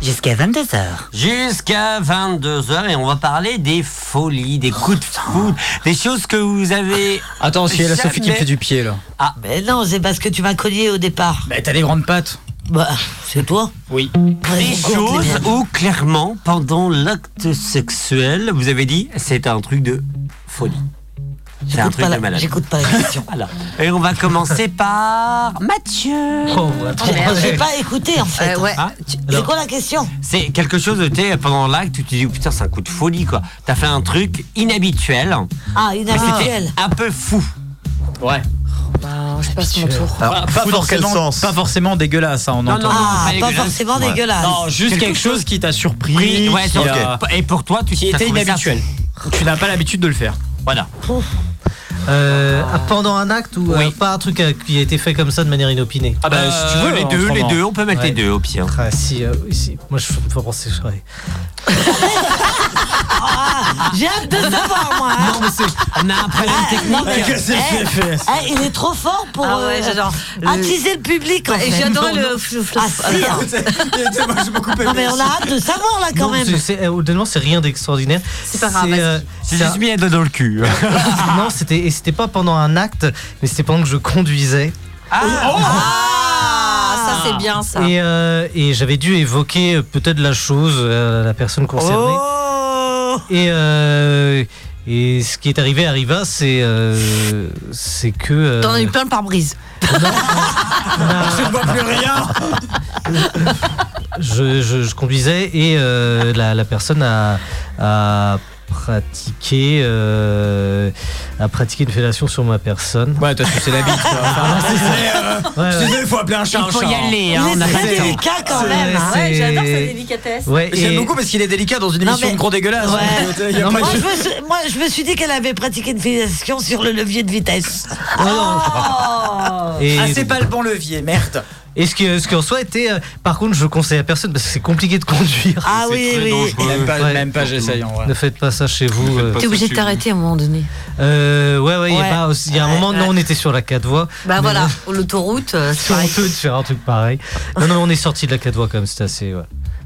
Speaker 14: Jusqu'à 22h.
Speaker 1: Jusqu'à 22h et on va parler des folies, des coups de foudre, des choses que vous avez.
Speaker 9: Attends, si elle a Sophie qui me
Speaker 1: jamais-
Speaker 9: fait du pied là.
Speaker 1: Ah,
Speaker 2: mais ben non, c'est parce que tu m'as cogné au départ.
Speaker 1: Ben,
Speaker 9: Mais t'as des grandes pattes.
Speaker 2: Bah, c'est toi.
Speaker 9: Oui.
Speaker 2: Ah,
Speaker 1: Des choses où clairement, pendant l'acte sexuel, vous avez dit c'est un truc de folie. C'est un
Speaker 2: J'écoute
Speaker 1: truc
Speaker 2: pas
Speaker 1: de
Speaker 2: la-
Speaker 1: malade.
Speaker 2: j'écoute pas
Speaker 1: [LAUGHS]
Speaker 2: la question.
Speaker 1: Voilà. Et on va commencer par Mathieu.
Speaker 2: Oh, J'ai pas écouté en fait.
Speaker 1: Euh, ouais. Ah, tu-
Speaker 2: c'est quoi la question
Speaker 1: C'est quelque chose, tu sais, pendant l'acte, tu te dis, oh, putain, c'est un coup de folie, quoi. T'as fait un truc inhabituel.
Speaker 2: Ah,
Speaker 1: Mais
Speaker 2: inhabituel.
Speaker 1: Bah, c'était un peu fou.
Speaker 9: Ouais.
Speaker 4: je passe mon tour.
Speaker 9: pas, pas forcément, pas forcément dégueulasse, hein, on
Speaker 1: Non,
Speaker 9: entend.
Speaker 1: non, non, Ah, pas pas dégueulasse. forcément
Speaker 9: Ouais.
Speaker 1: dégueulasse.
Speaker 9: Non, juste
Speaker 1: Quelque
Speaker 9: quelque, chose qui t'a surpris.
Speaker 1: Oui, ouais,
Speaker 9: qui
Speaker 1: donc,
Speaker 9: a-
Speaker 1: Et pour toi, tu
Speaker 9: qui
Speaker 1: t'as
Speaker 9: était
Speaker 1: trouvé ça
Speaker 9: inhabituel. Tu n'as pas l'habitude de le faire.
Speaker 1: Voilà.
Speaker 5: euh, ah, pendant un acte ou euh, pas un truc euh, qui a été fait comme ça de manière inopinée
Speaker 1: Ah
Speaker 9: Euh,
Speaker 1: bah, si tu veux, les deux, les deux, on peut mettre les deux au pire.
Speaker 5: Ah, si, euh, si. moi je peux penser. ouais.
Speaker 2: J'ai hâte de
Speaker 5: [LAUGHS]
Speaker 2: savoir
Speaker 1: [LAUGHS]
Speaker 2: moi. hein.
Speaker 1: On a un problème
Speaker 2: Non, mais-
Speaker 1: ah. technique.
Speaker 2: Eh, eh, il est trop fort pour
Speaker 4: Ah ouais,
Speaker 2: euh,
Speaker 4: j'adore. Le-
Speaker 2: attiser le public. en
Speaker 4: Ouais, et
Speaker 2: fait.
Speaker 4: j'adorais le-
Speaker 2: Ah
Speaker 1: [LAUGHS]
Speaker 2: si. hein. Non mais on a hâte de savoir là Ah, quand
Speaker 5: Non,
Speaker 2: même.
Speaker 5: c'est- c'est- euh, honnêtement, c'est rien d'extraordinaire.
Speaker 2: C'est pas grave, vas-y.
Speaker 5: euh,
Speaker 1: C'est
Speaker 5: c'est
Speaker 1: juste mis la dans le cul.
Speaker 5: un- [LAUGHS] non, c'était et c'était pas pendant un acte, mais c'était pendant que je conduisais.
Speaker 4: Ah, ça c'est bien ça.
Speaker 5: Et, euh, et j'avais dû évoquer euh, peut-être la chose euh, à la personne concernée.
Speaker 1: Oh
Speaker 5: Et, euh, et ce qui est arrivé arriva, c'est euh, c'est que. euh,
Speaker 4: T'en as eu plein le pare-brise.
Speaker 2: [LAUGHS]
Speaker 5: Je
Speaker 9: ne vois plus rien.
Speaker 5: je, je- je conduisais et euh, la, la personne a, a pratiqué euh, a pratiqué une fellation sur ma personne. Ah,
Speaker 9: Ouais, toi tu sais la bite.
Speaker 5: [LAUGHS]
Speaker 9: Je disais, il faut appeler un chat un
Speaker 1: Il faut
Speaker 9: chat,
Speaker 1: y
Speaker 9: hein.
Speaker 1: aller, hein, on a pas le temps.
Speaker 9: C'est-
Speaker 6: hein.
Speaker 9: c'est-
Speaker 4: délicatesse.
Speaker 5: Ouais,
Speaker 9: J'aime
Speaker 5: et-
Speaker 9: beaucoup parce qu'il est délicat dans une
Speaker 2: Non,
Speaker 9: émission
Speaker 2: mais-
Speaker 9: de gros dégueulasse.
Speaker 2: Ouais.
Speaker 6: [LAUGHS]
Speaker 9: Il y a
Speaker 2: Non,
Speaker 9: pas
Speaker 2: moi,
Speaker 9: de-
Speaker 2: je me suis, moi, je me suis dit qu'elle avait pratiqué une fellation sur le levier de vitesse.
Speaker 5: Et-
Speaker 9: Ah, c'est pas le bon levier, merde.
Speaker 5: Et ce qui, ce qui en soit était, euh, par contre, je conseille à personne parce que c'est compliqué de conduire.
Speaker 2: Ah C'est oui, très oui. dangereux.
Speaker 9: Même pas-
Speaker 5: Ouais.
Speaker 9: même pas, j'essaye, en vrai.
Speaker 5: Ne faites pas ça chez vous. euh.
Speaker 4: T'es obligé de t'arrêter à un moment donné.
Speaker 5: Euh, ouais, ouais, il y a
Speaker 4: Ouais.
Speaker 5: pas- il y a un
Speaker 4: Ouais,
Speaker 5: moment, non,
Speaker 4: ouais.
Speaker 5: on était sur la 4 voies.
Speaker 4: Bah
Speaker 5: Mais
Speaker 4: voilà, [LAUGHS]
Speaker 5: non,
Speaker 4: l'autoroute, euh, c'est
Speaker 5: C'est [LAUGHS]
Speaker 4: pareil.
Speaker 5: honteux de faire un truc pareil. Non, non, on est sorti de la 4 voies quand même, c'était assez. ouais.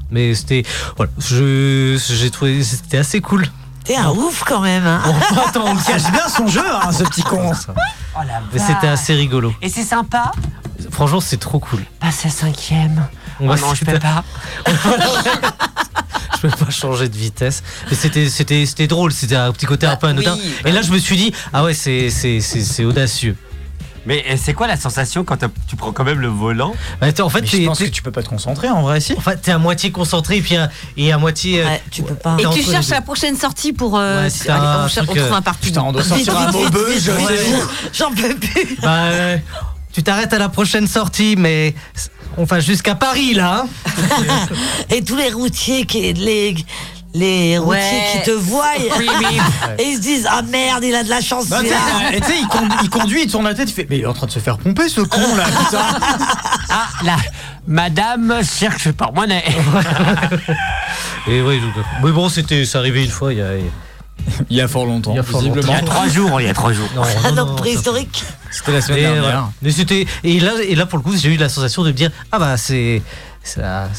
Speaker 5: Mais c'était. Voilà, je- j'ai trouvé. C'était assez cool.
Speaker 2: T'es un ouf quand même. hein.
Speaker 5: Bon, attends, on cache bien son jeu, hein,
Speaker 9: Ah,
Speaker 5: ce petit con.
Speaker 1: Oh la
Speaker 5: Mais
Speaker 1: vache.
Speaker 4: Ah.
Speaker 5: c'était assez rigolo.
Speaker 1: Et c'est sympa
Speaker 5: Franchement, c'est trop cool.
Speaker 1: Passe à cinquième.
Speaker 5: On
Speaker 1: Oh
Speaker 5: va
Speaker 1: non, je
Speaker 5: s'éteindre.
Speaker 1: peux pas.
Speaker 5: Je peux pas changer de vitesse. Mais c'était, c'était, c'était drôle. C'était un petit côté un peu anodin.
Speaker 1: oui,
Speaker 5: Et là, je me suis dit, ah ouais, c'est, c'est, c'est, c'est audacieux.
Speaker 1: Mais euh, c'est quoi la
Speaker 5: [LAUGHS]
Speaker 1: sensation quand t'as- tu prends quand même le volant
Speaker 5: Bah, t'es- en fait,
Speaker 1: Mais je
Speaker 5: t'es-
Speaker 1: pense
Speaker 5: t'es-
Speaker 1: que
Speaker 9: tu peux pas te concentrer en vrai, si.
Speaker 5: En fait, t'es à moitié concentré et puis à, et à moitié. euh,
Speaker 2: Ouais, tu peux
Speaker 5: Ah.
Speaker 2: pas.
Speaker 4: Et tu cherches la prochaine sortie pour. euh,
Speaker 5: Ouais,
Speaker 4: si-
Speaker 5: c'est
Speaker 4: allez,
Speaker 5: un
Speaker 4: on, cher-
Speaker 5: truc,
Speaker 4: on trouve
Speaker 5: euh,
Speaker 4: un parti.
Speaker 9: putain, on doit sortir un mot beuge, je
Speaker 4: [LAUGHS]
Speaker 9: sais
Speaker 2: J'en peux plus.
Speaker 5: Bah, euh, tu t'arrêtes à la prochaine sortie, mais
Speaker 4: [LAUGHS]
Speaker 5: on va jusqu'à Paris là. hein.
Speaker 2: Et tous les routiers, qui, les, les routiers
Speaker 4: Ouais.
Speaker 2: qui te voient
Speaker 4: Oui, oui.
Speaker 2: [LAUGHS] et ils se disent ah merde il a de la chance
Speaker 6: Bah, tu sais,
Speaker 2: celui-là.
Speaker 6: et
Speaker 2: [LAUGHS]
Speaker 6: tu sais, il, conduit- il conduit, il tourne la tête, il fait Mais il est en train de se faire pomper ce con là,
Speaker 1: [LAUGHS]
Speaker 6: putain
Speaker 1: Ah, là, madame cherche par
Speaker 5: [LAUGHS]
Speaker 1: monnaie.
Speaker 5: Et oui, je- mais bon, c'était, c'est arrivé une fois il y a.
Speaker 6: Il y a fort longtemps.
Speaker 5: Il y a,
Speaker 6: visiblement. Il y a trois jours, il y a trois jours.
Speaker 2: Ah non, préhistorique.
Speaker 6: C'était la semaine
Speaker 5: Et,
Speaker 6: dernière.
Speaker 5: voilà. Mais c'était et là et là pour le coup j'ai eu la sensation de me dire ah bah c'est ça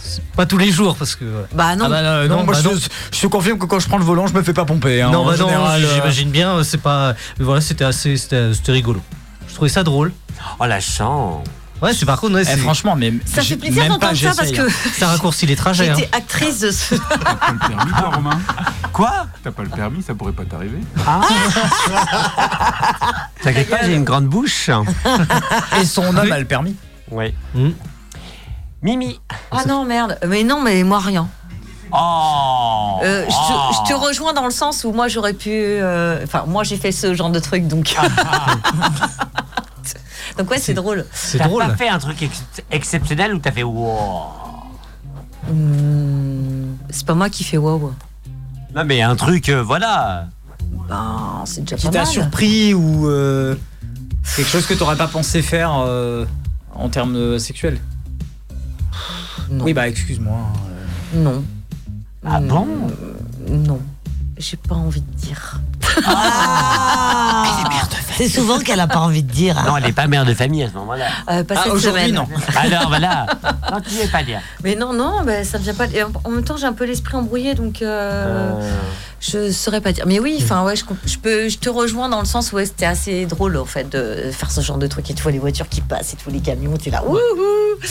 Speaker 5: c'est pas tous les jours parce que
Speaker 4: bah
Speaker 6: Ah bah, euh, non, moi, je, je te confirme que quand je prends le volant, je me fais pas pomper. hein,
Speaker 5: non
Speaker 6: en
Speaker 5: bah non
Speaker 6: général, euh,
Speaker 5: j'imagine bien c'est pas mais voilà c'était assez c'était c'était rigolo je trouvais ça drôle
Speaker 1: oh la chance
Speaker 5: ouais c'est par contre ouais,
Speaker 6: Eh,
Speaker 5: c'est-
Speaker 6: franchement, mais
Speaker 4: Ça fait
Speaker 5: j'ai-
Speaker 4: plaisir
Speaker 5: même pas
Speaker 4: d'entendre ça parce
Speaker 5: j'essaye,
Speaker 4: que- [LAUGHS]
Speaker 5: hein. ça raccourcit les trajets hein.
Speaker 4: J'étais actrice de ce.
Speaker 1: Quoi
Speaker 7: T'as pas le permis, ça pourrait pas t'arriver.
Speaker 9: Ah.
Speaker 1: T'inquiète pas, j'ai une grande bouche.
Speaker 6: Et son homme a le permis.
Speaker 1: Oui.
Speaker 5: Hmm.
Speaker 1: Mimi.
Speaker 4: Ah non, merde. Mais non, mais moi, rien.
Speaker 1: Oh.
Speaker 4: Euh, je,
Speaker 1: Oh.
Speaker 4: te, je te rejoins dans le sens où moi, j'aurais pu. euh, Enfin, moi, j'ai fait ce genre de truc, donc. [LAUGHS] donc, ouais, c'est drôle.
Speaker 1: T'as pas fait un truc ex- exceptionnel où t'as fait wow
Speaker 4: Hmm, c'est pas moi qui fais wow.
Speaker 1: Non mais un truc, euh, voilà.
Speaker 6: euh.
Speaker 4: Ben, c'est déjà
Speaker 6: Qui
Speaker 4: pas
Speaker 6: t'a
Speaker 4: mal.
Speaker 6: surpris ou euh, quelque chose que t'aurais pas pensé faire euh, en termes euh, sexuels Oui, bah excuse-moi.
Speaker 4: Non. Hmm,
Speaker 1: Ah bon
Speaker 4: Non. J'ai pas envie de dire.
Speaker 2: C'est souvent qu'elle a pas envie de dire. hein.
Speaker 1: Non, elle n'est pas mère de famille à ce moment-là.
Speaker 4: Euh, pas Ah, cette aujourd'hui, semaine. [LAUGHS] non.
Speaker 1: Alors voilà. Non, tu ne pas dire.
Speaker 4: Mais non, non, ben, ça me vient pas. Et en, en même temps, j'ai un peu l'esprit embrouillé, donc euh, je saurais pas dire. Mais oui, enfin ouais, je, comp- je peux, je te rejoins dans le sens où ouais, c'était assez drôle en fait de faire ce genre de truc et tu vois les voitures qui passent et tous les camions, t'es là, wouhou [LAUGHS]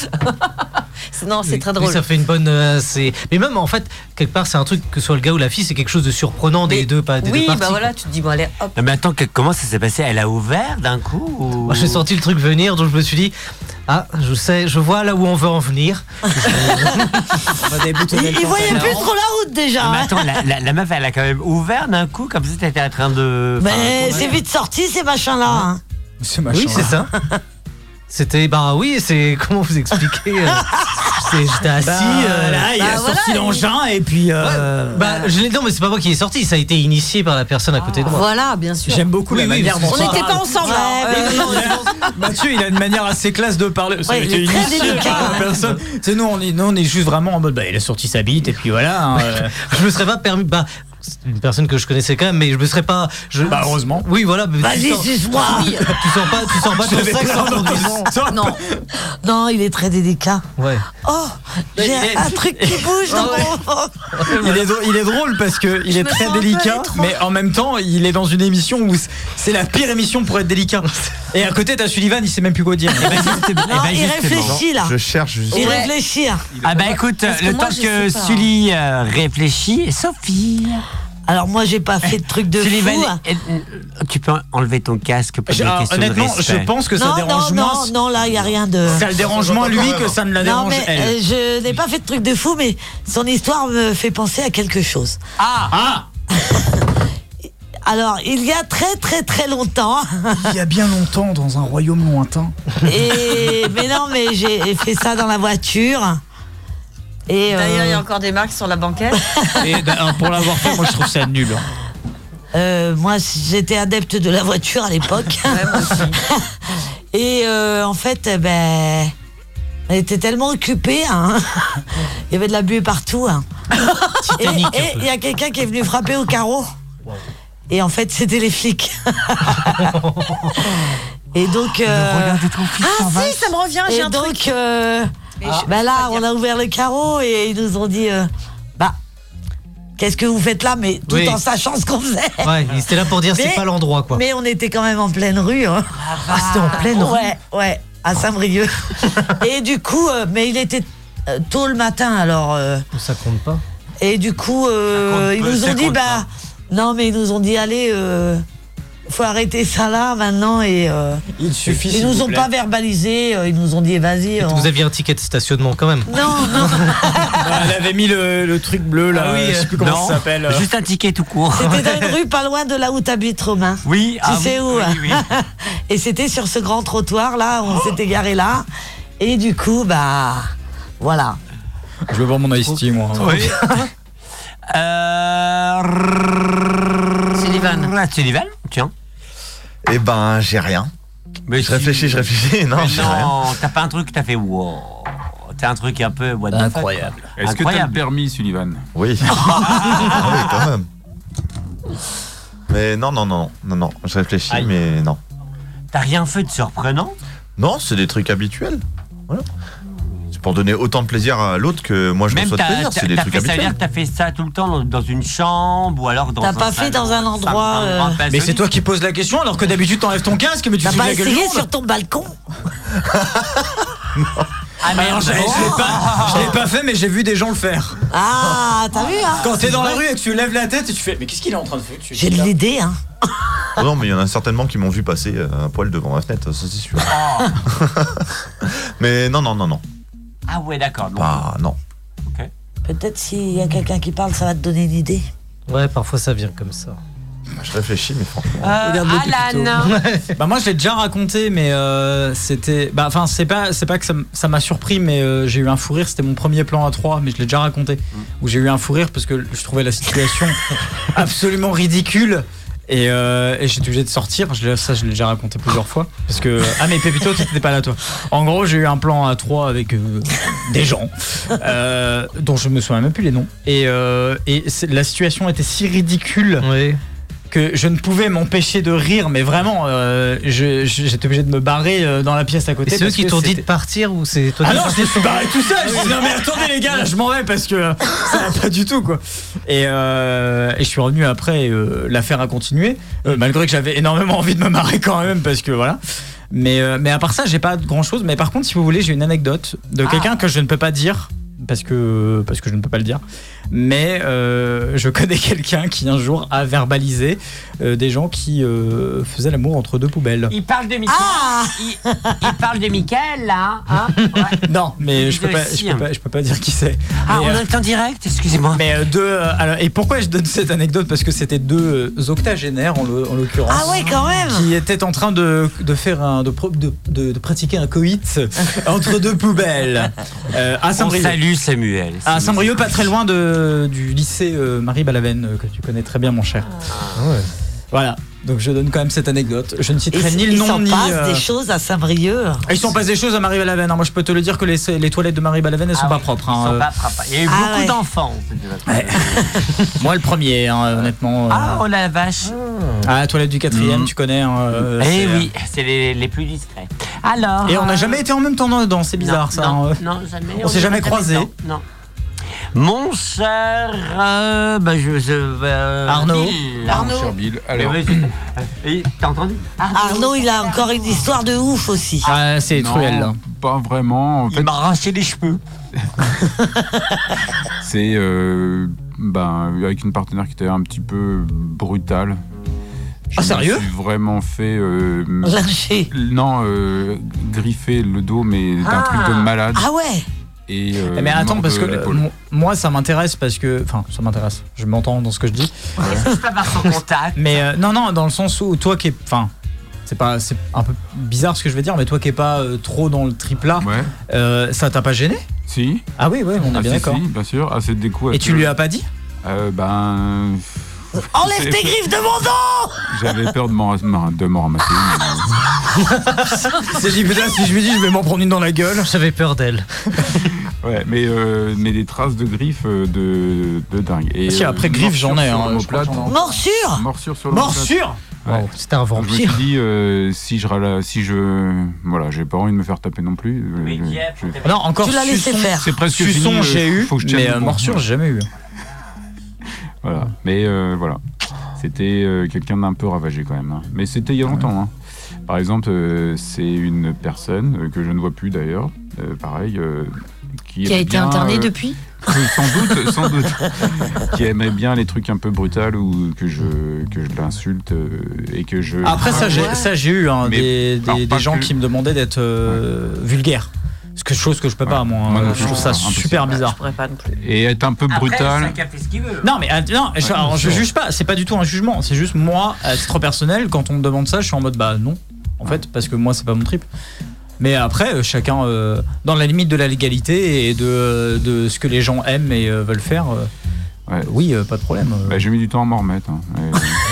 Speaker 4: C'est- Non, c'est
Speaker 5: Mais-
Speaker 4: très
Speaker 5: mais
Speaker 4: drôle.
Speaker 5: ça fait une bonne. euh, c'est- mais même en fait, quelque part, c'est un truc que ce soit le gars ou la fille, c'est quelque chose de surprenant des deux pas des
Speaker 4: oui,
Speaker 5: deux
Speaker 4: bah
Speaker 5: parties.
Speaker 4: voilà, tu te dis bon allez, hop.
Speaker 1: Non mais attends, que- comment ça s'est passé Elle a ouvert d'un coup ou...
Speaker 5: Moi, j'ai senti le truc venir, donc je me suis dit, ah, je sais, je vois là où on veut en venir.
Speaker 6: Ah,
Speaker 2: Il, il voyait plus trop la route déjà.
Speaker 1: Non, Ah, mais
Speaker 2: hein.
Speaker 1: attends, la, la- la meuf, elle a quand même ouvert d'un coup, comme si t'étais en train de.
Speaker 2: Mais Ben, c'est vite sorti ces machins-là. hein.
Speaker 5: Oui, c'est ça. C'était, bah oui, c'est. [LAUGHS] Comment vous expliquer euh, c'est- J'étais assis.
Speaker 6: Bah,
Speaker 5: euh,
Speaker 6: là, il a
Speaker 5: bah,
Speaker 6: sorti
Speaker 5: voilà,
Speaker 6: l'engin et puis. euh,
Speaker 5: Bah, je l'ai non, mais c'est pas moi qui l'ai sorti, ça a été initié par la personne à côté de moi.
Speaker 4: Voilà, bien sûr.
Speaker 6: J'aime beaucoup la
Speaker 5: Oui, oui,
Speaker 6: manière
Speaker 5: vous-
Speaker 6: dont
Speaker 5: on
Speaker 6: il
Speaker 5: était
Speaker 6: parle.
Speaker 4: pas ensemble, hein.
Speaker 6: Ouais,
Speaker 4: Euh,
Speaker 6: mais non, il a- Mathieu, il a une manière assez classe de parler. Ça
Speaker 2: Ouais,
Speaker 6: a
Speaker 2: il
Speaker 6: été
Speaker 2: est très
Speaker 6: initié
Speaker 2: délicat,
Speaker 6: par la
Speaker 2: hein.
Speaker 6: personne. Tu sais, nous, on est, nous, on est juste vraiment en mode, bah, il a sorti sa bite et puis voilà. hein, euh,
Speaker 5: Je me serais pas permis. Bah, c'est une personne que je connaissais quand même, mais je me serais pas. Je...
Speaker 6: Bah, heureusement.
Speaker 5: Oui, voilà. mais tu
Speaker 2: Vas-y,
Speaker 5: sors-
Speaker 6: [LAUGHS]
Speaker 2: suce-moi.
Speaker 5: Oui, [LAUGHS] Tu sors pas, tu sors pas ton sexe
Speaker 6: hein,
Speaker 5: en conduisant.
Speaker 4: Non,
Speaker 2: Non, il est très délicat.
Speaker 5: Ouais.
Speaker 2: Oh, j'ai
Speaker 6: Bah, il est-
Speaker 2: un truc qui bouge dans mon ventre.
Speaker 6: Il est, dr- il est drôle parce que il
Speaker 4: Je
Speaker 6: est
Speaker 4: me
Speaker 6: très
Speaker 4: sens un peu
Speaker 6: délicat,
Speaker 4: étrange.
Speaker 6: mais en même temps, il est dans une émission où c- c'est la pire émission pour être délicat. Et à côté, t'as Sullivan, il sait même plus quoi dire. eh ben,
Speaker 2: Non, il réfléchit là.
Speaker 3: Je cherche juste.
Speaker 2: Il
Speaker 4: Ouais.
Speaker 2: réfléchit. hein.
Speaker 1: Ah bah écoute,
Speaker 4: Parce que
Speaker 1: le
Speaker 4: moi,
Speaker 1: temps
Speaker 4: je
Speaker 1: que
Speaker 4: sais pas.
Speaker 1: Sully euh, réfléchit, Sophie.
Speaker 2: Alors moi, j'ai pas fait de truc de
Speaker 1: Sully,
Speaker 2: fou.
Speaker 1: vas-y.
Speaker 2: hein.
Speaker 1: Eh, tu peux enlever ton casque pour
Speaker 6: Je-
Speaker 1: une
Speaker 6: euh, ah,
Speaker 1: question de
Speaker 6: honnêtement, je
Speaker 1: respect.
Speaker 6: pense que ça
Speaker 2: Non, non,
Speaker 6: dérange moins. Euh,
Speaker 2: non, non, là, il y a rien de.
Speaker 6: Ça le dérange moins lui que ça ne la
Speaker 2: Non,
Speaker 6: dérange
Speaker 2: mais
Speaker 6: elle.
Speaker 2: euh, je n'ai pas fait de truc de fou, mais son histoire me fait penser à quelque chose.
Speaker 1: Ah,
Speaker 6: Ah
Speaker 2: Alors, il y a très très très longtemps,
Speaker 6: Il y a bien longtemps, dans un royaume lointain.
Speaker 2: et mais non, mais j'ai fait ça dans la voiture. Et euh,
Speaker 4: D'ailleurs, il y a encore des marques sur la banquette.
Speaker 6: Et ben, pour l'avoir fait, moi je trouve ça nul.
Speaker 2: euh, moi, j'étais adepte de la voiture à l'époque.
Speaker 4: Ouais, moi aussi.
Speaker 2: [LAUGHS] Et euh, en fait, eh ben, elle était tellement occupée. hein. [LAUGHS] Il y avait de la buée partout. hein. Et et il y a quelqu'un qui est venu frapper au carreau. Et en fait, c'était les flics. et donc. euh,
Speaker 4: Ah si, ça me revient, j'ai
Speaker 2: et
Speaker 4: un truc.
Speaker 2: donc, euh,
Speaker 4: Mais je-
Speaker 2: bah là,
Speaker 4: je peux
Speaker 2: on
Speaker 4: pas
Speaker 2: a ouvert le carreau et ils nous ont dit euh, Bah, qu'est-ce que vous faites là Mais tout
Speaker 5: Oui.
Speaker 2: en sachant ce qu'on faisait.
Speaker 5: Ouais, il était là pour dire
Speaker 2: Mais-
Speaker 5: c'est pas l'endroit quoi.
Speaker 2: Mais on était quand même en pleine rue. hein.
Speaker 5: Ah, c'était
Speaker 6: bah,
Speaker 5: en pleine rue.
Speaker 2: Ouais, ouais, à
Speaker 5: [LAUGHS]
Speaker 2: Saint-Brieuc. et du coup, euh, mais il était euh, tôt le matin, alors. euh,
Speaker 5: Ça compte pas.
Speaker 2: et du coup, euh,
Speaker 1: Ça compte
Speaker 2: ils
Speaker 1: peu,
Speaker 2: nous
Speaker 1: ça
Speaker 2: ont dit
Speaker 1: compte
Speaker 2: Bah, non, mais ils nous ont dit Allez, euh, faut arrêter ça là maintenant. Et euh,
Speaker 6: Il suffit.
Speaker 2: ils
Speaker 6: s'il
Speaker 2: nous
Speaker 6: vous
Speaker 2: ont
Speaker 6: plaît.
Speaker 2: pas verbalisé, euh, ils nous ont dit Vas-y. on-
Speaker 5: Vous aviez un ticket de stationnement quand même.
Speaker 2: Non, non.
Speaker 6: Ah, Elle avait mis le, le truc bleu là,
Speaker 5: Ah oui,
Speaker 6: je sais plus comment
Speaker 1: non.
Speaker 6: ça s'appelle. euh.
Speaker 1: Juste un ticket tout court.
Speaker 2: C'était
Speaker 1: [LAUGHS]
Speaker 2: dans une rue pas loin de là où t'habites, Romain.
Speaker 1: Oui, ah
Speaker 2: Tu sais
Speaker 1: oui,
Speaker 2: où
Speaker 1: oui, oui.
Speaker 2: [LAUGHS]
Speaker 1: Oh.
Speaker 2: Et c'était sur ce grand trottoir là, on s'était garé là. Et du coup, bah voilà.
Speaker 1: [LAUGHS]
Speaker 6: Je veux voir mon ice tea, moi.
Speaker 1: Oui. Euh... Sullivan. Sullivan, tiens.
Speaker 3: Eh ben, j'ai rien.
Speaker 1: Mais
Speaker 3: je réfléchis, je
Speaker 6: Eh
Speaker 3: réfléchis. [LAUGHS] Non,
Speaker 1: Mais
Speaker 3: j'ai rien.
Speaker 1: non, t'as pas un truc que t'as fait wow. T'as un truc un peu what the fuck,
Speaker 7: Incroyable.
Speaker 1: quoi.
Speaker 7: Est-ce que t'as le
Speaker 1: Incroyable.
Speaker 7: permis, Sullivan
Speaker 1: [LAUGHS]
Speaker 3: Oui. Ah oui, quand même. Mais non, non, non, non, non, je réfléchis,
Speaker 1: Aïe.
Speaker 3: mais non.
Speaker 1: T'as rien fait de surprenant
Speaker 3: Non, c'est des trucs habituels. Voilà. C'est pour donner autant de plaisir à l'autre que moi je me
Speaker 1: Même
Speaker 3: souhaite
Speaker 1: t'as-
Speaker 3: plaisir.
Speaker 1: t'as-
Speaker 3: C'est des
Speaker 1: t'as
Speaker 3: trucs
Speaker 1: fait- ça veut dire
Speaker 3: habituels.
Speaker 1: que t'as fait ça tout le temps dans- dans une chambre ou alors dans
Speaker 2: T'as
Speaker 1: un
Speaker 2: pas fait
Speaker 1: salon,
Speaker 2: dans un endroit,
Speaker 1: un
Speaker 2: euh,
Speaker 1: pas
Speaker 9: Mais c'est
Speaker 1: solide.
Speaker 9: toi qui poses la question alors que d'habitude t'enlèves ton casque mais tu
Speaker 2: T'as
Speaker 9: fous
Speaker 2: pas
Speaker 9: la gueule
Speaker 2: essayé
Speaker 9: du monde.
Speaker 2: Bah, sur ton balcon
Speaker 1: Ah
Speaker 9: mais je je l'ai pas, je l'ai pas fait mais j'ai vu des gens le faire.
Speaker 2: Ah, t'as vu, hein
Speaker 9: Quand t'es dans la rue et que tu lèves la tête et tu fais mais qu'est-ce qu'il est en train de faire
Speaker 2: J'ai de l'idée, hein.
Speaker 3: Oh non, mais il y en a certainement qui m'ont vu passer euh, un poil devant ma fenêtre, ça c'est sûr. [LAUGHS] mais non, non, non, non.
Speaker 1: Ah ouais, d'accord. donc-
Speaker 3: Bah non.
Speaker 2: Peut-être s'il y a quelqu'un qui parle, ça va te donner une idée. Euh,
Speaker 5: Ouais, parfois ça vient comme ça.
Speaker 3: Je réfléchis, mais franchement.
Speaker 2: [LAUGHS]
Speaker 1: Alan.
Speaker 9: bah moi je l'ai déjà raconté mais euh, c'était bah enfin c'est pas c'est pas que ça m- ça m'a surpris mais euh, j'ai eu un fou rire c'était mon premier plan à 3 mais je l'ai déjà raconté où j'ai eu un fou rire parce que je trouvais la situation absolument ridicule et, euh, et j'étais obligé de sortir je l'ai- ça je l'ai déjà raconté plusieurs fois parce que ah mais Pépito t'étais pas là toi en gros j'ai eu un plan à 3 avec euh, des gens euh, dont je me souviens même plus les noms et, euh, et c'est- la situation était si ridicule que je ne pouvais m'empêcher de rire, mais vraiment, euh, je- je- j'étais obligé de me barrer euh, dans la pièce à
Speaker 5: Et
Speaker 9: côté.
Speaker 5: c'est eux
Speaker 9: parce
Speaker 5: qui
Speaker 9: que
Speaker 5: t'ont dit
Speaker 9: c'était-
Speaker 5: de partir ou c'est toi
Speaker 9: ah
Speaker 5: qui-
Speaker 9: non, je me suis barré tout seul. Je me suis dit, non mais attendez les gars, là, je m'en vais parce que euh, ça va pas du tout quoi. Et, euh, et je suis revenu après. et, euh, L'affaire a continué euh, malgré que j'avais énormément envie de me marrer quand même parce que voilà. Mais euh, mais à part ça, j'ai pas grand chose. Mais par contre, si vous voulez, j'ai une anecdote de
Speaker 1: Ah.
Speaker 9: quelqu'un que je ne peux pas dire. Parce que, parce que je ne peux pas le dire. Mais euh, je connais [LAUGHS] quelqu'un qui un jour a verbalisé euh, des gens qui euh, faisaient l'amour entre deux poubelles.
Speaker 1: Il parle de Michael.
Speaker 2: Ah
Speaker 1: Il, il parle de Michael, là. hein, hein.
Speaker 9: [LAUGHS] Non, mais je peux,
Speaker 1: Vous
Speaker 9: pas,
Speaker 1: aussi,
Speaker 9: je, peux
Speaker 1: hein.
Speaker 9: pas, je peux pas dire qui c'est.
Speaker 1: Ah,
Speaker 9: Mais,
Speaker 1: on
Speaker 9: euh,
Speaker 1: est en direct, excusez-moi.
Speaker 9: Mais euh, deux. euh, alors, et pourquoi je donne cette anecdote Parce que c'était deux euh, octogénaires en l'o- en l'occurrence.
Speaker 2: Ah ouais, quand même
Speaker 9: Qui étaient en train de, de faire un, de, pro- de- de- de pratiquer un coït [LAUGHS] entre deux poubelles euh, à
Speaker 1: On
Speaker 9: Saint-Brieuc.
Speaker 1: salue Samuel.
Speaker 9: À Ah, Saint-Brieuc, pas très loin de, du lycée euh, Marie Balavenne euh, que tu connais très bien, mon cher. Voilà. Donc je donne quand même cette anecdote. Je ne citerai
Speaker 2: Il
Speaker 9: ni le
Speaker 2: il
Speaker 9: nom
Speaker 2: s'en
Speaker 9: ni.
Speaker 2: passe
Speaker 9: euh,
Speaker 2: des choses à Saint-Brieuc.
Speaker 1: Ah,
Speaker 9: il s'en passe des choses à Marie Balavenne. hein. Moi, je peux te le dire que les, les toilettes de Marie Balavenne, elles sont pas propres. hein.
Speaker 1: Ah Ils sont
Speaker 9: Euh,
Speaker 1: pas frappés. Il y a eu
Speaker 9: Ah
Speaker 1: beaucoup
Speaker 9: ouais.
Speaker 1: d'enfants.
Speaker 9: Moi, le premier, hein, honnêtement.
Speaker 1: Ah, oh la vache.
Speaker 9: Ah, la toilette du quatrième, tu connais. hein, euh,
Speaker 1: Eh
Speaker 9: c'est, euh,
Speaker 1: oui, c'est les, les plus discrets. Alors.
Speaker 9: Et on
Speaker 1: euh,
Speaker 9: n'a jamais été en même temps dedans, c'est bizarre
Speaker 1: non,
Speaker 9: ça.
Speaker 1: Non,
Speaker 9: hein.
Speaker 1: non, jamais.
Speaker 9: On s'est jamais croisés.
Speaker 1: non, non. Mon cher. euh, bah, je, je- euh,
Speaker 9: Arnaud.
Speaker 1: Bill.
Speaker 9: Arnaud.
Speaker 1: Mon cher
Speaker 7: Bill,
Speaker 1: alors. Euh, T'as entendu
Speaker 2: Ah, Arnaud, il a encore une histoire de ouf aussi.
Speaker 9: Ah, c'est
Speaker 7: Non, Pas vraiment. En fait,
Speaker 1: Il m'a arraché les cheveux.
Speaker 7: [LAUGHS] c'est euh, ben, avec une partenaire qui était un petit peu brutale. Je
Speaker 9: Ah, sérieux
Speaker 7: me suis vraiment fait. euh,
Speaker 2: Lyncher.
Speaker 7: Non, euh, griffer le dos, mais d'un
Speaker 9: Ah. Eh,
Speaker 7: truc de malade.
Speaker 2: Ah ouais
Speaker 7: Et, euh,
Speaker 9: Mais attends,
Speaker 7: mort
Speaker 9: parce
Speaker 7: de
Speaker 9: que
Speaker 7: l'épaule.
Speaker 9: euh, mon- moi, ça m'intéresse parce que. Enfin, ça m'intéresse. Je m'entends dans ce que je dis.
Speaker 1: Est-ce que je peux avoir son contact
Speaker 9: Mais euh, non, non, dans le sens où toi qui es. Enfin. C'est pas, c'est un peu bizarre ce que je vais dire, mais toi qui es pas euh, trop dans le tripla,
Speaker 7: Ouais.
Speaker 9: euh, ça t'a pas gêné
Speaker 7: Si.
Speaker 9: Ah oui, oui, on est
Speaker 7: Ah,
Speaker 9: bien
Speaker 7: si,
Speaker 9: d'accord.
Speaker 7: si, bien sûr. Ah, c'est des coups.
Speaker 9: Et tu lui as pas dit
Speaker 7: euh, Ben.
Speaker 2: Enlève tes griffes de mon dos
Speaker 7: J'avais peur de m'en de m'en ramasser. mais, euh,
Speaker 9: [LAUGHS] C'est dit [LAUGHS] putain, si je lui dis, je vais m'en prendre une dans la gueule.
Speaker 5: J'avais peur d'elle.
Speaker 7: Ouais, mais, euh, mais des traces de griffes euh, de, de dingue. Et,
Speaker 9: Ah Si, après,
Speaker 7: une
Speaker 9: griffes, j'en ai,
Speaker 7: morsure
Speaker 9: hein,
Speaker 7: sur
Speaker 9: je crois que
Speaker 7: l'omoplate.
Speaker 9: j'en ai.
Speaker 2: Morsure
Speaker 7: Morsure sur l'omoplate.
Speaker 9: Morsure
Speaker 7: Ouais.
Speaker 5: Wow, C'était un
Speaker 7: Donc, je me suis
Speaker 5: vampire.
Speaker 7: dit, euh, si je râle- si je. Voilà, j'ai pas envie de me faire taper non plus. euh, je- je-
Speaker 9: Non, encore
Speaker 2: Tu l'as laissé
Speaker 9: suçon-
Speaker 2: faire.
Speaker 7: C'est presque
Speaker 9: Suçon,
Speaker 7: fini, euh,
Speaker 9: j'ai eu,
Speaker 7: faut que je tienne
Speaker 9: mais
Speaker 7: le
Speaker 9: euh,
Speaker 7: bon.
Speaker 9: morsure, j'ai
Speaker 7: [LAUGHS]
Speaker 9: jamais eu.
Speaker 7: Voilà. Mais euh, voilà. C'était euh, quelqu'un d'un peu ravagé quand même. hein. Mais c'était il y a longtemps. hein. Par exemple, euh, c'est une personne euh, que je ne vois plus d'ailleurs, euh, pareil, euh, qui,
Speaker 4: Qui a
Speaker 7: aimait
Speaker 4: été
Speaker 7: bien,
Speaker 4: interné
Speaker 7: euh,
Speaker 4: depuis
Speaker 7: Oui, sans doute, sans doute. qui aimait bien les trucs un peu brutals ou que je, que je l'insulte euh, et que je.
Speaker 9: Après ça, j'ai ça j'ai eu hein,
Speaker 7: Mais-
Speaker 9: des, des-
Speaker 7: alors,
Speaker 9: des
Speaker 7: pas
Speaker 9: gens
Speaker 7: que-
Speaker 9: qui me demandaient d'être euh, vulgaire. Parce que chose que je peux pas moi.
Speaker 7: Moi non
Speaker 9: hein.
Speaker 7: plus,
Speaker 9: je trouve
Speaker 7: c'est
Speaker 9: ça
Speaker 7: impossible.
Speaker 9: super bizarre.
Speaker 4: Bah, Je pourrais pas non plus.
Speaker 7: Et être un peu brutal.
Speaker 1: Après, chacun fait ce qu'il veut.
Speaker 9: Non mais ah, non, je,
Speaker 7: Ouais,
Speaker 9: alors,
Speaker 7: bien
Speaker 9: je
Speaker 7: sûr.
Speaker 9: juge pas, c'est pas du tout un jugement, c'est juste moi à titre personnel quand on me demande ça, je suis en mode bah non en fait parce que moi c'est pas mon trip. Mais après euh, chacun euh, dans la limite de la légalité et de, de ce que les gens aiment et euh, veulent faire. euh, Oui, euh, pas de problème.
Speaker 7: Bah, J'ai mis du temps à m'en remettre. hein. euh. Et-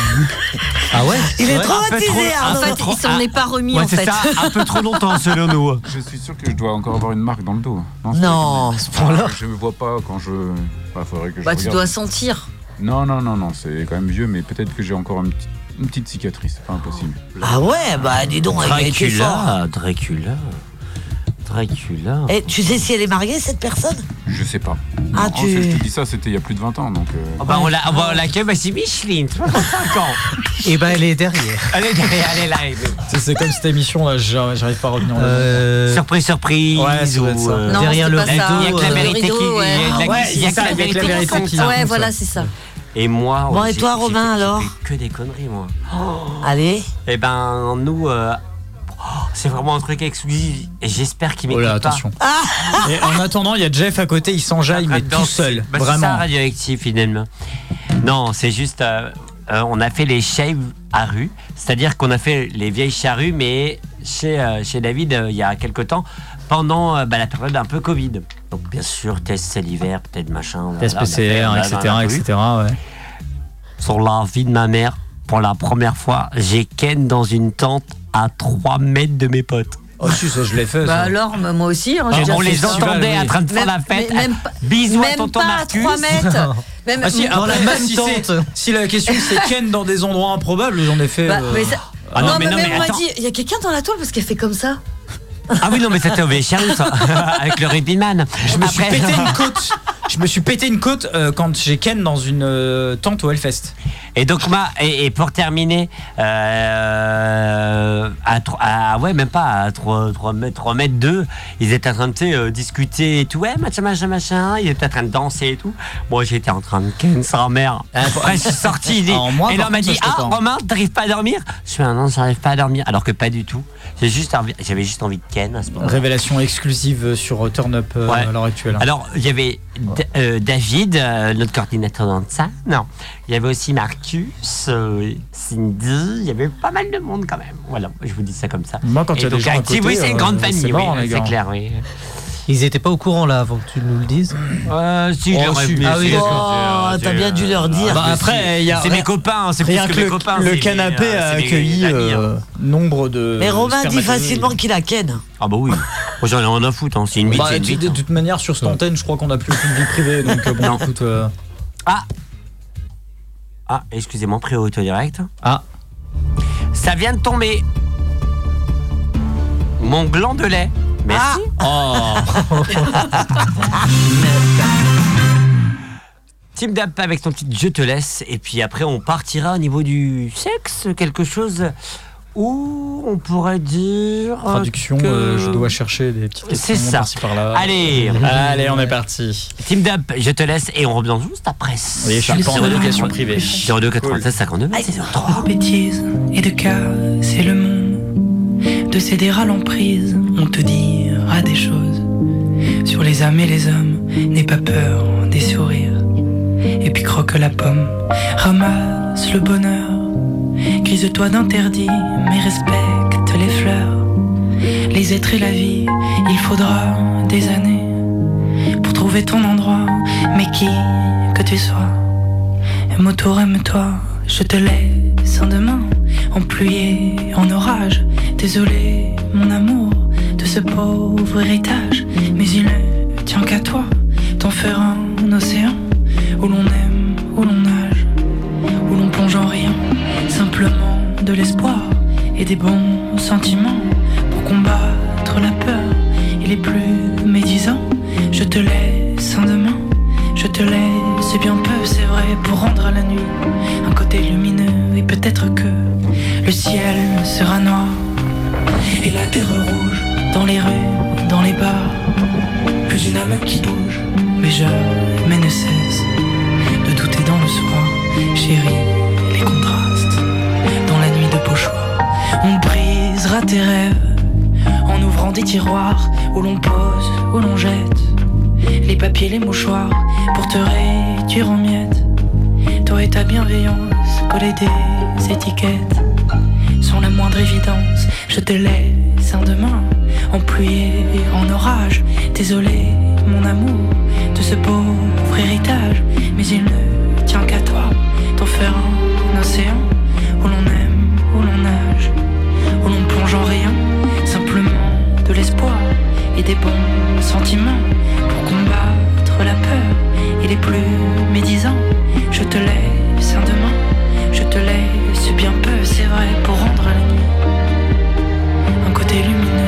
Speaker 9: [LAUGHS] Ah ouais
Speaker 7: Il est
Speaker 9: Ouais.
Speaker 7: traumatisé,
Speaker 9: Un peu trop-
Speaker 7: Arnaud.
Speaker 4: En fait, il s'en est pas remis
Speaker 7: Ouais,
Speaker 4: en
Speaker 7: c'est
Speaker 4: fait.
Speaker 7: ça, un peu trop longtemps, selon nous. Je suis sûr que je dois encore avoir une marque dans le dos. Ah, Non, non
Speaker 4: ce point-là.
Speaker 7: Je me vois pas quand je. Bah, faudrait que je
Speaker 4: Bah, tu
Speaker 7: regarde.
Speaker 4: dois sentir.
Speaker 7: Non, non, non, non, c'est quand même vieux, mais peut-être que j'ai encore une, petite- une petite cicatrice. C'est pas impossible.
Speaker 2: Ah ouais, bah dis donc, elle a été
Speaker 1: Dracula,
Speaker 2: fort.
Speaker 1: Dracula. Dracula.
Speaker 2: Et tu sais si elle est mariée, cette personne
Speaker 7: Je sais pas.
Speaker 2: Ah,
Speaker 7: Non,
Speaker 2: tu-
Speaker 7: c'est- Je te dis ça, c'était il y a plus de 20 ans, donc. euh,
Speaker 1: Ah bah, on l'a- on va- on l'accueille, bah, c'est Micheline, 35 [LAUGHS] ans.
Speaker 5: Et bah elle est derrière.
Speaker 1: Elle est derrière, elle est là. elle
Speaker 4: Euh,
Speaker 1: est-
Speaker 9: [LAUGHS] C'est- C'est comme cette émission là, j'arrive j'arrive pas à revenir.
Speaker 1: Surprise, surprise.
Speaker 9: euh, Derrière le rideau.
Speaker 1: Il y a que la
Speaker 9: euh,
Speaker 1: vérité qui.
Speaker 4: rideau, ouais.
Speaker 1: il y a de la-
Speaker 4: Ouais,
Speaker 1: il y a
Speaker 4: c'est ça,
Speaker 1: que la vérité qui compte.
Speaker 4: Ouais, voilà, c'est ça.
Speaker 1: Et moi,
Speaker 2: Bon,
Speaker 1: oh,
Speaker 2: et
Speaker 1: j'ai-
Speaker 2: toi,
Speaker 1: j'ai
Speaker 2: Romain,
Speaker 1: fait- j'ai
Speaker 2: alors
Speaker 1: fait Que des conneries, moi.
Speaker 2: Allez.
Speaker 1: Eh ben, nous, euh, oh, c'est vraiment un truc exclusif. Et j'espère qu'il m'écoute
Speaker 9: Voilà,
Speaker 1: pas.
Speaker 9: attention. [LAUGHS] Et en attendant, il y a Jeff à côté, il s'enjaille, mais tout seul.
Speaker 1: Bah, C'est ça,
Speaker 9: vraiment.
Speaker 1: radioactif, finalement. Non, c'est juste. euh, euh, on a fait les shaves à rue. C'est-à-dire qu'on a fait les vieilles charrues, mais chez, euh, chez David, euh, il y a quelque temps, pendant euh, bah, la période un peu Covid. Donc, bien sûr, test salivaire, peut-être machin.
Speaker 9: Test
Speaker 1: voilà, on a fait,
Speaker 9: PCR,
Speaker 1: on a- on
Speaker 9: etc.
Speaker 1: a-
Speaker 9: etc. ouais.
Speaker 1: Sur la vie de ma mère, pour la première fois, j'ai ken dans une tente à 3 mètres de mes potes.
Speaker 9: Oh, si, ça, je l'ai fait.
Speaker 4: Bah alors, bah, moi aussi. hein,
Speaker 1: Ah,
Speaker 4: j'ai déjà
Speaker 1: on
Speaker 4: fait
Speaker 1: les
Speaker 4: ça.
Speaker 1: entendait Même- en train de faire la fête.
Speaker 4: mais Même, pas-
Speaker 1: Bisous à
Speaker 4: même
Speaker 1: tonton
Speaker 4: pas
Speaker 1: Marcus.
Speaker 4: à 3
Speaker 1: [LAUGHS]
Speaker 4: mètres. Même,
Speaker 9: ah si,
Speaker 4: même-
Speaker 9: après,
Speaker 4: dans la
Speaker 9: si,
Speaker 4: même
Speaker 9: c'est-
Speaker 4: tente.
Speaker 9: si la question c'est
Speaker 4: [LAUGHS]
Speaker 9: Ken dans des endroits improbables, j'en ai fait.
Speaker 4: Bah,
Speaker 9: euh,
Speaker 4: mais ça-
Speaker 9: Ah
Speaker 4: non,
Speaker 9: non, mais
Speaker 4: mais,
Speaker 9: non,
Speaker 4: même
Speaker 9: mais
Speaker 4: on m'a
Speaker 9: attends.
Speaker 4: dit, il y a quelqu'un dans la toile parce qu'elle fait comme ça.
Speaker 1: Ah oui, non, mais c'était au vieille charrue, ça. [LAUGHS] Avec le Rugby Man.
Speaker 9: Je me suis
Speaker 1: Après-
Speaker 9: pété
Speaker 1: [LAUGHS]
Speaker 9: une côte. Je me suis pété une côte euh, quand j'ai Ken dans une euh, tente au Hellfest.
Speaker 1: Et donc, ma, et, et pour terminer, euh, à, tro- à- ouais, même pas à 3, mètres, 3 mètres 2, ils étaient en train de tu sais, euh, discuter et tout, ouais, machin, machin, machin, ils étaient en train de danser et tout. Moi, j'étais en train de ken sa mère. Après, je suis sorti, il dit-
Speaker 9: Alors, moi,
Speaker 1: et
Speaker 9: par
Speaker 1: là, on m'a
Speaker 9: contre,
Speaker 1: dit,
Speaker 9: ça, je
Speaker 1: ah,
Speaker 9: t'entends.
Speaker 1: Romain, t'arrives pas à dormir Je suis un non, j'arrive pas à dormir, alors que pas du tout. J'ai juste envie- J'avais juste envie de ken à ce moment-là.
Speaker 9: Révélation exclusive sur euh, Turn Up euh,
Speaker 1: Ouais.
Speaker 9: à l'heure actuelle.
Speaker 1: Alors, il y avait D- euh, David, euh, notre coordinateur dans ça. Non. Il y avait aussi Marcus, euh, Cindy. Il y avait pas mal de monde quand même. Voilà, je vous dis ça comme ça.
Speaker 9: Moi, quand il y a
Speaker 1: Et
Speaker 9: des
Speaker 1: donc,
Speaker 9: gens à
Speaker 1: Active,
Speaker 9: côté,
Speaker 1: oui, c'est une
Speaker 9: euh,
Speaker 1: grande
Speaker 9: c'est
Speaker 1: famille.
Speaker 9: marrant,
Speaker 1: oui,
Speaker 9: les
Speaker 1: c'est
Speaker 9: gars.
Speaker 1: clair, oui.
Speaker 5: Ils étaient pas au courant là avant que tu nous le dises.
Speaker 1: Euh, si,
Speaker 5: Oh,
Speaker 1: je leur ai-
Speaker 5: si.
Speaker 1: mais
Speaker 5: Ah oui,
Speaker 1: si,
Speaker 5: d'accord.
Speaker 1: euh,
Speaker 5: Oh,
Speaker 1: si,
Speaker 5: t'as bien dû
Speaker 6: Ah,
Speaker 5: leur
Speaker 1: euh,
Speaker 5: dire.
Speaker 1: bah,
Speaker 5: que
Speaker 1: après,
Speaker 5: si.
Speaker 1: il y a-
Speaker 5: C'est
Speaker 1: rien-
Speaker 5: mes copains, hein, c'est
Speaker 1: rien
Speaker 5: plus que
Speaker 1: que
Speaker 5: mes
Speaker 1: le-
Speaker 5: copains,
Speaker 1: le
Speaker 5: c'est mes-
Speaker 1: canapé
Speaker 5: euh,
Speaker 1: a
Speaker 5: c'est mes-
Speaker 1: accueilli,
Speaker 5: mes
Speaker 1: euh,
Speaker 5: amis, hein.
Speaker 9: nombre de.
Speaker 2: Mais Romain dit facilement qu'il a ken.
Speaker 1: Ah bah oui. Moi, j'en ai rien à foutre. hein. C'est une bite,
Speaker 9: Bah,
Speaker 1: c'est une
Speaker 9: tu-
Speaker 1: bite.
Speaker 9: de toute manière, sur cette antenne, je crois qu'on n'a plus aucune vie privée. Donc, euh, bon, écoute. euh,
Speaker 1: Ah, excusez-moi, pré direct.
Speaker 9: Ah.
Speaker 1: Ça vient de tomber. Mon gland de lait. Merci.
Speaker 9: Ah.
Speaker 1: Oh. [LAUGHS] Team Dap avec ton petit Je te laisse. Et puis après, on partira au niveau du sexe, quelque chose où on pourrait dire. euh,
Speaker 9: Traduction,
Speaker 1: que-
Speaker 9: euh, je dois chercher des petites questions
Speaker 1: C'est ça.
Speaker 9: par-ci par-là.
Speaker 1: Allez.
Speaker 9: Allez, on est parti.
Speaker 1: Team Dap, je te laisse et on revient juste après.
Speaker 9: Oui, je suis pas en éducation privée.
Speaker 1: 02 96 52 26
Speaker 21: Trop de bêtises et de cas, c'est le monde. De céder à l'emprise, on te dira des choses. Sur les âmes et les hommes, n'aie pas peur des sourires. Et puis croque la pomme, ramasse le bonheur. Grise-toi d'interdits, mais respecte les fleurs. Les êtres et la vie, il faudra des années pour trouver ton endroit. Mais qui que tu sois, Moto, aime-toi, je te laisse un demain, en pluie et en orage. Désolé, mon amour, de ce pauvre héritage, mais il ne tient qu'à toi. T'en faire un océan où l'on aime, où l'on nage, où l'on plonge en rien. Simplement de l'espoir et des bons sentiments pour combattre la peur et les plus médisants. Je te laisse un demain. Je te laisse bien peu, c'est vrai, pour rendre à la nuit un côté lumineux. Et peut-être que le ciel sera noir et la terre rouge dans les rues, dans les bars. Plus une âme qui bouge, mais je mais ne cesse de douter dans le soir, chérie, les contrastes. Dans la nuit de beau choix, on brisera tes rêves en ouvrant des tiroirs où l'on pose, où l'on jette les papiers, les mouchoirs pour te réduire en miettes. Toi et ta bienveillance, coller des étiquettes sans la moindre évidence. Je te laisse un demain en pluie et en orage. Désolé, mon amour, de ce pauvre héritage. Mais il ne tient qu'à toi, t'en faire un océan où l'on aime, où l'on nage, où l'on plonge en rien, simplement de l'espoir et des bons sentiments pour combattre la peur et les plus médisants. Je te laisse un demain, je te laisse bien peu, c'est vrai, pour rendre à la nuit un côté lumineux.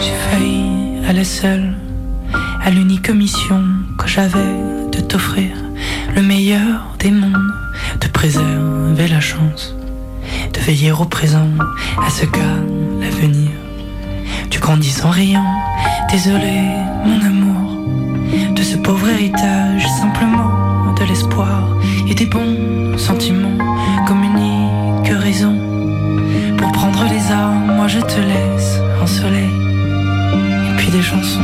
Speaker 21: J'ai failli aller seule à l'unique mission que j'avais de t'offrir le meilleur des mondes, de préserver la chance, de veiller au présent, à ce qu'à l'avenir. Tu grandis en riant, désolé mon amour, de ce pauvre héritage simplement de l'espoir et des bons sentiments comme unique raison. Pour prendre les armes, moi je te laisse un soleil et puis des chansons.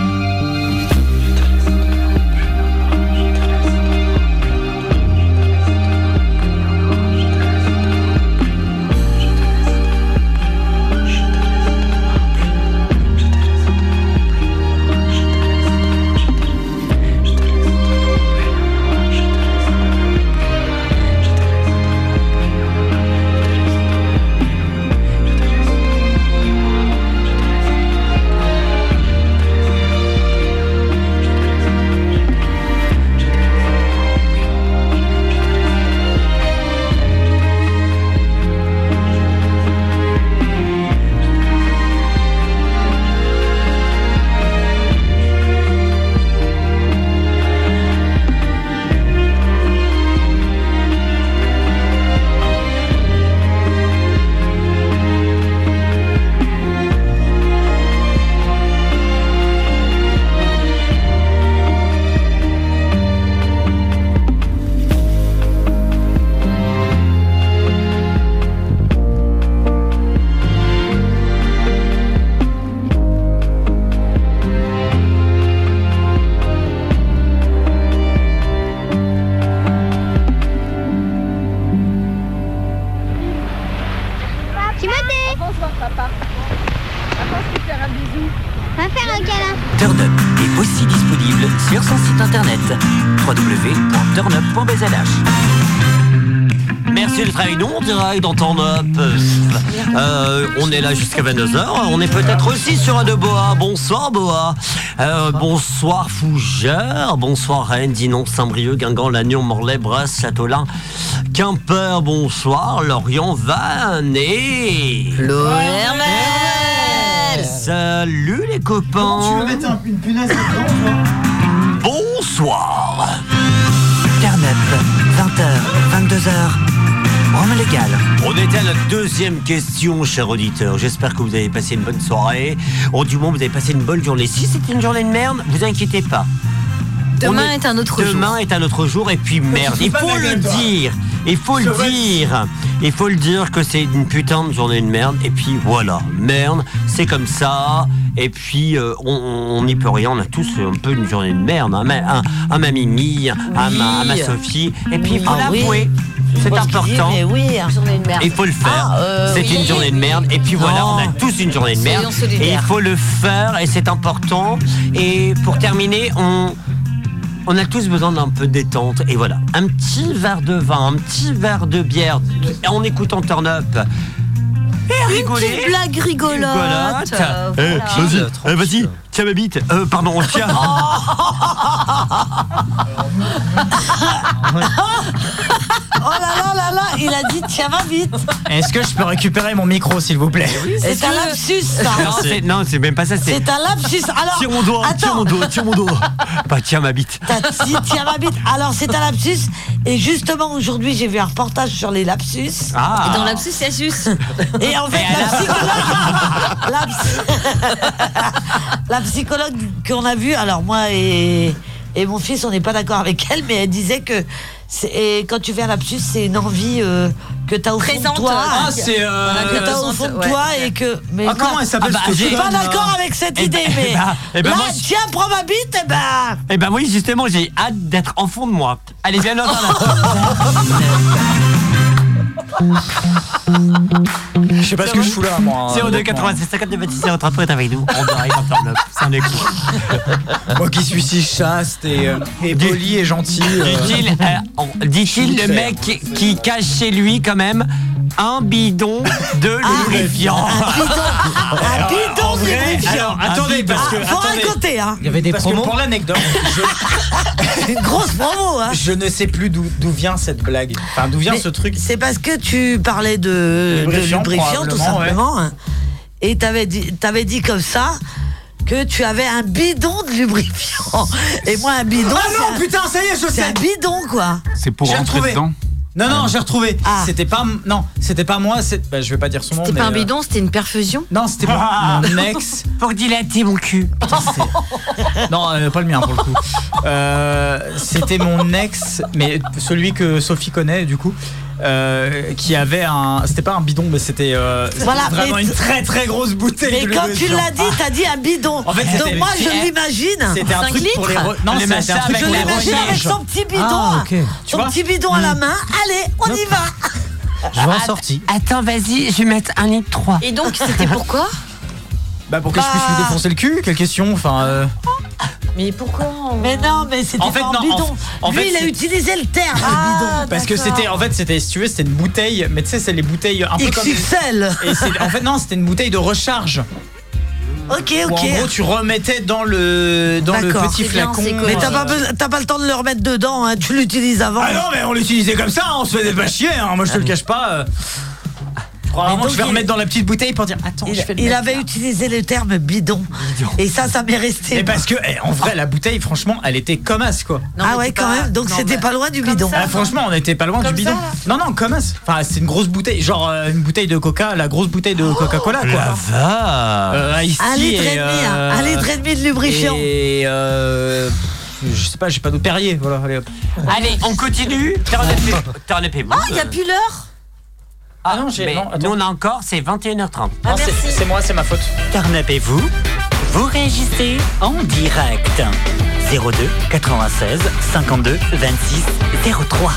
Speaker 13: Timothée Bonsoir papa. Papa, je te faire un bisou. Va faire un câlin.
Speaker 22: Turn Up est aussi disponible sur son site internet www.turnup.bzh.
Speaker 1: Merci d'être avec nous, on dirait dans ton up. Euh, on est là jusqu'à 22h. On est peut-être aussi sur un de Boa. Bonsoir Boa. Euh, bonsoir Fougère. Bonsoir Rennes, Dinon, Saint-Brieuc, Guingamp, Lannion, Morlaix, Brest, Châtelain, Quimper. Bonsoir Lorient, Vannes et... Salut les copains.
Speaker 20: Tu veux mettre un- une punaise dedans
Speaker 1: Bonsoir.
Speaker 22: Turn Up, 20h, 22h. Rome légal.
Speaker 1: On est à la deuxième question, chers auditeurs. J'espère que vous avez passé une bonne soirée. Ou du moins, vous avez passé une bonne journée. Si c'était une journée de merde, vous inquiétez pas.
Speaker 4: Demain
Speaker 1: On
Speaker 4: est un autre jour.
Speaker 1: Demain est un autre jour. Et puis, merde,
Speaker 4: fais
Speaker 1: il
Speaker 4: pas
Speaker 1: faut
Speaker 4: la
Speaker 1: le
Speaker 4: gueule, toi.
Speaker 1: dire. Il faut le dire. Il faut le dire que c'est une putain de journée de merde. Et puis, voilà. Merde, c'est comme ça. Et puis, euh, on- on on n'y peut rien. On a tous un peu une journée de merde. hein. Ma- Un, un ma Mimi, un ma, un ma
Speaker 2: Oui.
Speaker 1: Sophie. Et puis, il faut
Speaker 2: Ah oui.
Speaker 1: l'avouer.
Speaker 2: Je
Speaker 1: C'est
Speaker 2: vois ce qu'il dit,
Speaker 1: important.
Speaker 2: mais oui. hein.
Speaker 4: Journée de merde.
Speaker 1: Il faut le faire.
Speaker 4: Ah, euh,
Speaker 1: c'est
Speaker 4: oui.
Speaker 1: une journée de merde. Et puis voilà,
Speaker 4: Non.
Speaker 1: on a tous une journée de
Speaker 4: Soyons
Speaker 1: merde.
Speaker 4: solidaires.
Speaker 1: Et il faut le faire et c'est important. Et pour terminer, on, on a tous besoin d'un peu de détente. Et voilà, un petit verre de vin, un petit verre de bière en écoutant Turn Up. Et rigoler.
Speaker 4: petite blague rigolote.
Speaker 1: Rigolote.
Speaker 4: Euh,
Speaker 1: Eh,
Speaker 4: voilà.
Speaker 1: vas-y, eh, vas-y, tiens ma bite. Euh, pardon, tiens.
Speaker 2: Oh là là là là, il a dit tiens va vite.
Speaker 9: Est-ce que je peux récupérer mon micro, s'il vous plaît
Speaker 2: C'est un lapsus ça.
Speaker 1: Non, c'est- Non, c'est même pas ça. c'est-
Speaker 2: C'est un lapsus. Alors,
Speaker 1: Tire mon doigt,
Speaker 2: attends.
Speaker 1: tire mon doigt, tire mon doigt. [LAUGHS] Bah, tiens ma bite.
Speaker 2: T'as dit tiens ma bite. Alors c'est un lapsus. Et justement aujourd'hui j'ai vu un reportage sur les lapsus.
Speaker 1: Ah.
Speaker 4: Et dans l'absus, c'est juste.
Speaker 2: Et en fait, la psychologue, [LAUGHS] la, psy- la psychologue qu'on a vue, alors moi et, Et mon fils, on n'est pas d'accord avec elle, mais elle disait que c'est- et quand tu fais un lapsus, c'est une envie euh, que t'as au fond de
Speaker 4: Présente,
Speaker 2: toi.
Speaker 4: Ah, c'est, euh,
Speaker 2: que t'as au fond de
Speaker 4: ouais.
Speaker 2: toi et que. Mais
Speaker 9: Ah, comment
Speaker 2: moi-
Speaker 9: elle s'appelle,
Speaker 2: bah,
Speaker 9: cette
Speaker 2: Je suis pas
Speaker 9: conne,
Speaker 2: d'accord
Speaker 9: hein
Speaker 2: avec cette
Speaker 1: Eh ben-
Speaker 2: idée, mais.
Speaker 1: eh ben- eh ben
Speaker 2: là,
Speaker 1: moi,
Speaker 2: tiens, prends ma bite, et ben.
Speaker 1: Eh ben oui, justement, j'ai hâte d'être en fond de moi. Allez, viens, Laurent.
Speaker 4: [LAUGHS]
Speaker 9: Je sais pas ce que je fous là, moi. hein,
Speaker 1: 02 96 52 26 03 est avec nous. On arrive en turn-up. C'est un écho.
Speaker 9: [LAUGHS] Moi qui suis si chaste et, euh, et poli et gentil. euh,
Speaker 1: Dit-il, euh, on- dit-il le mec qui- qui cache chez lui quand même un bidon de
Speaker 9: Ah,
Speaker 1: lubrifiant. [LAUGHS]
Speaker 2: Un bidon
Speaker 9: en vrai,
Speaker 2: lubrifiant.
Speaker 9: alors, attendez, parce que.
Speaker 2: Faut
Speaker 9: attendez.
Speaker 2: raconter, hein.
Speaker 9: Il y avait des promos. pour l'anecdote,
Speaker 2: Une grosse promo, hein.
Speaker 9: je ne sais plus d'où d'où vient cette blague. Enfin, d'où vient
Speaker 2: Mais
Speaker 9: ce truc.
Speaker 2: C'est parce que tu parlais de de
Speaker 9: Lubrifiant,
Speaker 2: lubrifiant, tout
Speaker 9: probablement,
Speaker 2: simplement.
Speaker 9: ouais.
Speaker 2: hein. Et t'avais dit, t'avais dit comme ça que tu avais un bidon de
Speaker 9: [LAUGHS]
Speaker 2: lubrifiant. Et moi, un bidon.
Speaker 9: Ah non,
Speaker 2: c'est un-
Speaker 9: putain, ça y est, je
Speaker 2: C'est
Speaker 9: sais.
Speaker 2: un bidon, quoi.
Speaker 23: C'est pour
Speaker 9: J'ai
Speaker 23: rentrer
Speaker 9: retrouvé.
Speaker 23: dedans. Ah.
Speaker 9: Non, non, j'ai retrouvé. C'était pas. m- Non, c'était pas moi. c'est- Bah, je vais pas dire son nom.
Speaker 4: C'était
Speaker 9: mais,
Speaker 4: pas un
Speaker 9: euh,
Speaker 4: bidon, c'était une perfusion
Speaker 9: Non, c'était [LAUGHS] mon, mon ex.
Speaker 1: Pour dilater
Speaker 4: [LAUGHS]
Speaker 1: mon cul.
Speaker 4: Oh,
Speaker 9: [LAUGHS] Non, euh, pas le mien pour le coup. Euh, C'était mon ex, mais celui que Sophie connaît du coup. euh, qui avait un c'était pas un bidon mais c'était euh, c'était
Speaker 2: Voilà,
Speaker 9: vraiment
Speaker 2: mais-
Speaker 9: une très très grosse bouteille
Speaker 2: Mais
Speaker 9: de Ah.
Speaker 2: quand tu
Speaker 9: lubrifiant.
Speaker 2: l'as dit, t'as dit un bidon.
Speaker 9: En fait,
Speaker 2: Donc
Speaker 9: c'était-
Speaker 2: moi,
Speaker 9: c'était-
Speaker 2: je l'imagine.
Speaker 9: c'était un truc pour les re- non,
Speaker 2: Je
Speaker 9: c'était un truc pour les
Speaker 2: l'imagine avec
Speaker 9: rogneuses.
Speaker 2: son petit bidon. hein.
Speaker 9: Ah, ok. Tu
Speaker 2: Son
Speaker 9: vois Hmm.
Speaker 2: petit bidon à la main. Allez, on y va.
Speaker 9: Je vais en sortir.
Speaker 1: Attends, vas-y, je vais mettre un litre 3.
Speaker 4: Et donc, c'était
Speaker 1: [LAUGHS]
Speaker 4: pourquoi
Speaker 9: Bah pour que je puisse lui défoncer le cul, quelle question Enfin euh,
Speaker 4: Mais pourquoi
Speaker 2: Mais non, mais c'était
Speaker 9: En fait,
Speaker 2: pas
Speaker 9: non,
Speaker 2: un
Speaker 9: en-
Speaker 2: bidon.
Speaker 9: en
Speaker 2: Lui,
Speaker 9: fait,
Speaker 2: il a
Speaker 9: c'est-
Speaker 2: utilisé le terme bidon.
Speaker 9: parce que c'était en fait c'était si tu veux c'était une bouteille, mais tu sais c'est les bouteilles un peu comme
Speaker 2: XXL.
Speaker 9: Et c'est- en fait non, c'était une bouteille de recharge.
Speaker 2: Ok,
Speaker 9: Où,
Speaker 2: ok.
Speaker 9: en gros tu remettais dans le dans le
Speaker 2: D'accord.
Speaker 9: petit flacon.
Speaker 2: Mais t'as pas, besoin- t'as pas le temps de le remettre dedans, hein, tu l'utilises avant.
Speaker 9: Ah non mais on l'utilisait comme ça, on se faisait pas chier, hein, moi je
Speaker 2: Ah
Speaker 9: te le cache pas. euh. Probablement
Speaker 2: donc,
Speaker 9: que je vais
Speaker 2: il-
Speaker 9: remettre dans la petite bouteille pour dire attends,
Speaker 2: il
Speaker 9: je fais le
Speaker 2: il
Speaker 9: mettre
Speaker 2: avait
Speaker 9: là.
Speaker 2: utilisé le terme bidon. Et ça, ça m'est resté.
Speaker 9: Mais parce que eh, en vrai la bouteille franchement, elle était comme as quoi.
Speaker 2: ah ouais, quand même. Donc c'était pas loin du bidon.
Speaker 9: Ah, franchement, on était pas loin du bidon. non, non, comme as. Enfin, c'est une grosse bouteille, genre euh, une bouteille de Coca, la grosse bouteille
Speaker 2: Oh,
Speaker 9: de Coca-Cola, quoi.
Speaker 1: Ah,
Speaker 9: Euh, Ice-T
Speaker 2: Un litre
Speaker 9: et,
Speaker 2: et demi, hein.
Speaker 9: euh,
Speaker 2: un litre et demi de lubrifiant.
Speaker 9: Et euh, je sais pas, j'ai pas d'eau Perrier, voilà. Allez, hop.
Speaker 2: Ah,
Speaker 1: Allez, on continue. Turn-up et
Speaker 4: Ah, il y a plus l'heure
Speaker 9: Ah non, j'ai.
Speaker 1: Mais
Speaker 9: Non,
Speaker 1: nous, on a encore, c'est 21h30.
Speaker 4: Ah,
Speaker 9: Non, c'est-
Speaker 4: merci.
Speaker 9: c'est moi, c'est ma faute.
Speaker 5: Turnup et vous, vous réagissez en direct. 02 96 52 26 03.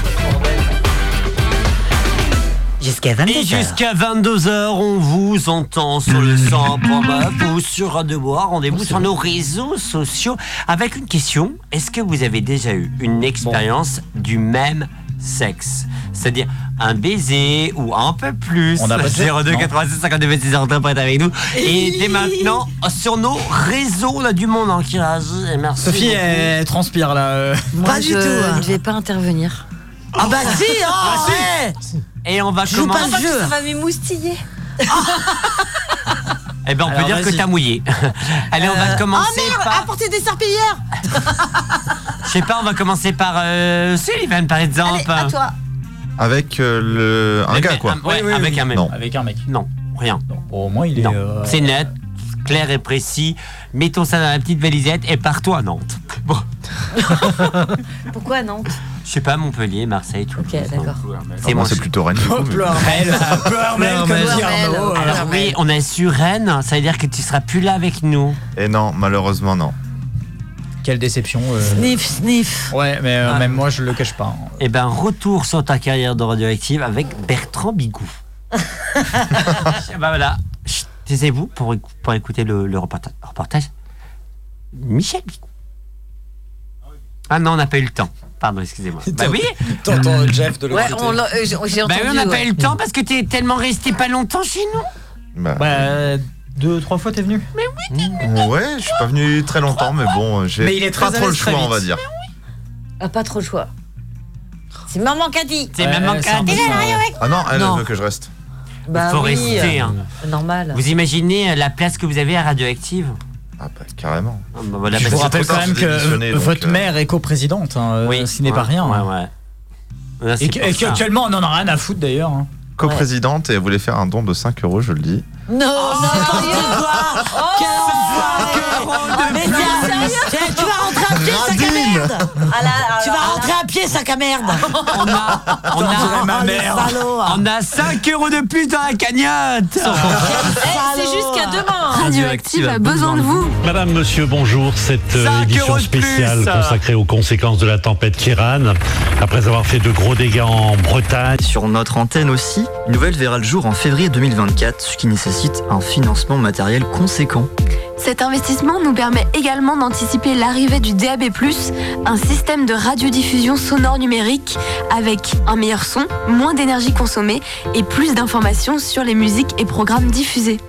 Speaker 5: Jusqu'à 22
Speaker 1: Et
Speaker 5: h
Speaker 1: jusqu'à 22h, on vous entend sur le 100.9 ou sur Radio Bois. Rendez-vous sur nos réseaux sociaux avec une question. Est-ce que vous avez déjà eu une expérience du même sexe C'est-à-dire un baiser ou un peu plus [LAUGHS]
Speaker 9: On n'a pas de-
Speaker 1: 02
Speaker 9: non.
Speaker 1: 96 52 26 03 pour être avec nous. Et
Speaker 5: [LAUGHS]
Speaker 1: dès maintenant, Ah, sur nos réseaux, on a du monde hein, qui réagit. Et Merci.
Speaker 9: Sophie,
Speaker 1: beaucoup.
Speaker 9: elle transpire là. euh.
Speaker 2: Pas du
Speaker 4: je
Speaker 2: tout, hein.
Speaker 4: ne vais pas intervenir.
Speaker 2: Ah bah si, oh, ouais.
Speaker 1: Et on va
Speaker 2: Je joue pas
Speaker 1: commencer.
Speaker 2: le jeu.
Speaker 4: Ça va m'émoustiller.
Speaker 1: Eh ben, on peut
Speaker 9: Alors,
Speaker 1: dire que
Speaker 9: vas-y.
Speaker 1: t'as mouillé. [LAUGHS] Allez, on
Speaker 2: Euh,
Speaker 1: va
Speaker 4: Ah
Speaker 1: commencer
Speaker 9: Oh,
Speaker 4: merde,
Speaker 1: par.
Speaker 4: apportez des serpillères
Speaker 1: Je sais pas, on va commencer par euh, Sullivan par exemple.
Speaker 4: Allez, à toi.
Speaker 3: Avec euh, le... un
Speaker 1: Mais-
Speaker 3: gars,
Speaker 1: mais-
Speaker 3: quoi.
Speaker 1: un- ouais, avec un mec.
Speaker 3: Non.
Speaker 9: Avec un mec.
Speaker 1: Non, rien.
Speaker 9: Non. Bon, au moins, il est.
Speaker 1: Non.
Speaker 9: euh,
Speaker 1: C'est net, clair et précis. Mettons ça dans la petite valisette et pars-toi à Nantes. Bon,
Speaker 4: Pourquoi à Nantes
Speaker 1: je sais pas, Montpellier, Marseille, tout.
Speaker 4: Ok, d'accord.
Speaker 3: C'est moi,
Speaker 1: mon
Speaker 3: c'est
Speaker 1: choix.
Speaker 3: plutôt Rennes. du coup, mais-
Speaker 9: Pleurmel, pleurmel, comme dit
Speaker 4: Pleurmel.
Speaker 9: Arnaud.
Speaker 1: Alors oui, on est sur Rennes, ça veut dire que tu seras plus là avec nous.
Speaker 3: Et Eh non, malheureusement, non.
Speaker 9: Quelle déception. euh.
Speaker 2: Sniff, sniff.
Speaker 9: Ouais, mais euh, même moi, je le cache pas. hein.
Speaker 1: Eh ben, retour sur ta carrière de radioactive avec Bertrand Bigou.
Speaker 2: Ah,
Speaker 1: Eh
Speaker 2: bah
Speaker 1: ben voilà, Chut, taisez-vous pour, éc- pour écouter le, le reporta- reportage. Michel Bigou. Ah non, on n'a pas eu le temps. Pardon, excusez-moi. Bah oui,
Speaker 9: [LAUGHS] T'entends euh, Jeff de l'autre
Speaker 4: Ouais, on l'a- euh, j'ai j'ai
Speaker 1: bah
Speaker 4: entendu.
Speaker 1: oui, on n'a pas
Speaker 4: ouais.
Speaker 1: eu le temps parce que t'es tellement resté pas longtemps chez nous.
Speaker 3: Bah,
Speaker 9: Bah, deux, trois fois t'es venu.
Speaker 3: ouais, je suis pas venu très longtemps, mais bon, euh,
Speaker 9: Mais il est
Speaker 3: j'ai
Speaker 9: très
Speaker 3: pas
Speaker 9: à
Speaker 3: trop le
Speaker 9: l'aise, très
Speaker 3: choix, on va
Speaker 9: vite.
Speaker 3: dire.
Speaker 4: Ah, pas trop le choix. C'est maman qui a dit.
Speaker 1: C'est
Speaker 9: Ouais,
Speaker 1: même
Speaker 9: c'est un
Speaker 1: encore
Speaker 9: peu
Speaker 1: dit.
Speaker 9: ça, ouais.
Speaker 3: Ah non, elle
Speaker 2: Non.
Speaker 3: veut que je reste.
Speaker 4: Bah
Speaker 1: faut
Speaker 4: oui,
Speaker 1: rester,
Speaker 4: euh,
Speaker 1: hein.
Speaker 4: Normal.
Speaker 1: Vous imaginez euh, la place que vous avez à Radioactive
Speaker 3: Ah bah, carrément.
Speaker 1: Ah bah voilà,
Speaker 9: Je
Speaker 1: parce
Speaker 9: vous
Speaker 1: que-
Speaker 9: rappelle
Speaker 3: trop
Speaker 9: quand
Speaker 3: tard,
Speaker 9: même
Speaker 3: c'est démissionné,
Speaker 9: que
Speaker 3: donc,
Speaker 9: votre
Speaker 3: euh,
Speaker 9: mère est coprésidente, hein,
Speaker 1: Oui,
Speaker 9: euh, ce n'est
Speaker 1: ouais,
Speaker 9: pas rien. hein.
Speaker 1: Ouais, ouais. Là, c'est
Speaker 9: Et que-
Speaker 1: pour
Speaker 9: et
Speaker 1: ça.
Speaker 9: qu'actuellement, on en a rien à foutre d'ailleurs. hein.
Speaker 3: Coprésidente, et elle voulait faire un don de 5 euros, je le dis.
Speaker 2: Non,
Speaker 9: Ah,
Speaker 13: Oh,
Speaker 2: n'importe
Speaker 9: Ah,
Speaker 2: quoi. Quel enfoiré. Mais tiens, tiens, tu vas rentrer à pied, sac à merde. tu vas rentrer à pied, sac à merde.
Speaker 1: On a, on a,
Speaker 2: ma
Speaker 1: mère. on a 5 euros de plus dans la cagnotte.
Speaker 13: Eh, C'est jusqu'à demain.
Speaker 4: Radioactive a besoin de vous.
Speaker 6: Madame, monsieur, bonjour. Cette euh,
Speaker 1: Cinq euros
Speaker 6: édition
Speaker 1: de plus.
Speaker 6: spéciale consacrée aux conséquences de la tempête Kiran, après avoir fait de gros dégâts en Bretagne.
Speaker 9: Sur notre antenne aussi, une nouvelle verra le jour en février 2024, ce qui nécessite un financement matériel conséquent.
Speaker 4: Cet investissement nous permet également d'anticiper l'arrivée du DAB+, un système de radiodiffusion sonore numérique avec un meilleur son, moins d'énergie consommée et plus d'informations sur les musiques et programmes diffusés.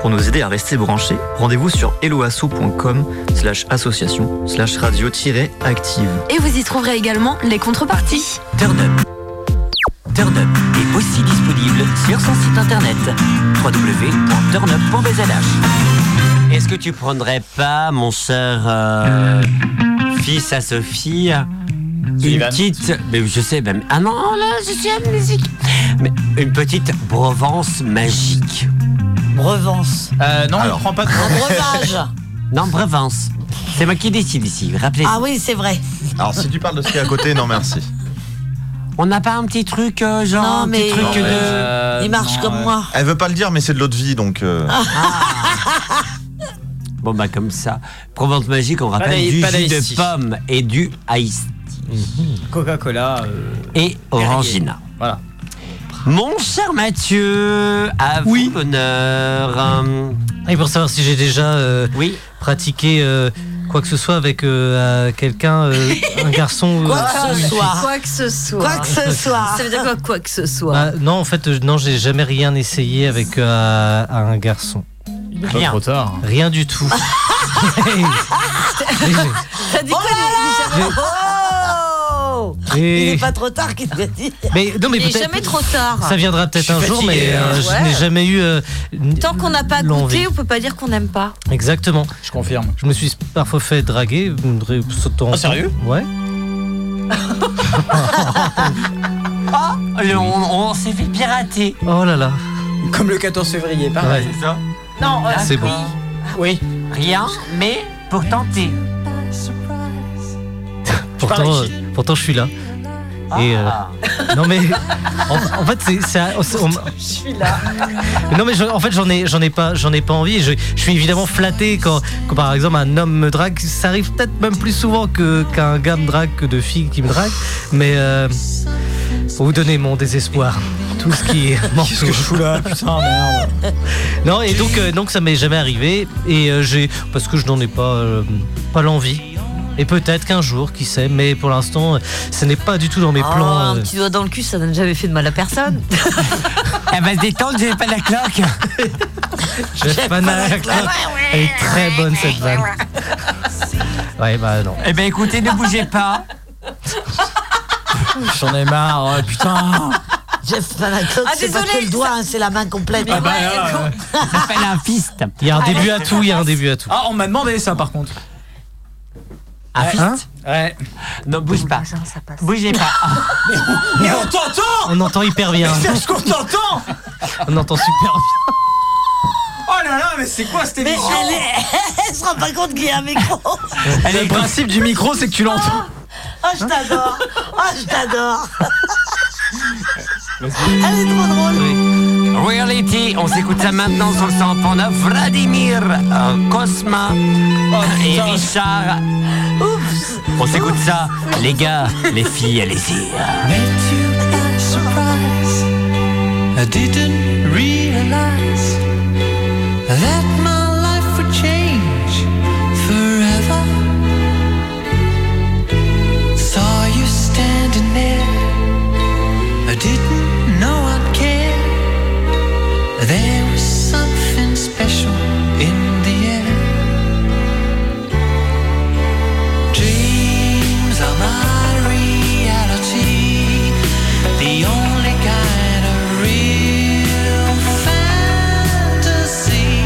Speaker 9: Pour nous aider à rester branchés, rendez-vous sur eloasso.com slash association slash radio-active.
Speaker 4: Et vous y trouverez également les contreparties.
Speaker 24: Turn Up. Turn Up est aussi disponible sur son site internet www.turnup.bzh.
Speaker 1: Est-ce que tu prendrais pas, mon cher euh, fils à Sophie, une petite, mais je sais même, ah non, là, je suis amnésique, mais une petite Provence magique.
Speaker 2: Provence.
Speaker 1: Euh,
Speaker 2: non, Alors. il prend pas de- Un breuvage.
Speaker 1: non, Provence. C'est moi qui décide ici. Rappelez.
Speaker 2: Ah oui, c'est vrai.
Speaker 3: Alors, si tu parles de ce qui est à côté, non merci.
Speaker 1: On n'a pas un petit truc euh, genre
Speaker 25: Oh,
Speaker 2: Non,
Speaker 1: un
Speaker 2: mais-
Speaker 1: petit truc euh,
Speaker 2: Non,
Speaker 1: de.
Speaker 2: mais-
Speaker 3: euh,
Speaker 2: Il marche comme moi.
Speaker 3: Elle veut pas le dire, mais c'est de l'eau de vie, donc. euh,
Speaker 1: Bon bah comme ça. Provence magique, on rappelle
Speaker 26: d'ail-
Speaker 1: du
Speaker 26: pas
Speaker 1: jus
Speaker 26: d'ice
Speaker 1: de pomme et du ice
Speaker 26: Coca-Cola.
Speaker 1: et Orangina.
Speaker 26: Voilà.
Speaker 1: Mon cher Mathieu, à vous l'honneur. Hum,
Speaker 5: Et pour savoir si j'ai déjà euh, pratiqué euh, quoi que ce soit avec euh, euh, quelqu'un,
Speaker 4: [LAUGHS]
Speaker 5: euh, un garçon. ou-
Speaker 13: Quoi
Speaker 5: ou
Speaker 13: que
Speaker 5: une
Speaker 13: ce
Speaker 5: fille.
Speaker 13: soit. Quoi que ce soit.
Speaker 5: Quoi que ce soit.
Speaker 13: Ça veut dire quoi, quoi que ce soit
Speaker 5: Bah, non, en fait, euh, non, j'ai jamais rien essayé avec euh, un garçon.
Speaker 13: Pas Rien.
Speaker 1: [LAUGHS]
Speaker 13: trop [LAUGHS]
Speaker 5: tard. Rien du tout.
Speaker 2: T'as dit quoi
Speaker 5: Et-
Speaker 2: Il n'est pas trop tard qu'il te dit.
Speaker 5: Mais non, mais
Speaker 13: Il est
Speaker 5: peut-être-
Speaker 13: jamais trop tard.
Speaker 5: Ça viendra peut-être un jour, mais euh, je n'ai jamais eu. euh, n-
Speaker 13: Tant qu'on n'a pas
Speaker 5: l'envie.
Speaker 13: goûté, on peut pas dire qu'on n'aime pas.
Speaker 5: Exactement. Je confirme. Je me suis parfois fait draguer. Ah,
Speaker 26: sérieux
Speaker 5: Ouais.
Speaker 1: Ah, le- on, on s'est fait pirater.
Speaker 5: Oh là là.
Speaker 26: Comme le 14 février, pareil.
Speaker 1: Ouais, c'est ça. Non, euh,
Speaker 26: C'est
Speaker 1: oui.
Speaker 26: bon. Oui.
Speaker 1: Rien, mais pour tenter.
Speaker 5: Pourtant, euh, pourtant, je suis là. Et euh,
Speaker 13: Ah.
Speaker 5: non
Speaker 13: [LAUGHS]
Speaker 5: mais en, en fait c'est c'est- on-
Speaker 9: Oh,
Speaker 13: Je suis là.
Speaker 5: non mais je- en fait j'en ai j'en ai pas j'en ai pas envie je, je suis évidemment flatté quand, quand, par exemple un homme me drague ça arrive peut-être même plus souvent que qu'un gars me drague que de filles qui me draguent mais euh, pour vous donner mon désespoir tout ce qui [LAUGHS] qu'est-ce que je fous là putain merde non et donc euh, donc ça m'est jamais arrivé et euh, j'ai parce que je n'en ai pas euh, pas l'envie et peut-être qu'un jour, qui sait, mais pour l'instant, euh, ce n'est pas du tout dans mes
Speaker 4: Ah,
Speaker 13: Oh,
Speaker 5: plans.
Speaker 13: un
Speaker 5: euh,
Speaker 13: petit doigt dans le cul, ça n'a jamais fait de mal à personne.
Speaker 1: Elle va se détendre, Eh ben, j'ai pas la
Speaker 5: [LAUGHS]
Speaker 1: claque.
Speaker 5: Jeff Van Eyck. Elle est très bonne cette vanne. Ouais, bah non.
Speaker 1: Eh ben écoutez, ne bougez pas.
Speaker 26: J'en ai marre, oh,
Speaker 9: [LAUGHS]
Speaker 26: putain.
Speaker 2: Jeff Panaclock,
Speaker 13: Ah,
Speaker 2: c'est pas
Speaker 13: désolé,
Speaker 2: que le doigt, hein, c'est la main complète.
Speaker 26: Ah bah, là,
Speaker 1: Ça s'appelle un fist.
Speaker 5: Il y a un début à tout, il y a un début à tout.
Speaker 26: Ah, on m'a demandé ça par contre.
Speaker 1: Un Ah, fist
Speaker 9: Hein
Speaker 26: Ouais.
Speaker 1: Non, bouge pas. Bougez pas.
Speaker 26: Mais on t'entend
Speaker 5: On entend hyper bien.
Speaker 26: Mais c'est ce qu'on t'entend
Speaker 5: On entend super bien.
Speaker 26: Oh là là, mais c'est quoi cette
Speaker 2: Mais
Speaker 26: émission
Speaker 2: elle, est- [LAUGHS] elle se rend pas compte qu'il y a un micro.
Speaker 26: Le principe du micro, c'est que tu l'entends.
Speaker 2: Oh, je t'adore. Oh, je t'adore. Elle est trop drôle.
Speaker 1: Reality, on s'écoute ça maintenant sur le 100.9. Vladimir, euh, Cosma
Speaker 2: Oh,
Speaker 1: euh, et Richard. On s'écoute ça. Les gars, les filles, allez-y.
Speaker 14: Met you by surprise. I didn't realize that my life would change forever. Saw you standing there. I didn't know I'd care. There was something special in the air. Dreams are my reality. The only kind of real fantasy.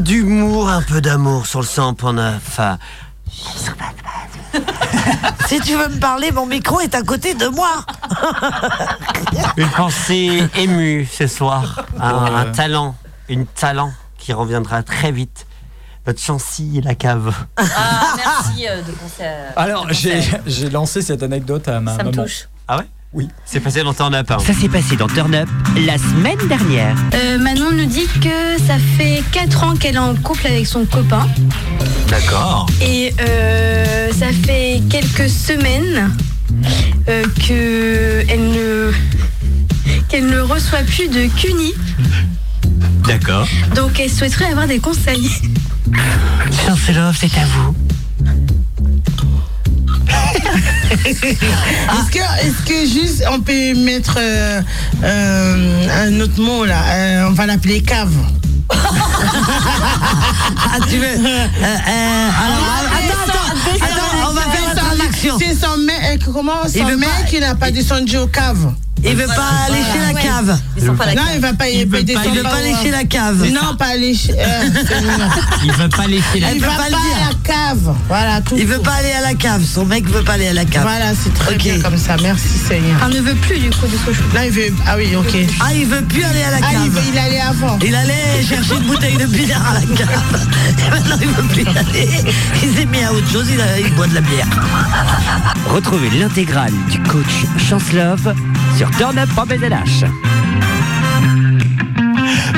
Speaker 1: d'humour, un peu d'amour sur le 100.9.
Speaker 2: [LAUGHS] Si tu veux me parler, mon micro est à côté de moi.
Speaker 1: Une pensée émue ce soir. Un,
Speaker 2: Ouais.
Speaker 1: un talent, une talent qui reviendra très vite. Notre chancy et la cave.
Speaker 4: Ah, merci euh, de conseil.
Speaker 9: Alors, j'ai j'ai lancé cette anecdote à ma
Speaker 4: Ça me
Speaker 9: maman.
Speaker 4: touche.
Speaker 1: Ah ouais Oui. C'est passé dans Turn Up. hein.
Speaker 9: Ça
Speaker 1: s'est passé dans Turn Up la semaine dernière.
Speaker 11: Euh, Manon nous dit que ça fait 4 ans qu'elle est en couple avec son copain.
Speaker 1: D'accord.
Speaker 11: Et euh, ça fait quelques semaines euh, que elle ne qu'elle ne reçoit plus de CUNY.
Speaker 1: D'accord.
Speaker 11: Donc elle souhaiterait avoir des conseils.
Speaker 1: Chance Love, c'est à vous.
Speaker 27: [LAUGHS] Est-ce que, est-ce que juste on peut mettre euh, euh, un autre mot là euh, On va l'appeler cave.
Speaker 2: [LAUGHS] ah, tu veux euh,
Speaker 27: Ah,
Speaker 2: euh, alors, attends, attends, attends, on va faire la traduction.
Speaker 27: C'est son mec, euh, comment
Speaker 2: Il
Speaker 27: son
Speaker 2: veut
Speaker 27: mec
Speaker 2: pas-
Speaker 27: il n'a pas descendu au cave.
Speaker 2: Il veut pas aller chez la
Speaker 27: Ouais.
Speaker 2: cave. Ils sont pas la
Speaker 27: non,
Speaker 2: cave.
Speaker 27: il va pas,
Speaker 2: Il veut pas- il veut pas aller chez la cave. C'est
Speaker 27: Non,
Speaker 2: ça.
Speaker 27: pas aller chez. euh,
Speaker 2: [LAUGHS]
Speaker 27: c'est mignon.
Speaker 28: Il veut pas laisser la
Speaker 27: il va pas,
Speaker 2: le dire.
Speaker 27: à la cave. Voilà, tout
Speaker 2: Il veut pas aller à la cave. Son mec veut pas aller à la cave.
Speaker 27: Voilà, c'est très bien comme ça. Merci Seigneur.
Speaker 11: On ne veut plus du coup de ce
Speaker 27: Là, il veut. Ah oui, ok.
Speaker 2: Ah, il veut plus aller à la
Speaker 27: Ah, il
Speaker 2: cave.
Speaker 27: veut- il allait avant.
Speaker 2: Il allait chercher une bouteille de bière à la cave. Et maintenant, il veut plus y aller. Il s'est mis à autre chose. Il, a- il boit de la bière.
Speaker 29: Retrouvez l'intégrale du coach Chance Love sur turnup.bdlh.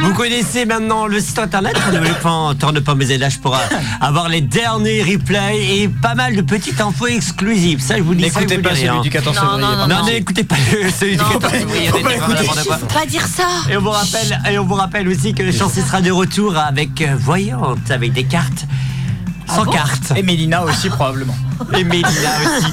Speaker 1: Vous connaissez maintenant le site internet hein, www.turnuponmeselage pour euh, avoir les derniers replays et pas mal de petites infos exclusives. Ça, je vous le dis ça,
Speaker 9: N'écoutez
Speaker 1: je vous
Speaker 9: pas
Speaker 1: le dis
Speaker 9: celui
Speaker 1: rien.
Speaker 9: du 14 février,
Speaker 1: Non, non,
Speaker 9: pardon.
Speaker 1: non, n'écoutez pas le- celui du
Speaker 9: Non,
Speaker 1: 14 février.
Speaker 9: faut
Speaker 1: n'écoutez
Speaker 9: pas
Speaker 1: pas
Speaker 9: écouter.
Speaker 1: n'importe quoi.
Speaker 9: Faut
Speaker 4: Pas dire ça.
Speaker 1: Et on vous rappelle, et on vous rappelle aussi que Chancy sera de retour avec euh, Voyante, avec des cartes. Sans carte.
Speaker 9: Ah Et Mélina aussi, probablement.
Speaker 1: Et Mélina
Speaker 9: [LAUGHS]
Speaker 1: aussi.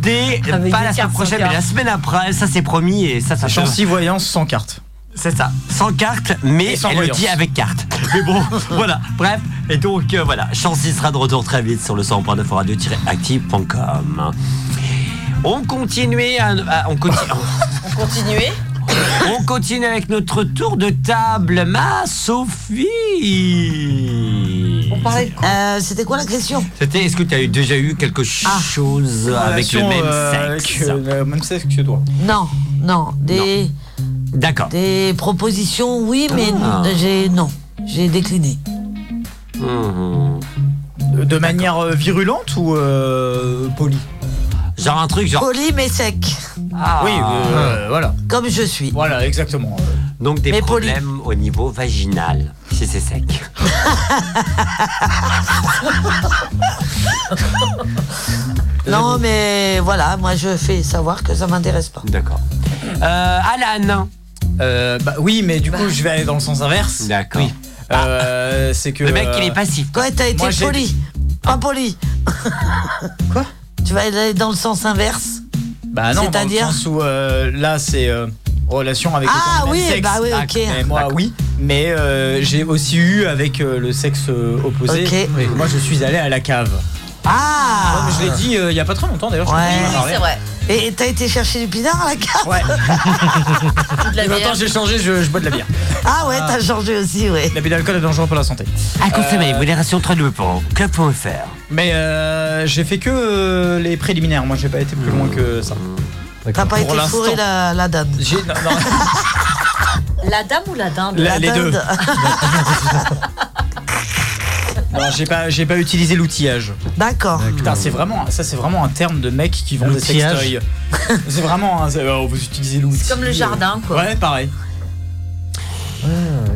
Speaker 1: Dès,
Speaker 9: Avec
Speaker 1: pas
Speaker 9: des
Speaker 1: la semaine
Speaker 9: cartes sans
Speaker 1: prochaine, mais la
Speaker 9: carte.
Speaker 1: semaine après, ça c'est promis et ça, ça
Speaker 9: Chancy voyance sans carte.
Speaker 1: C'est ça, sans carte, mais
Speaker 9: Et sans
Speaker 1: elle le
Speaker 9: voyance.
Speaker 1: dit avec carte. Mais
Speaker 9: [LAUGHS]
Speaker 1: bon, [LAUGHS] voilà, bref. Et donc, euh, voilà, Chancy sera de retour très vite sur le 100.9 radio-active.com. On continue, à- à- on
Speaker 9: [LAUGHS]
Speaker 1: continue.
Speaker 4: On continue.
Speaker 1: On continue avec notre tour de table, ma Sophie. On parlait
Speaker 2: Euh, C'était quoi la question
Speaker 1: C'était est-ce que tu as eu- déjà eu quelque
Speaker 9: Ah.
Speaker 1: chose avec le
Speaker 9: Relation,
Speaker 1: même
Speaker 9: euh,
Speaker 1: sexe
Speaker 9: avec, euh, le même sexe que toi.
Speaker 2: Non, non. Des,
Speaker 1: D'accord.
Speaker 2: des propositions, oui, mais
Speaker 9: Ah.
Speaker 2: j'ai non. J'ai décliné.
Speaker 1: Mhm.
Speaker 9: De, de manière euh, virulente ou euh, polie
Speaker 1: Genre un truc, genre.
Speaker 2: Poli mais sec.
Speaker 1: Ah.
Speaker 9: Oui, euh, voilà.
Speaker 2: Ah. Comme je suis.
Speaker 9: Voilà, exactement.
Speaker 1: Donc des
Speaker 2: Mais poli.
Speaker 1: problèmes au niveau vaginal, si c'est sec.
Speaker 2: Non, mais voilà, moi je fais savoir que ça m'intéresse pas.
Speaker 1: D'accord. Euh, Alan.
Speaker 9: bah oui, mais du coup, je vais aller dans le sens inverse.
Speaker 1: D'accord. Ah.
Speaker 9: Euh, c'est que
Speaker 1: Le mec, il
Speaker 9: euh,
Speaker 1: est passif.
Speaker 2: Toi, t'as été
Speaker 9: Moi, j'ai-
Speaker 2: poli. Pas poli.
Speaker 9: Quoi
Speaker 2: Tu vas aller dans le sens inverse
Speaker 9: Bah non, dans le
Speaker 2: C'est-à-dire
Speaker 9: sens où euh, là c'est euh, relation avec
Speaker 2: Ah
Speaker 9: le
Speaker 2: oui,
Speaker 9: sexe.
Speaker 2: bah oui, ok.
Speaker 9: Mais moi oui, mais euh, j'ai aussi eu avec euh, le sexe euh, opposé.
Speaker 2: Ok.
Speaker 9: Et Moi je suis allé à la cave.
Speaker 2: Ah
Speaker 9: Comme je l'ai dit euh, il y a pas très longtemps d'ailleurs. je
Speaker 2: Ouais.
Speaker 9: crois qu'on en a parlé.
Speaker 2: Et et t'as été chercher du pinard à la cave [LAUGHS]
Speaker 9: Ouais. Et maintenant j'ai changé, je, je bois de la bière.
Speaker 2: Ah ouais, t'as changé aussi, ouais.
Speaker 9: L'abus d'alcool est dangereux pour la santé. Euh,
Speaker 1: À consommer, modération 3 que.fr.
Speaker 9: Mais euh, j'ai fait que euh, les préliminaires. Moi j'ai pas été plus loin que ça.
Speaker 2: T'as pas
Speaker 9: Pour
Speaker 2: été
Speaker 9: l'instant.
Speaker 2: fourré la, la dame.
Speaker 9: J'ai- non, non.
Speaker 2: [LAUGHS]
Speaker 4: La dame ou la dinde
Speaker 9: La- les deux. Alors, j'ai pas, j'ai pas utilisé l'outillage.
Speaker 2: D'accord.
Speaker 9: Putain, c'est vraiment, ça c'est vraiment un terme de mec qui vend des
Speaker 5: L'outillage.
Speaker 9: sextoys. c'est vraiment, hein, c'est- oh, vous utilisez l'outil.
Speaker 4: C'est comme le jardin, quoi.
Speaker 9: Ouais, pareil.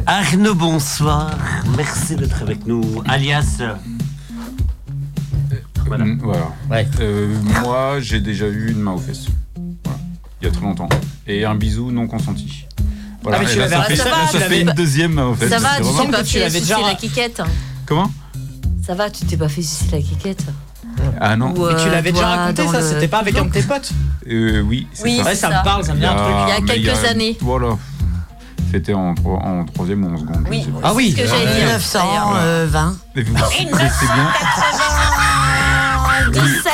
Speaker 9: Ah.
Speaker 1: Arnaud, bonsoir. Merci d'être avec nous. Alias. euh,
Speaker 7: Mm, Voilà. Euh, moi, j'ai déjà eu une main aux fesses. Voilà. Il y a très longtemps. Et un bisou non consenti.
Speaker 9: Ah, mais tu
Speaker 7: Et là,
Speaker 9: l'avais
Speaker 7: ça
Speaker 9: raté,
Speaker 7: fait,
Speaker 9: ça
Speaker 7: là,
Speaker 9: va,
Speaker 7: ça
Speaker 9: tu
Speaker 7: fait
Speaker 9: l'avais-
Speaker 7: une deuxième main aux fesses.
Speaker 4: Ça
Speaker 7: C'est
Speaker 4: va, tu
Speaker 7: vraiment-
Speaker 4: t'es pas
Speaker 9: que tu
Speaker 4: fait
Speaker 9: l'avais
Speaker 4: sucer
Speaker 9: déjà
Speaker 4: la
Speaker 9: raté.
Speaker 4: quiquette.
Speaker 7: Comment
Speaker 4: Ça va, tu t'es pas fait sucer la quiquette.
Speaker 7: Ah non.
Speaker 4: Ou,
Speaker 9: Mais tu
Speaker 4: euh,
Speaker 9: l'avais déjà
Speaker 4: toi,
Speaker 9: raconté
Speaker 4: dans
Speaker 9: ça,
Speaker 4: le-
Speaker 9: c'était pas avec un de tes potes
Speaker 7: Euh, oui, c'est
Speaker 4: Oui,
Speaker 7: ça.
Speaker 4: Ouais, c'est ça me ça. parle, ça me dit un truc. Il y a
Speaker 7: mais
Speaker 4: quelques années.
Speaker 7: Voilà. C'était en, tro- en troisième ou en seconde.
Speaker 4: Oui,
Speaker 7: je sais pas.
Speaker 4: Ah oui. c'est ce que j'allais dire.
Speaker 2: 1900, euh, 20.
Speaker 7: Et vous, vous connaissez bien.
Speaker 4: 17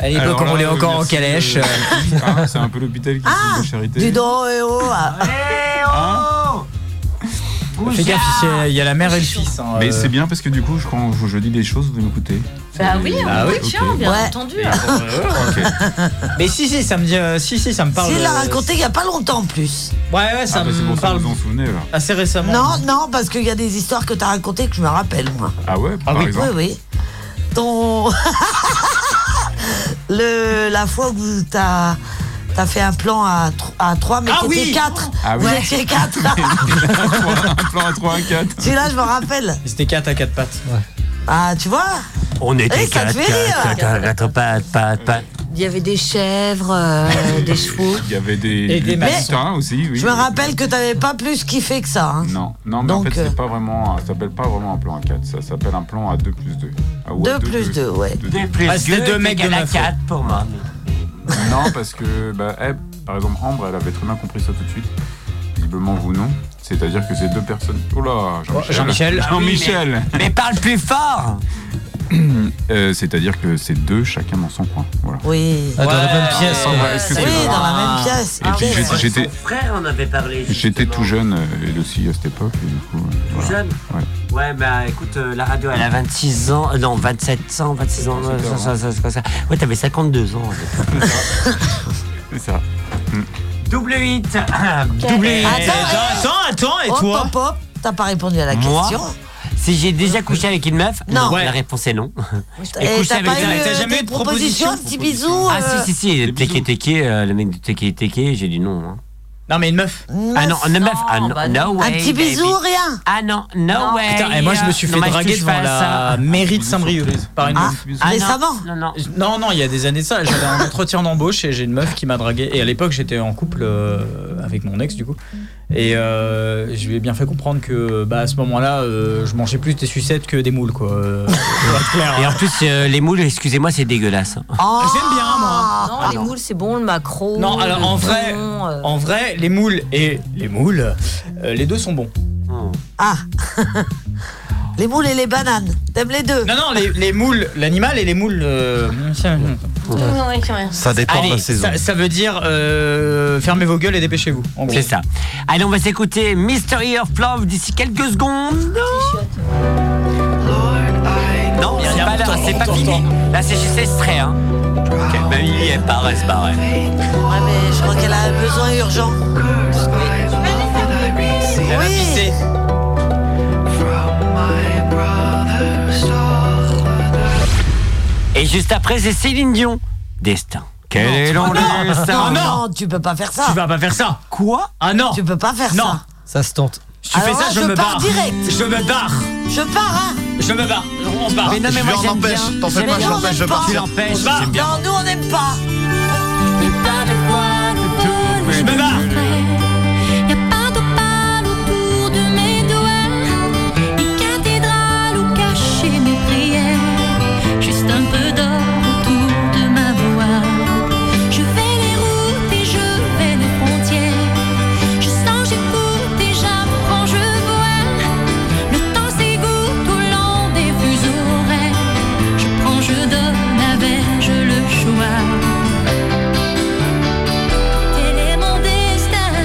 Speaker 9: À l'époque,
Speaker 7: Alors
Speaker 9: on
Speaker 7: là,
Speaker 9: roulait encore en
Speaker 7: merci,
Speaker 9: calèche.
Speaker 7: euh, hein, c'est un peu l'hôpital qui fait de la charité.
Speaker 2: Du don, eh oh eh, ah.
Speaker 1: Ah.
Speaker 7: Vous
Speaker 9: Fais gaffe, c'est- il y a la mère et le fils. hein,
Speaker 7: Mais
Speaker 9: euh.
Speaker 7: c'est bien parce que du coup, je, quand je dis des choses, vous m'écoutez.
Speaker 18: Bah oui,
Speaker 1: Ah.
Speaker 18: on
Speaker 4: Ah
Speaker 9: Bah oui,
Speaker 18: écoute, tiens,
Speaker 9: ok.
Speaker 18: bien
Speaker 9: Ouais.
Speaker 18: entendu.
Speaker 9: hein. [LAUGHS] Mais si, si, ça me dit, euh, si, si, ça me parle.
Speaker 2: Si, il l'a
Speaker 9: euh,
Speaker 2: raconté il n'y a pas longtemps en plus.
Speaker 9: Ouais, ouais, ça
Speaker 7: Ah, bah, c'est
Speaker 9: me
Speaker 7: pour ça que
Speaker 9: parle.
Speaker 7: vous en souvenez alors.
Speaker 9: Assez
Speaker 2: [LAUGHS]
Speaker 9: récemment.
Speaker 2: Non, non, parce qu'il y a des histoires que t'as racontées que je me rappelle, moi.
Speaker 7: Ah ouais, par
Speaker 2: oui, [LAUGHS]
Speaker 7: exemple.
Speaker 2: oui, oui. Ton. [LAUGHS] Le, la fois où t'as as fait un plan à, tr- à 3, mais
Speaker 11: Ah
Speaker 2: t'étais
Speaker 11: oui
Speaker 2: 4.
Speaker 7: Ah
Speaker 2: Vous
Speaker 7: oui.
Speaker 2: étiez
Speaker 7: [LAUGHS]
Speaker 2: 4. [LAUGHS]
Speaker 7: Un plan à 3, un 4.
Speaker 2: Celui-là, je me rappelle.
Speaker 9: C'était 4 à 4 pattes.
Speaker 2: Ah, tu vois
Speaker 1: On était
Speaker 2: Eh, ça te
Speaker 1: quatre,
Speaker 2: fait rire.
Speaker 1: quatre, quatre, quatre, pattes, pattes, pattes.
Speaker 18: Il y avait des chèvres, euh, des chevaux.
Speaker 7: Il y avait des,
Speaker 2: Et des
Speaker 7: des
Speaker 2: maçons.
Speaker 7: putains aussi. [LAUGHS] Oui.
Speaker 2: je me rappelle que t'avais pas plus kiffé que ça. hein.
Speaker 7: Non, non, mais en
Speaker 2: Donc,
Speaker 7: fait,
Speaker 2: euh,
Speaker 7: c'est pas vraiment, un- ça s'appelle pas vraiment un plan à 4, ça s'appelle un plan à 2 plus 2. Ah,
Speaker 2: Deux plus deux, ouais.
Speaker 7: Deux,
Speaker 1: Deux
Speaker 7: deux.
Speaker 1: plus
Speaker 7: Ah,
Speaker 1: deux,
Speaker 7: c'était deux mecs
Speaker 1: égale
Speaker 7: de
Speaker 1: à
Speaker 7: meufs,
Speaker 1: quatre pour moi.
Speaker 7: Non, parce que, bah, elle, par exemple, Ambre, elle avait très bien compris ça tout de suite. Visiblement, vous non. C'est-à-dire que c'est deux personnes. [CLEARS THROAT] Oh là, Jean-Michel.
Speaker 1: Ah oui,
Speaker 7: Jean-Michel.
Speaker 1: mais- Mais parle plus fort
Speaker 7: Euh, C'est-à-dire que c'est deux, chacun dans son coin. Voilà.
Speaker 2: Oui.
Speaker 30: Ah, dans la même pièce,
Speaker 7: Ah,
Speaker 30: hein.
Speaker 7: ouais, excusez-moi.
Speaker 2: Oui, dans la même pièce.
Speaker 7: Et puis, j'étais- j'étais.
Speaker 1: frère en avait parlé.
Speaker 7: J'étais tout jeune, euh, elle aussi à cette époque, et du coup. euh, voilà.
Speaker 1: jeune
Speaker 7: Ouais.
Speaker 1: Ouais, bah écoute, euh, la radio, elle a 26 ans, euh, non, 27 ans, 26 ans, euh, ça, ça, ça, ça, ça. Ouais, t'avais 52 ans.
Speaker 7: C'est ça.
Speaker 1: Double 8
Speaker 2: Attends,
Speaker 1: Double 8
Speaker 2: hop, hop, hop, T'as pas répondu à la
Speaker 1: Moi,
Speaker 2: question.
Speaker 1: si j'ai déjà couché avec une meuf,
Speaker 2: Non. Ouais.
Speaker 1: la réponse est non.
Speaker 2: Et t'as pas eu euh, des propositions, un petit bisou
Speaker 1: Ah
Speaker 2: euh,
Speaker 1: si, si, si, Teke Teke, euh, le mec du Teke Teke, j'ai dit non. hein.
Speaker 9: Non, mais une meuf.
Speaker 1: Ah non, une meuf, ah non, no way.
Speaker 2: Un petit
Speaker 1: baby.
Speaker 2: bisou, rien
Speaker 1: Ah non, no way.
Speaker 9: Putain, et moi je me suis fait
Speaker 1: Non, mais
Speaker 9: draguer
Speaker 1: touche pas
Speaker 9: devant
Speaker 1: à
Speaker 9: la
Speaker 1: ça.
Speaker 9: mairie de Saint-Brieuc par une
Speaker 1: Ah,
Speaker 9: meuf.
Speaker 1: ah, Récemment non, non.
Speaker 9: non, non, il y a des années de ça. J'avais un entretien d'embauche et j'ai une meuf qui m'a dragué. Et à l'époque, j'étais en couple euh, avec mon ex, du coup. Et euh, je lui ai bien fait comprendre que bah, à ce moment-là, euh, je mangeais plus des sucettes que des moules, quoi. Euh, pour être clair.
Speaker 1: Et en plus, euh, les moules, excusez-moi, c'est dégueulasse.
Speaker 9: J'aime bien, moi.
Speaker 18: Non, les moules, c'est bon, le macro.
Speaker 9: Non, alors en
Speaker 18: le
Speaker 2: Oh,
Speaker 9: vrai,
Speaker 18: thon, euh,
Speaker 9: en vrai, les moules et les moules, euh, les deux sont bons.
Speaker 2: Ah [LAUGHS] Les moules et les bananes, t'aimes les deux
Speaker 9: Non, non, les, les moules, l'animal et les moules. euh,
Speaker 4: Ça dépend de la
Speaker 9: Allez,
Speaker 4: saison.
Speaker 9: Ça, ça veut dire euh, fermez vos gueules et dépêchez-vous. en gros.
Speaker 1: C'est ça. Allez, on va s'écouter Mystery of Love d'ici quelques secondes. Non, c'est pas là, c'est pas fini. Là, c'est juste extrait. Hein. Ok, Même il y est pas, reste pas, ouais.
Speaker 2: Ouais, mais euh, je crois qu'elle a un besoin urgent.
Speaker 9: Oui
Speaker 1: Et juste après, c'est Céline Dion. Destin. Quel est
Speaker 2: Non, Oh,
Speaker 1: long
Speaker 2: non,
Speaker 1: destin.
Speaker 2: non, tu peux pas faire ça.
Speaker 9: Tu vas pas faire ça.
Speaker 1: Quoi
Speaker 9: Ah non.
Speaker 2: Tu peux pas faire
Speaker 9: non.
Speaker 2: ça.
Speaker 9: Ça se tente. Tu
Speaker 2: Alors
Speaker 9: fais ça,
Speaker 2: là,
Speaker 9: je,
Speaker 2: je
Speaker 9: me
Speaker 2: pars
Speaker 9: barre.
Speaker 2: direct.
Speaker 9: Je me barre.
Speaker 2: Je pars, hein
Speaker 9: Je me barre. On se barre.
Speaker 1: Mais non, mais
Speaker 9: Je
Speaker 1: moi,
Speaker 9: l'en
Speaker 1: j'aime
Speaker 9: empêche.
Speaker 1: bien.
Speaker 9: T'en fais
Speaker 1: Mais
Speaker 9: pas, je
Speaker 1: non,
Speaker 9: l'empêche de
Speaker 1: j'aime pas.
Speaker 9: partir.
Speaker 1: Tu l'empêches,
Speaker 9: On se barre.
Speaker 1: j'aime bien.
Speaker 2: Bah, Non, nous, on n'aime pas.
Speaker 9: Je me barre.
Speaker 13: Y'a pas d'opale autour de mes doigts, ni cathédrale où cacher mes prières. Juste un peu d'or autour de ma voix. Je vais les routes et je vais les frontières. Je sens, j'écoute et j'apprends, je vois. Le temps s'égoutte au long des fuseaux horaires. Je prends, je donne, avais-je le choix? Quel est mon destin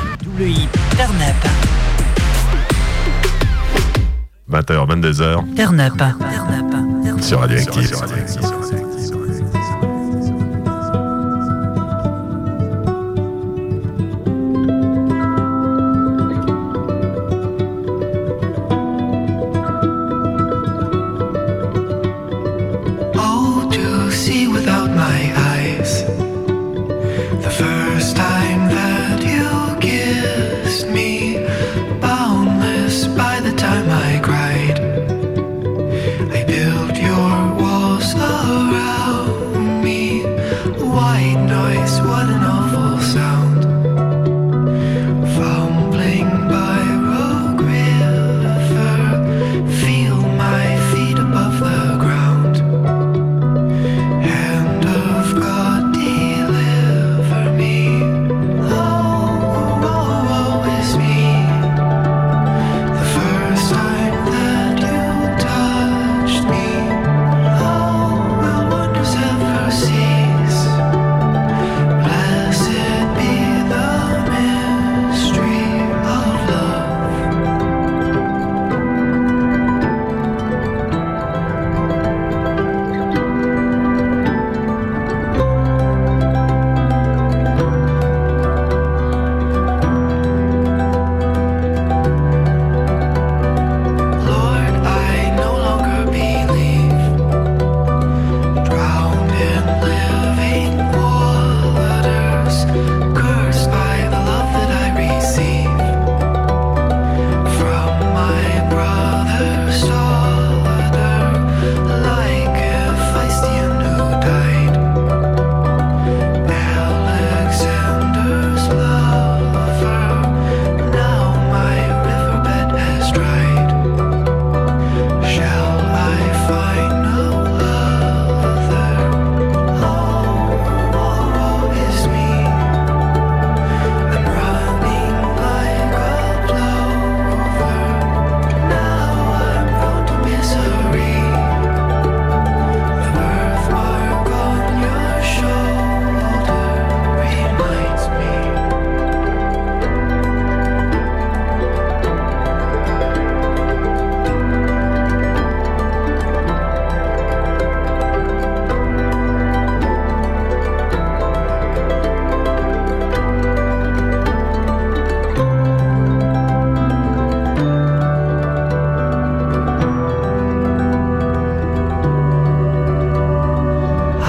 Speaker 14: Turn Up.
Speaker 11: 20h, 22h,
Speaker 14: Turn Up.
Speaker 11: sur Radioactive.
Speaker 18: Oh, to see without my eyes. The first time that you kissed me, boundless by the time I cried. I built your walls around me. White noise, what an awful sound. Fumbling by Rogue River, feel my feet above the ground. Hand of God, deliver me. Oh, woe is me. The first time that you touched me, oh, will wonders ever cease? Blessed be the mystery of love. Lord, I no longer believe. Drowned in living waters, cursed by the love that I receive from my brother's daughter, like a Philistian who died. Alexander's lover, now my riverbed has dried. Shall I find no other? Oh, woe is me. I'm running like a plover. Now I'm prone to misery. The birthmark on your shoulder reminds me.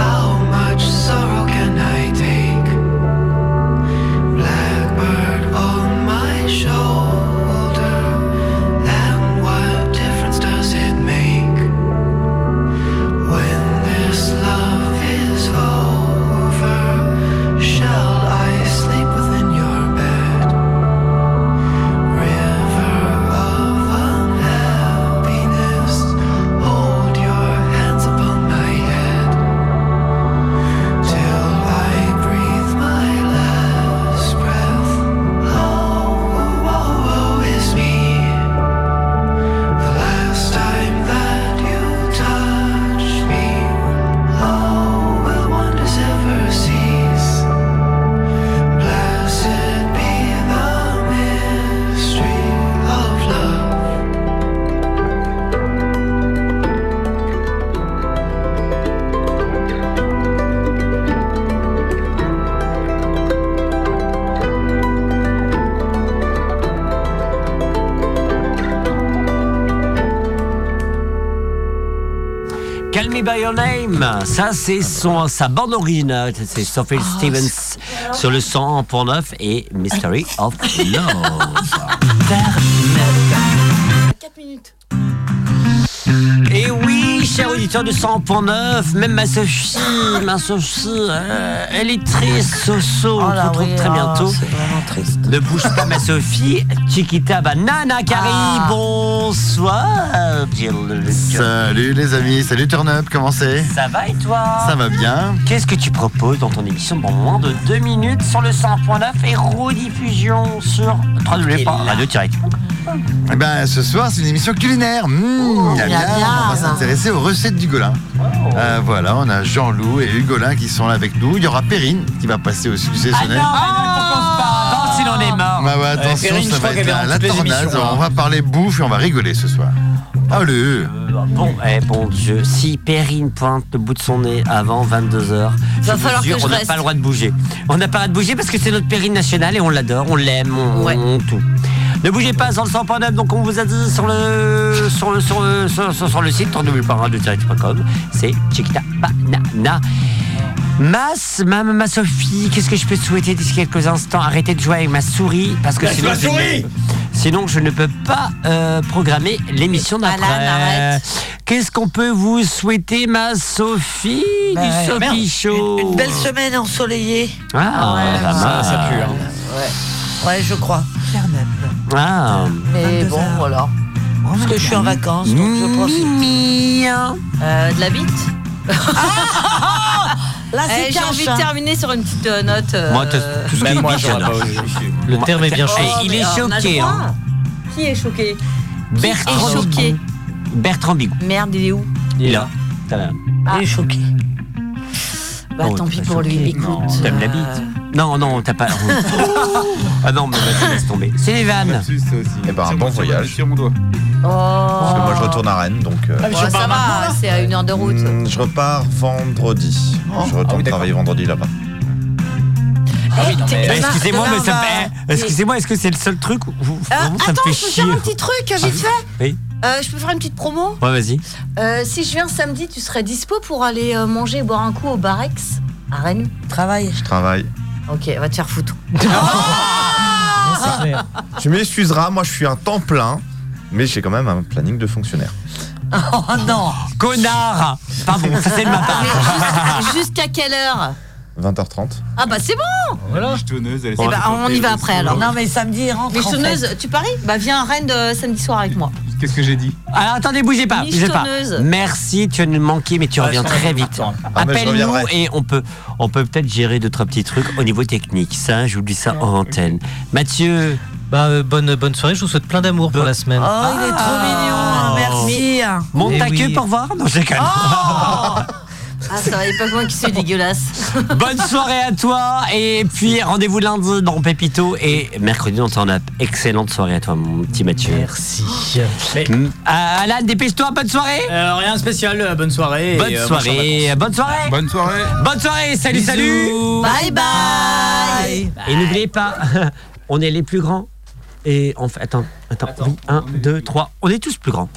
Speaker 18: How much sorrow can I take? Blackbird on my shoulder, and what difference does it make? When this love is over, shall I sleep within your bed? River of unhappiness, hold your hands upon my head. Till I breathe my last breath, oh, woe, woe is me. The last time that you touched me, oh, will wonders ever cease? Blessed be the mystery of love.
Speaker 1: Call Me By Your Name, ça c'est son, sa bande originale, c'est Sophie Stevens sur le 100.9 et Mystery of Love.
Speaker 4: 4 minutes.
Speaker 1: Et oui, cher auditeur du 100.9, même ma Sophie, ma Sophie, euh, elle est triste, Soso, on se retrouve très bientôt. Ne bouge pas ma Sophie, Chiquita Banana euh, qui arrive, bonsoir.
Speaker 3: Salut les amis, salut Turn Up, comment c'est
Speaker 1: Ça va et toi
Speaker 3: Ça va bien.
Speaker 1: Qu'est-ce que tu proposes dans ton émission dans moins de 2 minutes sur le 100.9 et rediffusion sur radio
Speaker 3: Eh ben, ce soir, c'est une émission culinaire. Mmh,
Speaker 1: la
Speaker 3: la viande, on va
Speaker 1: viande.
Speaker 3: s'intéresser aux recettes du Golin.
Speaker 1: Oh.
Speaker 3: Euh, voilà, on a Jean-Loup et Hugolin qui sont là avec nous. Il y aura Perrine qui va passer au succès
Speaker 1: Ah non, mais non, faut qu'on se parle. Attends, il en est mort.
Speaker 25: Bah ouais, attention, ça va être la, la tornade.
Speaker 1: hein.
Speaker 25: on va parler bouffe et on va rigoler ce soir. Allez
Speaker 1: Bon, eh, bon Dieu, si Perrine pointe le bout de son nez avant 22h,
Speaker 4: Va falloir que je
Speaker 1: on n'a
Speaker 4: reste.
Speaker 1: pas le droit de bouger. On n'a pas le droit de bouger parce que c'est notre Perrine nationale et on l'adore, on l'aime, on, on- tout. Ne bougez pas sur le 100.9, donc on vous a dit sur le, sur le, sur le, sur, sur- sur le site www.radio-direct.com, c'est Chiquita Banana. Mass, ma, ma Sophie, qu'est-ce que je peux te souhaiter d'ici quelques instants Arrêtez de jouer avec ma souris parce que
Speaker 14: Laisse
Speaker 1: sinon
Speaker 14: ma
Speaker 1: je ne-
Speaker 14: souris
Speaker 1: Sinon, je ne peux pas euh, programmer l'émission d'après. Qu'est-ce qu'on peut vous souhaiter, ma Sophie
Speaker 2: Ben,
Speaker 1: du Sophie
Speaker 2: merde.
Speaker 1: Show
Speaker 2: Une belle semaine ensoleillée.
Speaker 1: Ah,
Speaker 2: Ouais,
Speaker 1: pas
Speaker 2: ça-
Speaker 1: mal.
Speaker 2: ça pue, hein. Ouais, je crois.
Speaker 1: Ah.
Speaker 2: Mais bon, voilà. Parce que je suis en vacances, donc je profite.
Speaker 4: Euh, de la bite Eh,
Speaker 2: Là, c'est
Speaker 4: J'ai
Speaker 2: cash,
Speaker 4: envie
Speaker 2: hein.
Speaker 4: de terminer sur une petite euh, note. euh,
Speaker 5: Moi, t'as- tout ce Même qui est moi, bite, j'aurais j'adore. pas osé. Le terme est bien
Speaker 4: oh,
Speaker 5: choisi.
Speaker 4: mais
Speaker 5: Il est
Speaker 4: alors, on a le
Speaker 5: choqué,
Speaker 4: droit.
Speaker 5: hein.
Speaker 4: Qui est choqué Qui
Speaker 1: Bertrand
Speaker 4: est choqué
Speaker 1: Bertrand Bigou.
Speaker 4: Merde, il est où Ah.
Speaker 1: Il est là. T'as la-
Speaker 2: Il est choqué.
Speaker 4: Bah,
Speaker 1: Oh,
Speaker 4: tant
Speaker 1: t'es
Speaker 4: pis
Speaker 1: pas
Speaker 4: pour lui,
Speaker 1: choqué.
Speaker 4: écoute.
Speaker 1: Non, T'aimes la bite Non, non, t'as pas. ah non, mais vas-y, laisse tomber. C'est les vannes.
Speaker 25: Et ben, un bon voyage.
Speaker 4: [LAUGHS] Oh. Ah,
Speaker 25: Parce que moi, je retourne à Rennes, donc. euh,
Speaker 4: Ouais, ça va, c'est à une heure de route.
Speaker 25: Mm, Je repars vendredi.
Speaker 1: Ah
Speaker 25: Je retourne travailler vendredi là-bas.
Speaker 4: Eh,
Speaker 1: Eh,
Speaker 4: demain-
Speaker 1: Excusez-moi,
Speaker 4: demain,
Speaker 1: mais ça
Speaker 4: on va-
Speaker 1: me fait- eh, Excusez-moi, est-ce que c'est le seul truc où vous-
Speaker 4: Euh,
Speaker 1: vraiment, ça me
Speaker 4: attends,
Speaker 1: fait
Speaker 4: je peux faire
Speaker 1: chier
Speaker 4: un petit truc,
Speaker 1: Ah oui
Speaker 4: vite fait
Speaker 1: Oui.
Speaker 4: Euh, Je peux faire une petite promo
Speaker 1: Ouais, vas-y.
Speaker 4: Euh, Si je viens samedi, tu serais dispo pour aller euh, manger et boire un coup au Barex à Rennes
Speaker 2: Travail.
Speaker 25: Je travaille.
Speaker 4: Ok, va te faire foutre.
Speaker 25: Tu m'excuseras, moi, je suis un temps plein, mais j'ai quand même un planning de fonctionnaire.
Speaker 2: Oh non
Speaker 1: Connard Pardon, ça c'est de ma part.
Speaker 25: [LAUGHS]
Speaker 7: Ah.
Speaker 4: [LAUGHS] Jusqu'à quelle heure
Speaker 25: 20h30.
Speaker 4: Ah bah c'est bon
Speaker 7: Voilà.
Speaker 4: Eh ben, on y va après alors.
Speaker 2: mais samedi, rentre.
Speaker 4: Mais
Speaker 7: en
Speaker 4: sonneuse, tu paries Bah viens à Rennes de samedi soir avec moi.
Speaker 7: Qu'est-ce que j'ai dit
Speaker 1: Alors attendez, bougez pas, bougez pas.
Speaker 4: Michetonneuse.
Speaker 1: Merci, tu as nous manqué, mais tu reviens très vite.
Speaker 25: mais je
Speaker 1: Appelle-nous
Speaker 25: reviendrai.
Speaker 1: et on peut, on peut peut-être gérer deux trois petits trucs au niveau technique. Ça, je vous dis ça en antenne. Mathieu.
Speaker 5: Bah, euh, bonne, bonne soirée, je vous souhaite plein d'amour pour la semaine.
Speaker 2: Oh, il est trop
Speaker 4: Oh.
Speaker 2: mignon. Merci.
Speaker 1: Ah.
Speaker 2: Oh.
Speaker 1: Monte
Speaker 5: Eh
Speaker 1: ta queue
Speaker 5: oui.
Speaker 1: pour voir. Non, je déconne.
Speaker 4: Ah ça va, il y a pas que moi qui suis dégueulasse.
Speaker 1: Bonne soirée à toi et puis rendez-vous lundi dans Pépito et mercredi dans Turn Up. Excellente soirée à toi, mon petit Mathieu. Merci.
Speaker 4: Hmm.
Speaker 9: Ah,
Speaker 1: Alan, dépêche-toi, bonne soirée.
Speaker 9: rien de spécial, euh, bonne soirée.
Speaker 1: Bonne soirée, bonne soirée. Bonne soirée. Bonne soirée, salut, salut.
Speaker 4: Bye bye
Speaker 1: Et n'oubliez pas, [LAUGHS] on est les plus grands. Et on fait, attends, attends, oui, 1, 2, 3, on est tous plus grands.